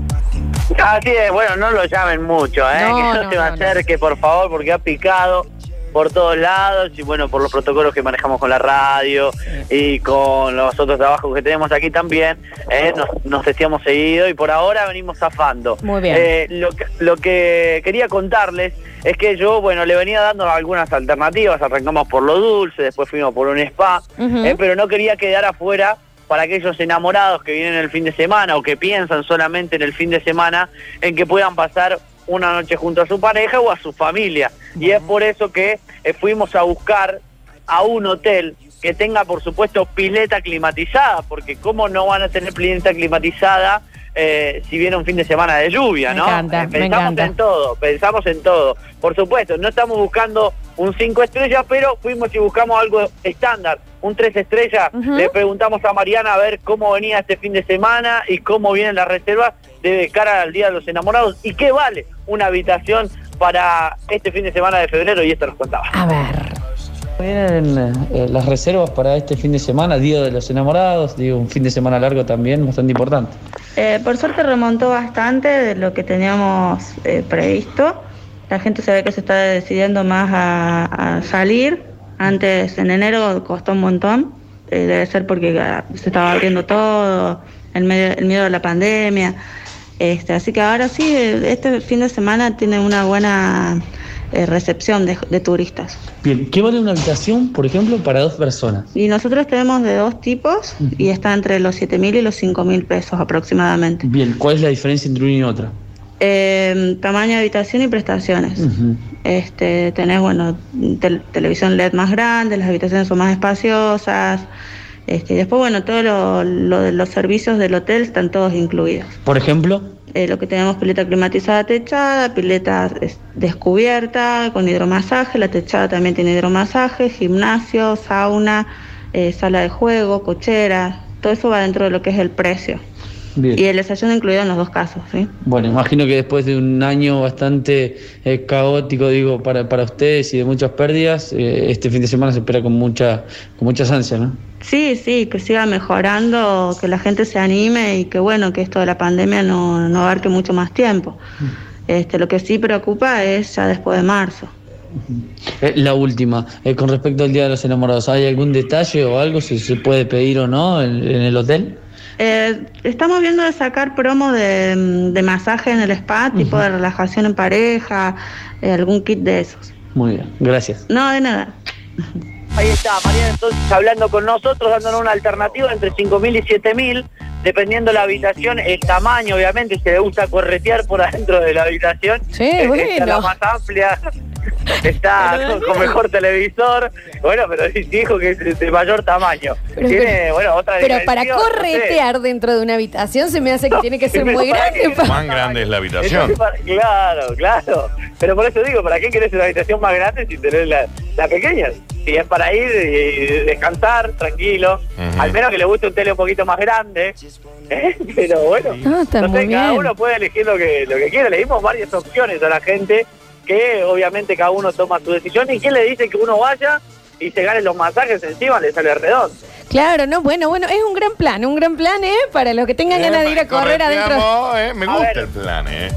Speaker 4: Así es, bueno, no lo llamen mucho, ¿eh?
Speaker 5: No,
Speaker 4: que no,
Speaker 5: no,
Speaker 4: se me
Speaker 5: no,
Speaker 4: acerque, por favor, porque ha picado por todos lados y bueno, por los protocolos que manejamos con la radio y con los otros trabajos que tenemos aquí también, ¿eh? nos, nos testeamos seguido y por ahora venimos zafando.
Speaker 5: Muy bien.
Speaker 4: Eh, lo, que- lo que quería contarles es que yo, bueno, le venía dando algunas alternativas, arrancamos por lo dulce, después fuimos por un spa,
Speaker 31: Ujú.
Speaker 4: ¿eh? pero no quería quedar afuera para aquellos enamorados que vienen el fin de semana o que piensan solamente en el fin de semana en que puedan pasar una noche junto a su pareja o a su familia. Y es por eso que eh, fuimos a buscar a un hotel que tenga, por supuesto, pileta climatizada, porque cómo no van a tener pileta climatizada eh, si viene un fin de semana de lluvia,
Speaker 5: Me
Speaker 4: ¿no? Eh,
Speaker 5: encanta, me
Speaker 4: pensamos
Speaker 5: encanta.
Speaker 4: en todo, pensamos en todo. Por supuesto, no estamos buscando un 5 estrellas, pero fuimos y buscamos algo estándar, un 3 estrellas. Le preguntamos a Mariana a ver cómo venía este fin de semana y cómo vienen las reservas de cara al Día de los Enamorados y qué vale una habitación para este fin de semana de febrero y esto nos contaba.
Speaker 5: A ver.
Speaker 20: Vienen eh, las reservas para este fin de semana, Día de los Enamorados, digo, un fin de semana largo también, bastante importante.
Speaker 21: Eh, por suerte remontó bastante de lo que teníamos eh, previsto. La gente se ve que se está decidiendo más a, a salir. Antes, en enero, costó un montón. Eh, debe ser porque ah, se estaba abriendo todo, el, medio- el miedo de la pandemia. Este, así que ahora sí, eh, este fin de semana tiene una buena eh, recepción de- de turistas.
Speaker 20: Bien, ¿qué vale una habitación, por ejemplo, para dos personas?
Speaker 21: Y nosotros tenemos de dos tipos y está entre los 7 mil y los 5 mil pesos aproximadamente.
Speaker 20: Bien, ¿cuál es la diferencia entre una y otra?
Speaker 21: Eh, tamaño de habitación y prestaciones.
Speaker 20: Ujú.
Speaker 21: Este, tenés, bueno, tel- televisión LED más grande, las habitaciones son más espaciosas. Este, y después, bueno, todo lo, lo de los servicios del hotel están todos incluidos.
Speaker 20: Por ejemplo,
Speaker 21: Eh, lo que tenemos pileta climatizada techada, pileta es- descubierta con hidromasaje, la techada también tiene hidromasaje, gimnasio, sauna, eh, sala de juego, cochera, todo eso va dentro de lo que es el precio.
Speaker 20: bien.
Speaker 21: Y el desayuno incluido en los dos casos, ¿sí?
Speaker 20: Bueno, imagino que después de un año bastante eh, caótico, digo, para, para ustedes y de muchas pérdidas, eh, este fin de semana se espera con mucha, con muchas ansias, ¿no?
Speaker 21: Sí, sí, que siga mejorando, que la gente se anime y que bueno, que esto de la pandemia no, no abarque mucho más tiempo. Este, lo que sí preocupa es ya después de marzo.
Speaker 20: Eh, la última, eh, con respecto al Día de los Enamorados, ¿hay algún detalle o algo si se puede pedir o no en, en el hotel?
Speaker 21: Eh, estamos viendo de sacar promo de, mm, de masaje en el spa, tipo de relajación en pareja, eh, algún kit de esos.
Speaker 20: Muy bien, gracias.
Speaker 21: No, de nada.
Speaker 4: Ahí está, Mariana entonces hablando con nosotros, dándonos una alternativa entre 5.000 y 7.000, dependiendo la habitación, el tamaño, obviamente, si le gusta corretear por adentro de la habitación.
Speaker 5: Sí,
Speaker 4: eh, está
Speaker 5: bueno.
Speaker 4: la más amplia, está
Speaker 5: Pero
Speaker 4: con,
Speaker 5: Daniel.
Speaker 4: con mejor televisor, bueno, pero dijo que es de- de mayor tamaño.
Speaker 5: Pero-
Speaker 4: Tiene,
Speaker 5: pero-
Speaker 4: bueno, otra
Speaker 5: Pero para
Speaker 4: dimensión, no sé.
Speaker 5: corretear dentro de una habitación se me hace que tiene que ser
Speaker 4: me
Speaker 5: muy
Speaker 4: parece
Speaker 5: grande. pa-
Speaker 3: ¿Cuán grande es la habitación?
Speaker 4: Entonces, para- claro, claro. Pero por eso digo, ¿para qué querés una habitación más grande si tenés la, la pequeña? Si es para ir y descansar tranquilo,
Speaker 3: Ujú.
Speaker 4: al menos que le guste un tele un poquito más grande. ¿eh? Pero bueno,
Speaker 5: No, Ah, está muy
Speaker 4: sé, cada
Speaker 5: bien.
Speaker 4: uno puede elegir lo que, lo que quiera. Le dimos varias opciones a la gente que obviamente cada uno toma su decisión y quién le dice que uno vaya y se gane los masajes encima, le sale redondo.
Speaker 5: Claro, no, bueno, bueno, es un gran plan, un gran plan, ¿eh? Para los que tengan ganas de ir a correr adentro.
Speaker 3: eh.
Speaker 4: eh, me gusta el plan, eh.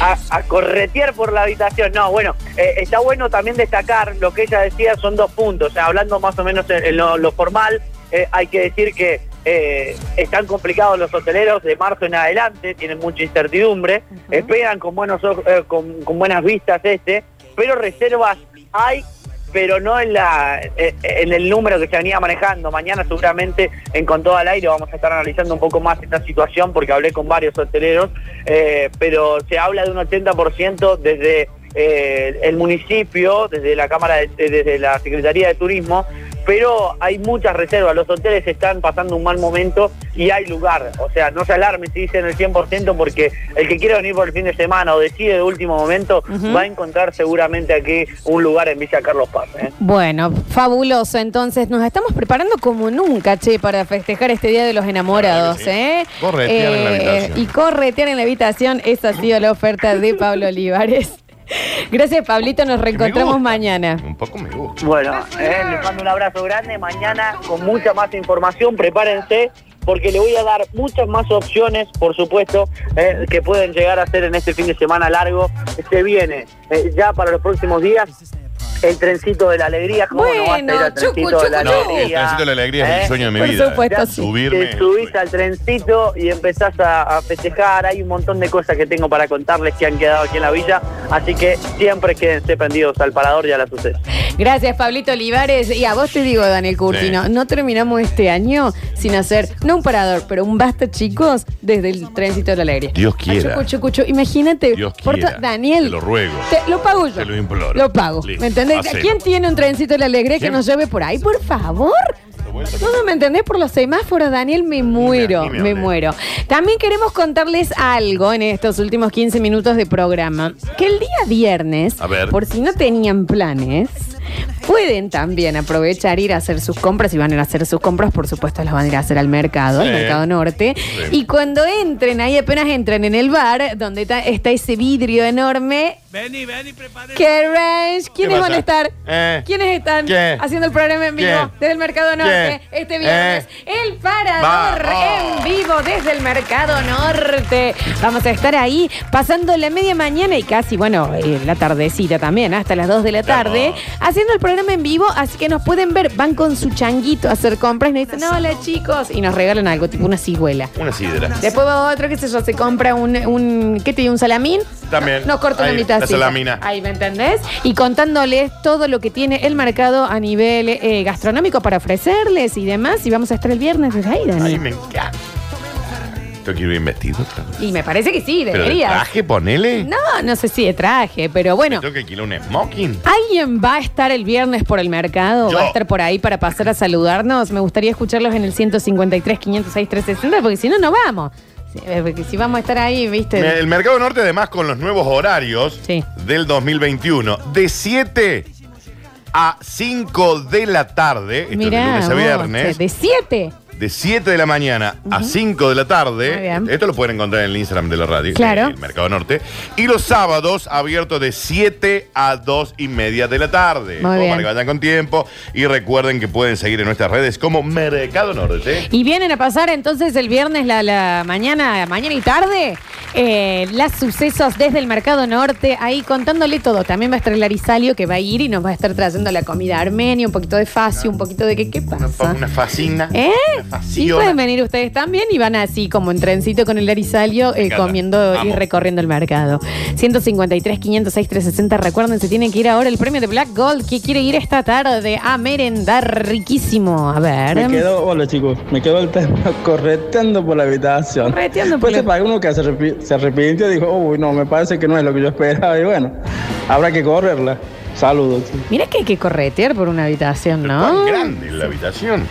Speaker 4: A, a corretear por la habitación. No, bueno, eh, está bueno también destacar lo que ella decía, son dos puntos. O sea, hablando más o menos en, en lo, lo formal, eh, hay que decir que eh, están complicados los hoteleros de marzo en adelante, tienen mucha incertidumbre, esperan con, buenos, oj- eh, con, con buenas vistas este, pero reservas hay pero no en, la, eh, en el número que se venía manejando. Mañana seguramente en Con Todo al Aire vamos a estar analizando un poco más esta situación porque hablé con varios hoteleros, eh, pero se habla de un 80% desde eh, el municipio, desde la Cámara, de- eh, desde la Secretaría de Turismo, pero hay muchas reservas, los hoteles están pasando un mal momento y hay lugar, o sea, no se alarmen si dicen el 100% porque el que quiere venir por el fin de semana o decide de último momento
Speaker 5: Ujú.
Speaker 4: va a encontrar seguramente aquí un lugar en Villa Carlos Paz. ¿eh?
Speaker 5: Bueno, fabuloso. Entonces, nos estamos preparando como nunca, che, para festejar este Día de los Enamorados, ¿eh?
Speaker 3: Corretear en la habitación.
Speaker 5: Y corretear en la habitación, esa ha sido la oferta de Pablo Olivares.
Speaker 2: Gracias, Pablito. Nos reencontramos mañana.
Speaker 3: Un poco me gusta.
Speaker 4: Bueno, eh, les mando un abrazo grande. Mañana con mucha más información, prepárense porque le voy a dar muchas más opciones, por supuesto, eh, que pueden llegar a ser en este fin de semana largo. Se viene eh, ya para los próximos días el trencito de la alegría. ¿Cómo no vas a ir al
Speaker 2: Bueno, chucu,
Speaker 4: trencito
Speaker 2: chucu,
Speaker 4: de la
Speaker 2: chucu.
Speaker 3: No,
Speaker 4: alegría?
Speaker 3: el trencito de la alegría es el sueño de mi
Speaker 2: Por
Speaker 3: vida.
Speaker 2: supuesto,
Speaker 3: eh.
Speaker 2: sí.
Speaker 3: Subirme.
Speaker 4: Te subís al trencito y empezás a, a festejar. Hay un montón de cosas que tengo para contarles que han quedado aquí en la villa. Así que siempre quédense pendidos al parador y a la sucesión.
Speaker 2: Gracias, Pablito Olivares. Y a vos te digo, Daniel Curtino, no terminamos este año sin hacer, no un parador, pero un basta, chicos, desde el trencito de la alegría.
Speaker 3: Dios quiera.
Speaker 2: Ay, chucu, chucu, chucu. Imagínate,
Speaker 3: Dios
Speaker 2: por
Speaker 3: quiera.
Speaker 2: ta- Daniel.
Speaker 3: Te lo ruego.
Speaker 2: te- lo pago yo.
Speaker 3: Te lo imploro.
Speaker 2: Lo pago.
Speaker 3: Listo.
Speaker 2: ¿Me entendés?
Speaker 3: Hacelo.
Speaker 2: ¿Quién tiene un trencito de la alegría
Speaker 3: ¿Quién?
Speaker 2: que nos lleve por ahí? Por favor. No, no, ¿me entendés? Por los semáforos, Daniel, me muero,
Speaker 5: ni me
Speaker 2: me, muero. También queremos contarles algo en estos últimos 15 minutos de programa. Que el día viernes,
Speaker 5: A ver.
Speaker 2: por si no tenían planes, pueden también aprovechar ir a hacer sus compras. Y van a ir a hacer sus compras, por supuesto, las van a ir a hacer al mercado, al
Speaker 5: Sí.
Speaker 2: mercado norte. Y cuando entren, ahí apenas entren en el bar, donde ta- está ese vidrio enorme.
Speaker 5: Vení, vení,
Speaker 2: ¡Qué range! ¿Quiénes
Speaker 5: pasa?
Speaker 2: van a estar?
Speaker 5: Eh.
Speaker 2: ¿Quiénes están
Speaker 5: ¿Qué?
Speaker 2: haciendo el programa en vivo
Speaker 5: ¿Qué?
Speaker 2: desde el Mercado Norte
Speaker 5: ¿Qué?
Speaker 2: este viernes?
Speaker 5: Eh.
Speaker 2: El Parador
Speaker 5: Vamos.
Speaker 2: en vivo desde el Mercado Norte. Vamos a estar ahí pasando la media mañana y casi, bueno, eh, la tardecita también, hasta las 2 de la tarde, haciendo el programa en vivo, así que nos pueden ver, van con su changuito a hacer compras y nos dicen, hola chicos, y nos regalan algo, tipo una cigüela.
Speaker 3: Una sidra.
Speaker 2: Después va otro, qué sé yo, se compra un, un ¿qué te digo? ¿Un salamín?
Speaker 3: También.
Speaker 2: Nos corta la
Speaker 3: Ahí,
Speaker 2: mitad.
Speaker 3: La
Speaker 2: sí.
Speaker 3: salamina.
Speaker 2: Ahí, ¿me entendés? Y contándoles todo lo que tiene el mercado a nivel eh, gastronómico para ofrecerles y demás. Y vamos a estar el viernes desde ahí, Dani.
Speaker 3: Ay, me encanta. Tengo que ir bien vestido. otra vez.
Speaker 2: Y me parece que sí,
Speaker 3: Pero de
Speaker 2: deberías.
Speaker 3: traje, ponele.
Speaker 2: No, no sé si de traje, pero bueno.
Speaker 3: Tengo que alquilar un smoking.
Speaker 2: ¿Alguien va a estar el viernes por el mercado? ¿Va a estar por ahí para pasar a saludarnos? Me gustaría escucharlos en el 153, 506, 360, porque si no, no vamos. Sí, eh, Porque si vamos a estar ahí, ¿viste?
Speaker 3: El Mercado Norte, además, con los nuevos horarios del 2021, de 7 a 5 de la tarde, esto es de
Speaker 2: Mirá
Speaker 3: lunes a
Speaker 2: vos,
Speaker 3: viernes,
Speaker 2: che, de 7.
Speaker 3: de 7 de la mañana a 5 de la
Speaker 2: Muy
Speaker 3: tarde,
Speaker 2: bien.
Speaker 3: esto lo pueden encontrar en el Instagram de la radio, eh,
Speaker 2: Claro.
Speaker 3: el Mercado Norte, y los sábados abiertos de 7 a 2 y media de la tarde,
Speaker 2: Muy
Speaker 3: como
Speaker 2: bien.
Speaker 3: para que vayan con tiempo, y recuerden que pueden seguir en nuestras redes como Mercado Norte. ¿eh?
Speaker 2: Y vienen a pasar entonces el viernes, la, la mañana, mañana y tarde, eh, las sucesos desde el Mercado Norte, ahí contándole todo. También va a estar el Arisalio que va a ir y nos va a estar trayendo la comida armenia, un poquito de facio, un poquito de qué, qué pasa.
Speaker 3: Una fascina.
Speaker 2: ¿Eh? Y
Speaker 3: fascina.
Speaker 2: pueden venir ustedes también y van así como en trencito con el Arisalio eh,
Speaker 3: encanta.
Speaker 2: comiendo y
Speaker 3: Vamos.
Speaker 2: recorriendo el mercado. 153, 506, 360. Recuerden, se tienen que ir ahora el premio de Black Gold que quiere ir esta tarde a merendar riquísimo. A ver.
Speaker 8: Me quedo, hola chicos, me quedo el tema correteando por la habitación.
Speaker 2: Correteando
Speaker 8: por la uno que se, arrepi- se arrepintió y dijo, uy, no, me parece que no es lo que yo esperaba. Y bueno, habrá que correrla. Saludos.
Speaker 2: Mira que hay que corretear por una habitación, ¿no?
Speaker 3: grande la habitación.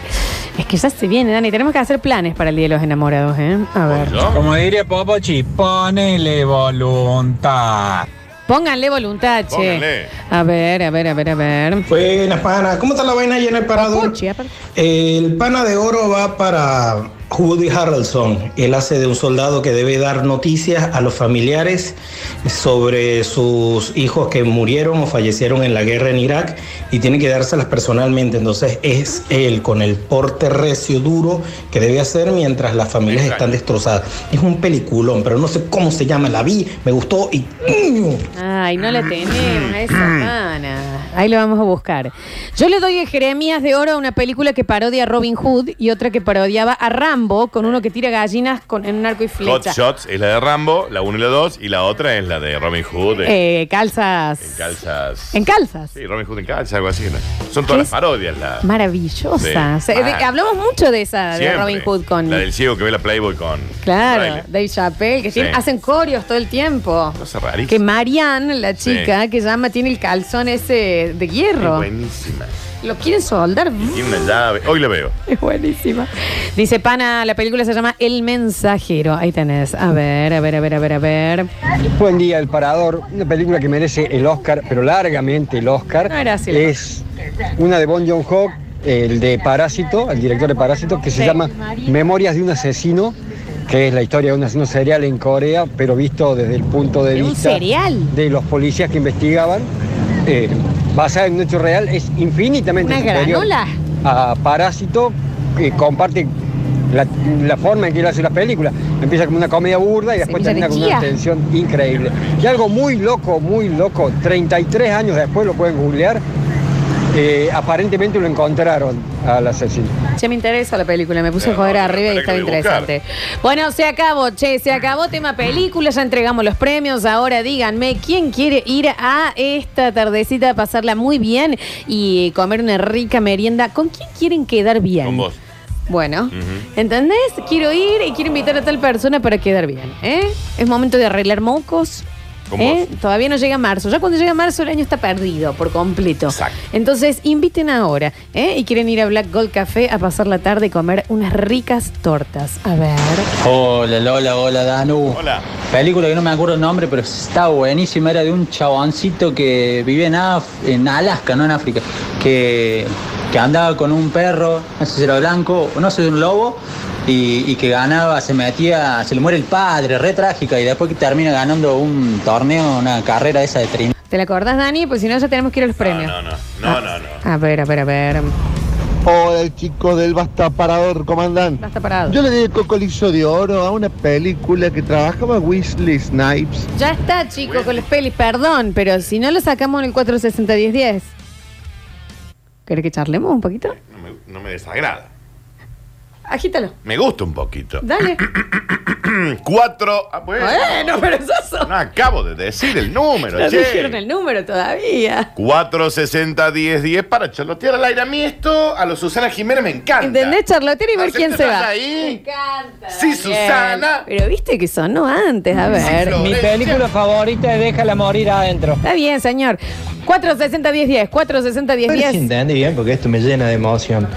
Speaker 2: Es que ya se viene, Dani. Tenemos que hacer planes para el Día de los Enamorados, ¿eh? A ver.
Speaker 11: Como diría Popochi, ponele voluntad.
Speaker 2: Pónganle voluntad, che.
Speaker 11: Pónganle.
Speaker 2: A ver, a ver, a ver, a ver.
Speaker 31: Buenas, pana. ¿Cómo está la vaina ahí en el parador? El pana de oro va para Woody Harrelson. Él hace de un soldado que debe dar noticias a los familiares sobre sus hijos que murieron o fallecieron en la guerra en Irak y tiene que dárselas personalmente. Entonces es él con el porte recio duro que debe hacer mientras las familias están destrozadas. Es un peliculón, pero no sé cómo se llama. La vi, me gustó y...
Speaker 2: Ay, no la tenemos a esa
Speaker 3: Mm.
Speaker 2: pana. Ahí lo vamos a buscar. Yo le doy a Jeremías de Oro a una película que parodia a Robin Hood y otra que parodiaba a Rambo con uno que tira gallinas con, en un arco y
Speaker 3: Hot
Speaker 2: flecha.
Speaker 3: Shots es la de Rambo, la 1 y la 2, y la otra es la de Robin Hood. eh,
Speaker 2: Eh, calzas.
Speaker 3: en calzas.
Speaker 2: En calzas.
Speaker 3: Sí, Robin Hood en calzas, algo así. ¿no? Son todas las parodias. La,
Speaker 2: Maravillosa.
Speaker 3: Sí.
Speaker 2: Se- de-
Speaker 3: Mal.
Speaker 2: hablamos mucho de esa,
Speaker 3: Siempre.
Speaker 2: de Robin Hood con.
Speaker 3: La del ciego que ve la Playboy con.
Speaker 2: Claro,
Speaker 3: Riley.
Speaker 2: Dave Chappelle, que tienen-
Speaker 3: Sí.
Speaker 2: hacen corios todo el tiempo.
Speaker 3: Cosa rarísima.
Speaker 2: Que Marianne, la
Speaker 3: Sí.
Speaker 2: chica que llama, tiene el calzón ese de hierro.
Speaker 3: Es buenísima.
Speaker 2: Lo quieren soldar.
Speaker 3: Tiene una llave. Hoy la veo.
Speaker 2: Es buenísima. Dice Pana, la película se llama El Mensajero. Ahí tenés. A ver, a ver, a ver, a ver, a ver.
Speaker 22: Buen día, El Parador, una película que merece el Oscar, pero largamente el Oscar.
Speaker 2: No era así el
Speaker 22: es una de Bon Joon Ho, el de Parásito, el director de Parásito, que se
Speaker 2: Sí.
Speaker 22: llama Memorias de un asesino. que es la historia de un asesino serial en Corea, pero visto desde el punto de,
Speaker 2: ¿De un
Speaker 22: vista
Speaker 2: serial?
Speaker 22: de los policías que investigaban, eh, basada en un hecho real, es infinitamente
Speaker 2: Una
Speaker 22: superior
Speaker 2: granola.
Speaker 22: a Parásito, que comparte la, la forma en que él hace las películas. Empieza como una comedia burda y después
Speaker 2: Semilla de
Speaker 22: termina con una
Speaker 2: chía.
Speaker 22: tensión increíble. Y algo muy loco, muy loco, 33 años después lo pueden googlear, eh, aparentemente lo encontraron al asesino.
Speaker 2: Che, me interesa la película, me puse a joder arriba y estaba
Speaker 22: que voy a buscar.
Speaker 2: interesante. Bueno, se acabó, che, se acabó tema película, ya entregamos los premios. Ahora díganme, ¿quién quiere ir a esta tardecita a pasarla muy bien y comer una rica merienda? ¿Con quién quieren quedar bien? Con vos. Bueno, ¿entendés? Quiero ir y quiero invitar a tal persona para quedar bien, ¿eh? Es momento de arreglar mocos.
Speaker 6: Con
Speaker 2: ¿eh? Todavía no llega marzo. Ya cuando llega marzo el año está perdido por completo. Entonces inviten ahora ¿eh? y quieren ir a Black Gold Café a pasar la tarde y comer unas ricas tortas. A ver.
Speaker 23: Hola Lola, hola Danu. Hola. Película que no me acuerdo el nombre, pero está buenísima. Era de un chaboncito que vivía en, Af- en Alaska, no en África, que, que andaba con un perro, no sé si era blanco, o no sé, un lobo, y, y que ganaba, se metía, se le muere el padre, re trágica, y después que termina ganando un torneo, una carrera esa de trin.
Speaker 2: ¿Te la acordás, Dani? Pues si no, ya tenemos que ir a los premios.
Speaker 23: no, No, no, no.
Speaker 2: A ver, a ver, a ver.
Speaker 26: Hola chicos del Basta Parador, ¿cómo andan?
Speaker 2: Basta Parador.
Speaker 26: Yo le di el cocolizo de oro a una película que trabajaba Weasley Snipes.
Speaker 2: Ya está, chicos, con las pelis, perdón, pero si no lo sacamos en el 460-1010. ¿Querés que charlemos un poquito?
Speaker 3: No me, no me desagrada.
Speaker 2: Agítalo.
Speaker 3: Me gusta un poquito.
Speaker 2: Dale.
Speaker 3: Cuatro. Ah, bueno.
Speaker 2: Bueno, pero eso.
Speaker 3: No acabo de decir el número,
Speaker 2: No
Speaker 3: che.
Speaker 2: dijeron el número todavía.
Speaker 3: 460 10 10 para charlotear al aire. A mí esto, a los Susana Jiménez me encanta.
Speaker 2: ¿Entendés, Charlotte? Y ver
Speaker 3: Hacerte
Speaker 2: quién se
Speaker 3: atrás
Speaker 2: va.
Speaker 3: ahí.
Speaker 2: Sí,
Speaker 3: Susana.
Speaker 2: Pero viste que sonó antes, a ver.
Speaker 6: Mi película favorita es Déjala morir adentro.
Speaker 2: Está bien, señor. 460-1010,
Speaker 6: A ver si
Speaker 2: 460-1010.
Speaker 6: entendí bien porque esto me llena de emoción.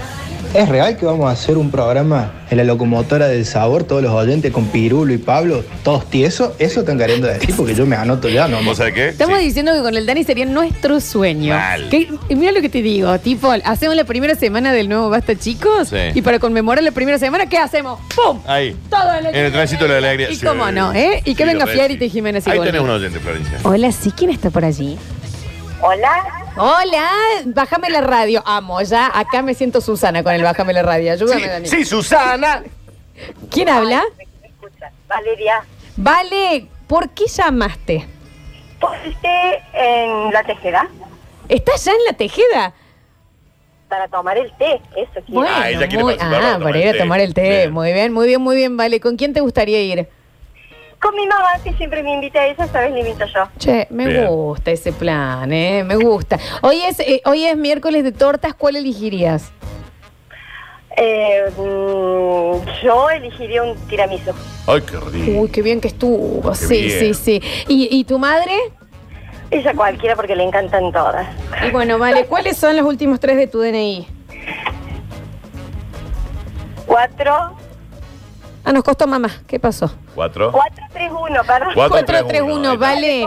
Speaker 6: ¿Es real que vamos a hacer un programa en la locomotora del sabor, todos los oyentes con Pirulo y Pablo, todos tiesos? Eso están queriendo decir porque yo me anoto ya, ¿no?
Speaker 3: ¿Vos sabés qué?
Speaker 2: Estamos diciendo que con el Dani sería nuestro sueño.
Speaker 6: Mal.
Speaker 2: Que- y mira lo que te digo, tipo, hacemos la primera semana del nuevo Basta Chicos
Speaker 3: Sí.
Speaker 2: y para conmemorar la primera semana, ¿qué hacemos? ¡Pum!
Speaker 3: Ahí.
Speaker 2: Todo el
Speaker 3: En el tránsito de la alegría.
Speaker 2: Y
Speaker 3: Sí.
Speaker 2: cómo no, ¿eh? Y que
Speaker 3: Sí,
Speaker 2: venga
Speaker 3: re,
Speaker 2: Fiorita y
Speaker 3: sí.
Speaker 2: Jiménez
Speaker 3: Ahí
Speaker 2: Igoni.
Speaker 3: tenés un oyente, Florencia.
Speaker 2: Hola, sí, ¿quién está por allí? Hola. Hola, bájame la radio. Amo, ya acá me siento Susana con el bájame la radio. Ayúdame, Dani.
Speaker 3: Sí, Susana.
Speaker 2: ¿Quién habla?
Speaker 21: Valeria,
Speaker 2: Vale, ¿por qué llamaste?
Speaker 21: pusiste en la tejeda
Speaker 2: ¿Estás ya en la tejeda?
Speaker 21: para tomar el té, eso quiero.
Speaker 2: Bueno, muy- ah, para ir a tomar el té. Muy bien, muy bien, muy bien, Vale. ¿Con quién te gustaría ir?
Speaker 21: Con mi mamá, que siempre me invita a ella, esta vez le invito yo.
Speaker 2: Che, me
Speaker 21: Bien.
Speaker 2: gusta ese plan, ¿eh? Me gusta. Hoy es, eh, hoy es miércoles de tortas, ¿cuál elegirías?
Speaker 21: Eh, mm, yo elegiría un tiramisu.
Speaker 3: Ay, qué rico.
Speaker 2: Uy, qué bien que estuvo.
Speaker 3: Qué
Speaker 2: sí,
Speaker 3: bien.
Speaker 2: sí, sí. ¿Y, y tu madre?
Speaker 21: Ella cualquiera porque le encantan todas.
Speaker 2: Y bueno, Vale, ¿cuáles son los últimos tres de tu DNI?
Speaker 21: Cuatro,
Speaker 2: Ah, nos costó mamá. ¿Qué pasó?
Speaker 3: Cuatro.
Speaker 21: cuatro, tres, uno, perdón.
Speaker 3: Cuatro, tres,
Speaker 2: 431, Vale.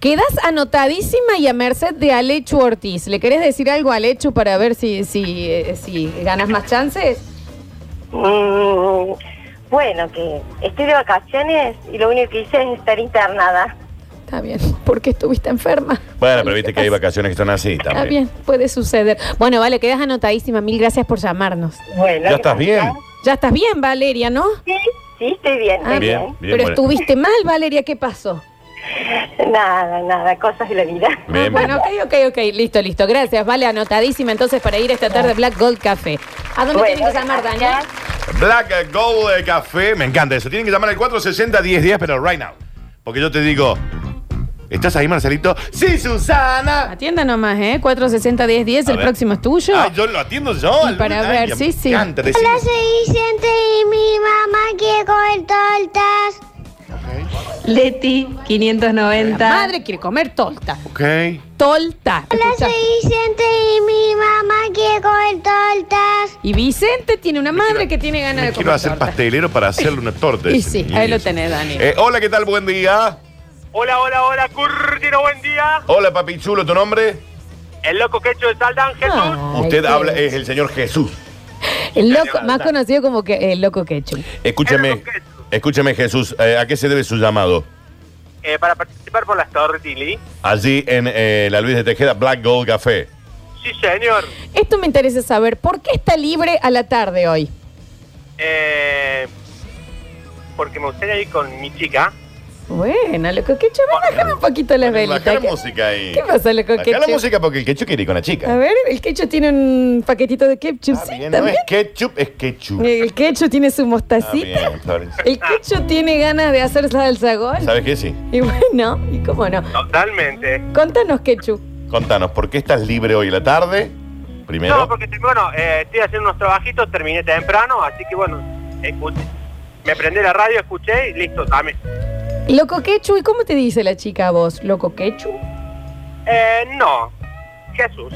Speaker 2: Quedas anotadísima y a merced de Alechu Ortiz. ¿Le querés decir algo a Alechu para ver si, si, eh, si ganas más chances?
Speaker 21: Mm, bueno, que estoy de vacaciones y lo único que hice es estar internada.
Speaker 2: Está bien, porque estuviste enferma.
Speaker 3: Bueno, pero viste que hay vacaciones que están así
Speaker 2: Está
Speaker 3: también.
Speaker 2: bien, puede suceder. Bueno, vale, quedas anotadísima. Mil gracias por llamarnos.
Speaker 21: Bueno,
Speaker 3: ¿Ya estás bien?
Speaker 2: Ya estás bien, Valeria, ¿no?
Speaker 21: Sí, sí, estoy bien.
Speaker 2: Ah,
Speaker 3: Bien, bien,
Speaker 2: pero
Speaker 3: bueno.
Speaker 2: estuviste mal, Valeria, ¿qué pasó?
Speaker 21: Nada, nada, cosas de la vida.
Speaker 2: Ah, bueno, ok, ok, ok, listo, listo. Gracias, vale, anotadísima entonces para ir esta tarde a Black Gold Café. ¿A dónde
Speaker 21: Bueno,
Speaker 2: tienen que llamar, Daniel?
Speaker 3: Black Gold de Café, me encanta eso. Tienen que llamar al 460 1010, pero right now. Porque yo te digo, ¿estás ahí, Marcelito? Sí, Susana.
Speaker 2: Atienda nomás, ¿eh? 460-1010,
Speaker 3: A
Speaker 2: el
Speaker 3: ver.
Speaker 2: próximo es tuyo.
Speaker 3: Ay, yo lo atiendo yo.
Speaker 2: Y para
Speaker 3: Ay,
Speaker 2: ver,
Speaker 3: me
Speaker 2: sí, sí.
Speaker 3: encanta decir-
Speaker 32: Hola, soy Vicente y mi mamá quiere comer tortas.
Speaker 2: Leti, 590. La madre quiere comer tolta.
Speaker 3: Ok.
Speaker 2: Tolta.
Speaker 32: Hola,
Speaker 2: Escucha.
Speaker 32: soy Vicente y mi mamá quiere comer tortas.
Speaker 2: Y Vicente tiene una madre que tiene ganas de
Speaker 3: Quiero
Speaker 2: comer
Speaker 3: hacer
Speaker 2: torta.
Speaker 3: pastelero para hacerle una torta.
Speaker 2: Y
Speaker 3: dice
Speaker 2: sí,
Speaker 3: mi
Speaker 2: ahí
Speaker 3: niño.
Speaker 2: lo tenés, Dani.
Speaker 3: Eh, hola, ¿qué tal? Buen día.
Speaker 4: Hola, hola, hola, Curtino, buen día.
Speaker 3: Hola, papi chulo, ¿tu nombre?
Speaker 4: El loco quecho de Saldan, Jesús.
Speaker 3: Usted habla, es el señor Jesús.
Speaker 2: El loco, más conocido como que el loco Ketchum.
Speaker 3: Escúchame, escúchame Jesús, eh, ¿a qué se debe su llamado?
Speaker 7: Eh, para participar por las Torres Tilly.
Speaker 3: Allí en eh, la Luis de Tejeda, Black Gold Café.
Speaker 7: Sí, señor.
Speaker 2: Esto me interesa saber, ¿por qué está libre a la tarde hoy?
Speaker 7: Eh, porque me gustaría ir con mi chica.
Speaker 2: Bueno, loco Ketchum, ven, bájame un poquito las velitas.
Speaker 3: Bajá la
Speaker 2: ¿Qué-
Speaker 3: música ahí.
Speaker 2: ¿Qué pasa, loco
Speaker 3: Bajá la
Speaker 2: Ketchum?
Speaker 3: música porque el ketchup quiere ir con la chica.
Speaker 2: A ver, el ketchup tiene un paquetito de ketchup,
Speaker 3: Está
Speaker 2: ¿sí?
Speaker 3: Ah, bien, no es
Speaker 2: ¿También?
Speaker 3: ketchup, es ketchup.
Speaker 2: El ketchup tiene su
Speaker 3: Está
Speaker 2: mostacita.
Speaker 3: bien, Florencia.
Speaker 2: El ketchup tiene ganas de hacer salsa gol.
Speaker 3: ¿Sabes qué? Sí.
Speaker 2: Y bueno, ¿y cómo no?
Speaker 7: Totalmente.
Speaker 2: Contanos, ketchup.
Speaker 3: Contanos, ¿por qué estás libre hoy en la tarde? Primero.
Speaker 7: No, porque te- bueno, eh, estoy haciendo unos trabajitos, terminé temprano, así que bueno, escuché. Me prendí la radio, escuché y listo, dame.
Speaker 2: Loco ketchup, ¿y cómo te dice la chica a vos? ¿Loco ketchup?
Speaker 7: Eh, no. Jesús.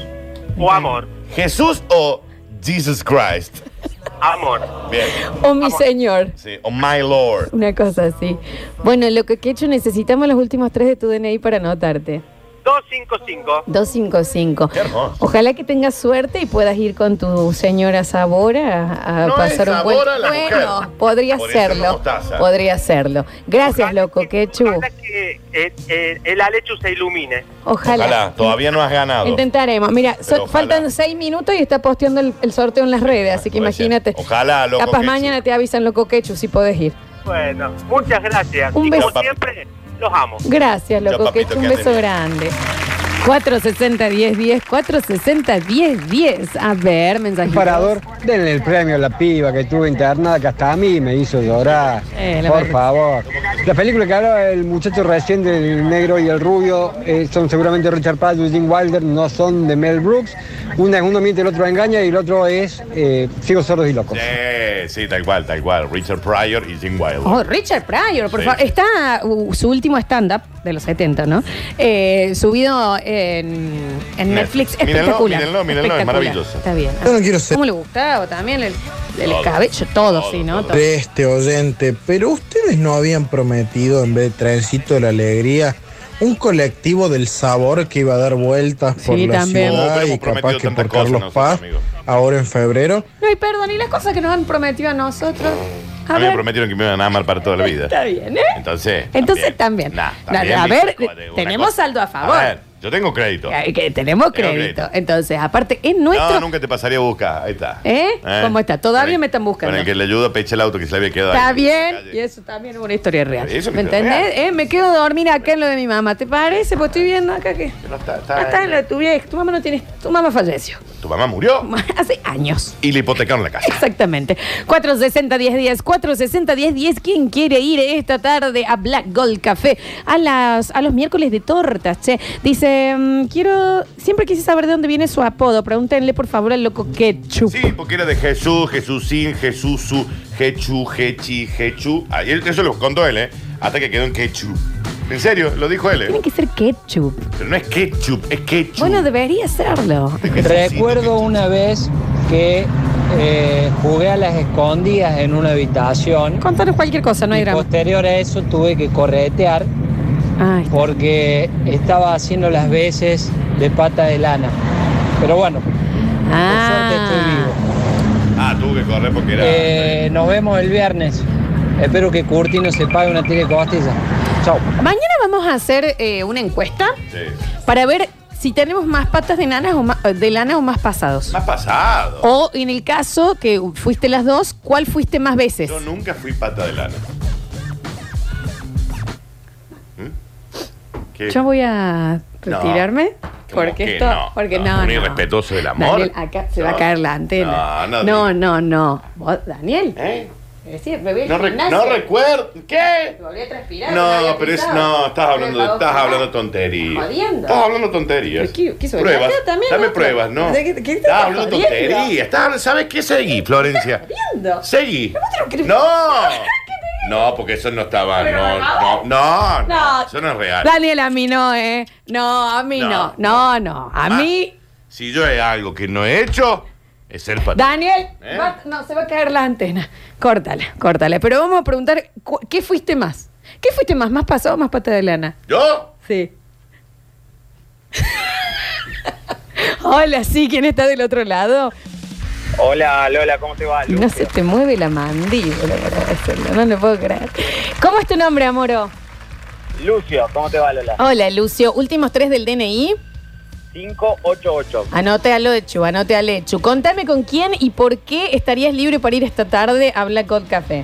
Speaker 7: O amor.
Speaker 3: ¿Jesús o Jesus Christ?
Speaker 7: Amor.
Speaker 3: Bien.
Speaker 2: O mi señor.
Speaker 3: Sí, o My Lord.
Speaker 2: Una cosa así. Bueno, loco ketchup, necesitamos los últimos tres de tu DNI para anotarte.
Speaker 7: 255.
Speaker 2: 255.
Speaker 7: Qué hermoso.
Speaker 2: Ojalá que tengas suerte y puedas ir con tu señora Sabora a, a
Speaker 4: No
Speaker 2: pasar
Speaker 4: es
Speaker 2: un buen...
Speaker 4: Sabora la
Speaker 2: bueno,
Speaker 4: mujer.
Speaker 2: podría
Speaker 4: Podría ser
Speaker 2: hacerlo.
Speaker 4: mostaza.
Speaker 2: Podría hacerlo. Gracias, loco ketchup.
Speaker 7: Que eh, eh, el Alechu se ilumine.
Speaker 2: Ojalá.
Speaker 3: Ojalá, todavía no has ganado.
Speaker 2: Intentaremos. Mira, so-
Speaker 3: Pero ojalá.
Speaker 2: faltan seis minutos y está posteando el, el sorteo en las redes, así que imagínate.
Speaker 3: Ojalá, loco.
Speaker 2: Capaz
Speaker 3: que-
Speaker 2: mañana te avisan loco quechu si podés ir.
Speaker 7: Bueno, muchas gracias.
Speaker 2: Un
Speaker 7: y
Speaker 2: beso.
Speaker 7: como siempre, los amo.
Speaker 2: Gracias,
Speaker 7: Chao,
Speaker 2: loco
Speaker 7: papito,
Speaker 2: quechu. Un
Speaker 7: que
Speaker 2: beso
Speaker 7: anden
Speaker 2: grande. 460-10-10, 460-10-10. A ver, mensajitos.
Speaker 22: Parador, denle el premio a la piba que tuvo internada, que hasta a mí me hizo llorar.
Speaker 2: Eh, la
Speaker 22: Por
Speaker 2: verdad.
Speaker 22: favor. La película que hablaba el muchacho recién del negro y el rubio eh, son seguramente Richard Paz, Eugene Wilder, no son de Mel Brooks. Una es uno miente, el otro engaña y el otro es eh, Ciegos, Sordos y Locos.
Speaker 3: Sí, sí, tal cual, tal cual. Richard Pryor y Jim Wilder.
Speaker 2: Oh, Richard Pryor, por
Speaker 3: Sí.
Speaker 2: favor. Está uh, su último stand-up de los 70, ¿no? Eh, subido en, en Netflix.
Speaker 3: Netflix. Mírenlo,
Speaker 2: Espectacular.
Speaker 3: mírenlo, mírenlo, es
Speaker 2: Espectacular.
Speaker 3: maravilloso.
Speaker 2: Está bien.
Speaker 26: Yo no quiero ser-
Speaker 2: ¿Cómo le gustaba también el, el
Speaker 26: Todo.
Speaker 2: cabello? Todo, sí, ¿no? Todo.
Speaker 26: de este oyente, pero ustedes no habían prometido, en vez de Trencito de la Alegría, un colectivo del sabor que iba a dar vueltas por
Speaker 2: Sí,
Speaker 26: la
Speaker 2: también. Oh,
Speaker 26: ciudad
Speaker 2: pero
Speaker 26: y
Speaker 2: hemos prometido
Speaker 26: capaz que
Speaker 2: tantas
Speaker 26: por
Speaker 2: cosas
Speaker 26: Carlos
Speaker 2: nosotros,
Speaker 26: Paz,
Speaker 2: amigo.
Speaker 26: ahora en febrero.
Speaker 2: No, y perdón, y las cosas que nos han prometido a nosotros. A,
Speaker 3: A mí me
Speaker 2: ver,
Speaker 3: prometieron que me iban a amar para toda la vida.
Speaker 2: está bien, ¿eh?
Speaker 3: Entonces.
Speaker 2: Entonces también.
Speaker 3: Nah,
Speaker 2: Nah,
Speaker 3: también,
Speaker 2: a
Speaker 3: viste,
Speaker 2: ver,
Speaker 3: como de una
Speaker 2: tenemos
Speaker 3: cosa.
Speaker 2: saldo a
Speaker 3: A
Speaker 2: favor.
Speaker 3: ver, yo tengo crédito.
Speaker 2: Que- que tenemos
Speaker 3: Tengo
Speaker 2: crédito. Entonces, aparte, es nuestro.
Speaker 3: No, nunca te pasaría a buscar. Ahí está.
Speaker 2: ¿Eh?
Speaker 3: Eh.
Speaker 2: ¿Cómo está? Todavía me están
Speaker 3: Con
Speaker 2: buscando.
Speaker 3: el que le ayuda a pechar el auto que se le había quedado.
Speaker 2: Está
Speaker 3: ahí.
Speaker 2: bien, y eso también es una historia real.
Speaker 3: Eso es
Speaker 2: ¿Me
Speaker 3: una historia
Speaker 2: entendés? Eh, me quedo a dormir acá en lo de mi mamá. ¿Te parece? Pues estoy viendo acá que.
Speaker 3: No está,
Speaker 2: Ah,
Speaker 3: está-
Speaker 2: está en lo de tu vieja. Tu mamá no tiene. Tu mamá falleció.
Speaker 3: Tu mamá murió
Speaker 2: Hace años.
Speaker 3: y le hipotecaron la casa.
Speaker 2: Exactamente. 460-10-10, 460-10-10. ¿Quién quiere ir esta tarde a Black Gold Café? A, las, a los miércoles de tortas, che. Dice, mm, quiero. Siempre quise saber de dónde viene su apodo. Pregúntenle, por favor, al loco Ketchup.
Speaker 3: Sí, porque era de Jesús, Jesúsín, Jesús, su, Jechu, Jechi, Jechu. Ah, y él- eso lo contó él, ¿eh? Hasta que quedó en Quechu. En serio, lo dijo él.
Speaker 2: Tiene
Speaker 3: ¿eh?
Speaker 2: que ser Ketchup.
Speaker 3: Pero no es ketchup, es ketchup.
Speaker 2: Bueno, debería serlo.
Speaker 27: Recuerdo una vez que eh, jugué a las escondidas en una habitación.
Speaker 2: Contanos cualquier cosa, no hay
Speaker 27: y
Speaker 2: drama. Ah,
Speaker 27: Posterior a eso tuve que corretear porque estaba haciendo las veces de pata de lana. Pero bueno, por suerte estoy vivo.
Speaker 3: Ah, tuve que correr porque era.
Speaker 27: Eh, nos vemos el viernes. Espero que Curtino se pague una tira de costillas. Chao.
Speaker 2: Mañana vamos a hacer eh, una encuesta para ver si tenemos más patas de, nanas o ma- de lana o más pasados.
Speaker 3: Más pasado.
Speaker 2: O en el caso que fuiste las dos, ¿cuál fuiste más veces?
Speaker 3: Yo nunca fui pata de lana. ¿Mm? ¿Qué?
Speaker 2: Yo voy a
Speaker 3: No.
Speaker 2: retirarme
Speaker 3: ¿Cómo
Speaker 2: porque
Speaker 3: que
Speaker 2: esto,
Speaker 3: no?
Speaker 2: porque
Speaker 3: No,
Speaker 2: no,
Speaker 3: un
Speaker 2: no.
Speaker 3: irrespetuoso del amor.
Speaker 2: Daniel, acá se va a
Speaker 3: No.
Speaker 2: caer la antena.
Speaker 3: No,
Speaker 2: No, no,
Speaker 3: no,
Speaker 2: no, Vos, Daniel.
Speaker 3: ¿Eh?
Speaker 2: Es decir, me voy al
Speaker 3: No, re-
Speaker 2: gimnasio.
Speaker 3: no recuerdo. ¿Qué?
Speaker 2: Volví a transpirar. me
Speaker 3: No,
Speaker 2: había
Speaker 3: pero es,
Speaker 2: pisado.
Speaker 3: no, estás
Speaker 2: Me
Speaker 3: hablando, de-
Speaker 2: apagó
Speaker 3: estás
Speaker 2: fuera.
Speaker 3: hablando tonterías.
Speaker 2: Jodiendo.
Speaker 3: Estás hablando tonterías.
Speaker 2: Pero ¿qué- qué soy?
Speaker 3: pruebas.
Speaker 2: Acá también,
Speaker 3: Dame
Speaker 2: otro.
Speaker 3: pruebas, ¿no?
Speaker 2: ¿De qué- qué estás
Speaker 3: estás hablando
Speaker 2: jodiendo?
Speaker 3: tonterías. Estás hablando- ¿Sabes qué? Seguí, Florencia.
Speaker 2: Jodiendo.
Speaker 3: Seguí.
Speaker 2: crees?
Speaker 3: No. No, porque eso no estaba.
Speaker 2: Pero
Speaker 3: Ah, No,
Speaker 2: me acabo.
Speaker 3: no, no, no.
Speaker 2: No.
Speaker 3: Eso no es real.
Speaker 2: Daniel, a mí no, ¿eh? No, a mí no. No, no. A
Speaker 3: Más.
Speaker 2: mí.
Speaker 3: Ah, Si yo he algo que no he hecho, es ser pata.
Speaker 2: Daniel,
Speaker 3: ¿Eh?
Speaker 2: va- no, se va a caer la antena. Córtala, córtala. Pero vamos a preguntar, cu- ¿qué fuiste más? ¿Qué fuiste más? ¿Más pasado o más pata de lana?
Speaker 3: ¿Yo?
Speaker 2: Sí. Hola, sí, ¿quién está del otro lado?
Speaker 4: Hola, Lola, ¿cómo te va?
Speaker 2: Y no se te mueve la mandíbula para decirlo, no lo puedo creer. ¿Cómo es tu nombre, Amoro?
Speaker 4: Lucio, ¿cómo te va, Lola?
Speaker 2: Hola, Lucio. Últimos tres del DNI.
Speaker 4: 588.
Speaker 2: Anote al Lechu, anote al Lechu. Contame con quién y por qué estarías libre para ir esta tarde a Blackout Café.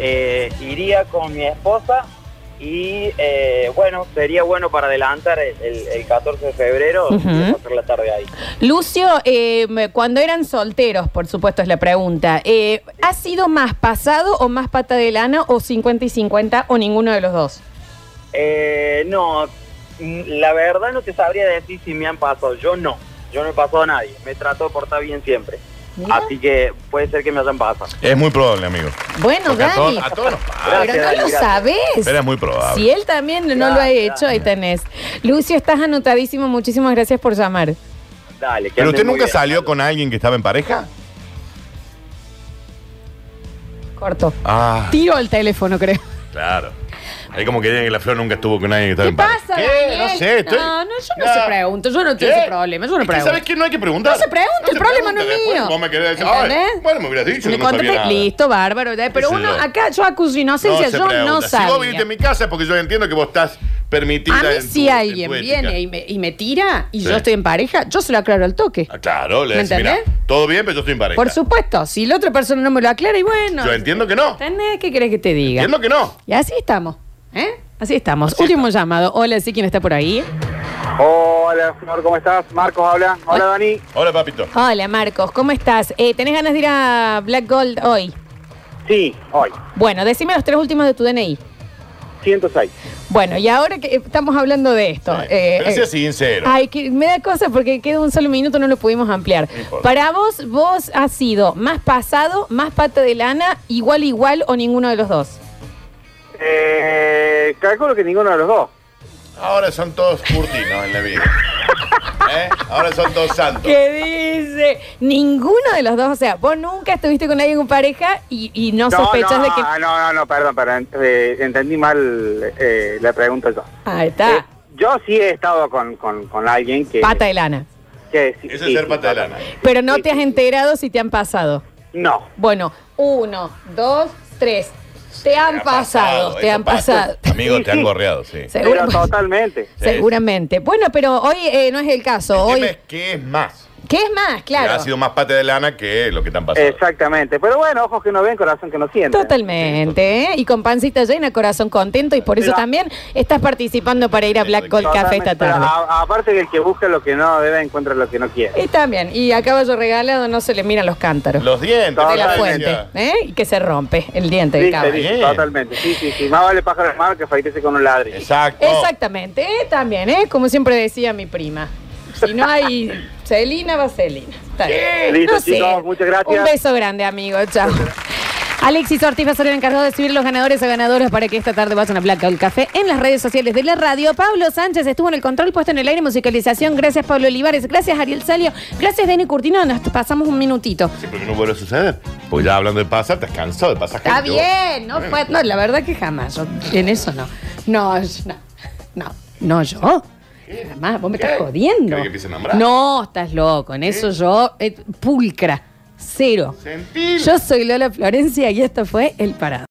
Speaker 4: Eh, iría con mi esposa y eh, bueno, sería bueno para adelantar el, el- el 14 de febrero
Speaker 2: Ujú.
Speaker 4: y hacer la tarde ahí.
Speaker 2: Lucio, eh, me- cuando eran solteros, por supuesto, es la pregunta. eh, ¿Ha sido más pasado o más pata de lana o 50 y 50 o ninguno de los dos?
Speaker 4: Eh, no, mm, la verdad no te sabría decir si me han pasado. Yo no, yo no he pasado a nadie. Me trato de portar bien siempre. Así que puede ser que me hayan pasado.
Speaker 3: Es muy probable, amigo.
Speaker 2: Bueno,
Speaker 3: Porque a
Speaker 2: Dani.
Speaker 3: todos- a todos nos pasa.
Speaker 2: pero no lo sabes.
Speaker 3: Pero es muy probable.
Speaker 2: Si él también no lo ha hecho, ahí tenés. Lucio, estás anotadísimo. Muchísimas gracias por llamar.
Speaker 4: Dale,
Speaker 3: ¿Pero usted
Speaker 4: anden muy
Speaker 3: nunca
Speaker 4: bien.
Speaker 3: salió con alguien que estaba en pareja?
Speaker 2: Corto.
Speaker 3: Ah,
Speaker 2: Tiro el teléfono, creo.
Speaker 3: claro. Ahí como que dicen que la flor nunca estuvo con alguien que estaba
Speaker 2: ¿Qué
Speaker 3: en pareja.
Speaker 2: pasa,
Speaker 3: ¿Qué?
Speaker 2: Daniel?
Speaker 3: No sé, estoy-
Speaker 2: No, no, yo no
Speaker 3: Nah.
Speaker 2: se pregunto. Yo no tengo
Speaker 3: ¿Qué?
Speaker 2: ese problema. Yo no
Speaker 3: Es que
Speaker 2: pregunto.
Speaker 3: ¿Sabes qué? No hay que preguntar.
Speaker 2: No se pregunta, el
Speaker 3: se
Speaker 2: problema no es
Speaker 3: pregunta. Después
Speaker 2: mío.
Speaker 3: Vos me querés decir, ay,
Speaker 2: ¿Entendés?
Speaker 3: bueno, me hubieras dicho
Speaker 2: Me
Speaker 3: que no sabía
Speaker 2: contaste
Speaker 3: nada.
Speaker 2: listo, bárbaro. ¿eh? Pero
Speaker 3: sé
Speaker 2: uno,
Speaker 3: yo.
Speaker 2: acá yo acuso inocencia,
Speaker 3: se
Speaker 2: yo no
Speaker 3: pregunta. Si vos viniste
Speaker 2: sabía.
Speaker 3: a mi casa es porque yo entiendo que vos estás permitida
Speaker 2: A mí
Speaker 3: en tu-
Speaker 2: si
Speaker 3: en
Speaker 2: alguien
Speaker 3: tu ética.
Speaker 2: viene y me, y me tira y
Speaker 3: Sí.
Speaker 2: yo estoy en pareja, yo se lo aclaro al toque.
Speaker 3: Ah, Claro, le
Speaker 2: ¿Me
Speaker 3: decís, mira,
Speaker 2: entendés?
Speaker 3: todo bien, pero yo estoy en pareja.
Speaker 2: Por supuesto, si la otra persona no me lo aclara y bueno.
Speaker 3: Yo entiendo que no.
Speaker 2: ¿Entendés? ¿Qué querés que te diga?
Speaker 3: Entiendo que no.
Speaker 2: Y así estamos, ¿eh? Así estamos. Último llamado. Hola, sí, ¿quién está por ahí?
Speaker 11: Hola, señor, ¿cómo estás? Marcos habla. Hola,
Speaker 2: Ah.
Speaker 11: Dani.
Speaker 3: Hola, papito.
Speaker 2: Hola, Marcos, ¿cómo estás? Eh, ¿Tenés ganas de ir a Black Gold hoy?
Speaker 11: Sí, hoy.
Speaker 2: Bueno, decime los tres últimos de tu DNI.
Speaker 11: 106.
Speaker 2: Bueno, y ahora que estamos hablando de esto. eh,
Speaker 3: Pero
Speaker 2: eh,
Speaker 3: sea sincero.
Speaker 2: Ay, que me da cosa porque queda un solo minuto, no lo pudimos ampliar. Para vos, vos has sido más pasado, más pata de lana, igual, igual o ninguno de los dos.
Speaker 11: Eh, calculo que ninguno de los dos.
Speaker 3: Ahora son todos curtinos en la vida. ¿Eh? Ahora son todos santos.
Speaker 2: ¿Qué dice? Ninguno de los dos. O sea, vos nunca estuviste con alguien en pareja y, y no, sospechas
Speaker 11: no,
Speaker 2: de que.
Speaker 11: ah, No, no, no, perdón, perdón. eh, entendí mal eh, la pregunta yo. Eh,
Speaker 2: Ahí está.
Speaker 11: Yo sí he estado con, con, con alguien que...
Speaker 2: Pata de lana.
Speaker 11: que sí, sí, sí, pata de
Speaker 2: Pero no te has enterado si te han pasado.
Speaker 11: No.
Speaker 2: Bueno, uno, dos, tres. Te han pasado, te han pasado.
Speaker 3: Amigo, te han gorreado, sí.
Speaker 2: Seguro. Pero
Speaker 11: totalmente.
Speaker 2: Seguramente. Bueno, pero hoy eh, no es el caso. Hoy,
Speaker 3: ¿Qué es más?
Speaker 2: ¿Qué es más?
Speaker 3: Ha
Speaker 2: Claro. Eh.
Speaker 3: sido más pate de lana que lo que te han pasado.
Speaker 11: Exactamente. Pero bueno, ojos que no ven, corazón que no siente.
Speaker 2: Totalmente, ¿eh? Y con pancita llena, corazón contento, y por eso
Speaker 11: Mira.
Speaker 2: también estás participando para ir a Black Gold Café esta
Speaker 11: Totalmente, pero
Speaker 2: tarde.
Speaker 11: a- aparte que el que busca lo que no debe encuentra lo que no quiere.
Speaker 2: Y también, y a caballo regalado no se le miran los cántaros.
Speaker 11: Los dientes,
Speaker 2: De la
Speaker 11: totalmente.
Speaker 2: fuente, ¿eh? Y que se rompe el diente del
Speaker 11: Sí,
Speaker 2: caballo.
Speaker 11: sí, totalmente. Sí, sí, sí. Más vale pájaro en mano que faltece con un ladrillo.
Speaker 3: Exacto.
Speaker 11: Oh.
Speaker 2: Exactamente, ¿eh? también, ¿eh? Como siempre decía mi prima. Si no hay Celina, va Celina. Está bien.
Speaker 11: Listo,
Speaker 2: No sé.
Speaker 11: chicos, muchas gracias.
Speaker 2: Un beso grande, amigo. Chao. Alexis Ortiz va a ser el encargado de subir los ganadores a ganadoras para que esta tarde vayan a Blackout Café en las redes sociales de la radio. Pablo Sánchez estuvo en el control puesto en el aire musicalización. Gracias, Pablo Olivares. Gracias, Ariel Salio. Gracias, Dani Curtino. Nos pasamos un minutito.
Speaker 3: Porque no vuelve a suceder. Pues ya hablando de pasar, te has cansado de pasar
Speaker 2: Está
Speaker 3: gente, vos.
Speaker 2: bien, no fue. No, la verdad que jamás. Yo en eso no. No, yo- no. No, no yo. Jamás, vos me estás jodiendo.
Speaker 3: ¿Querés que empiece a nombrar?
Speaker 2: No, estás loco. En eso yo, eh, pulcra, cero. Yo soy Lola Florencia y esto fue El Parado.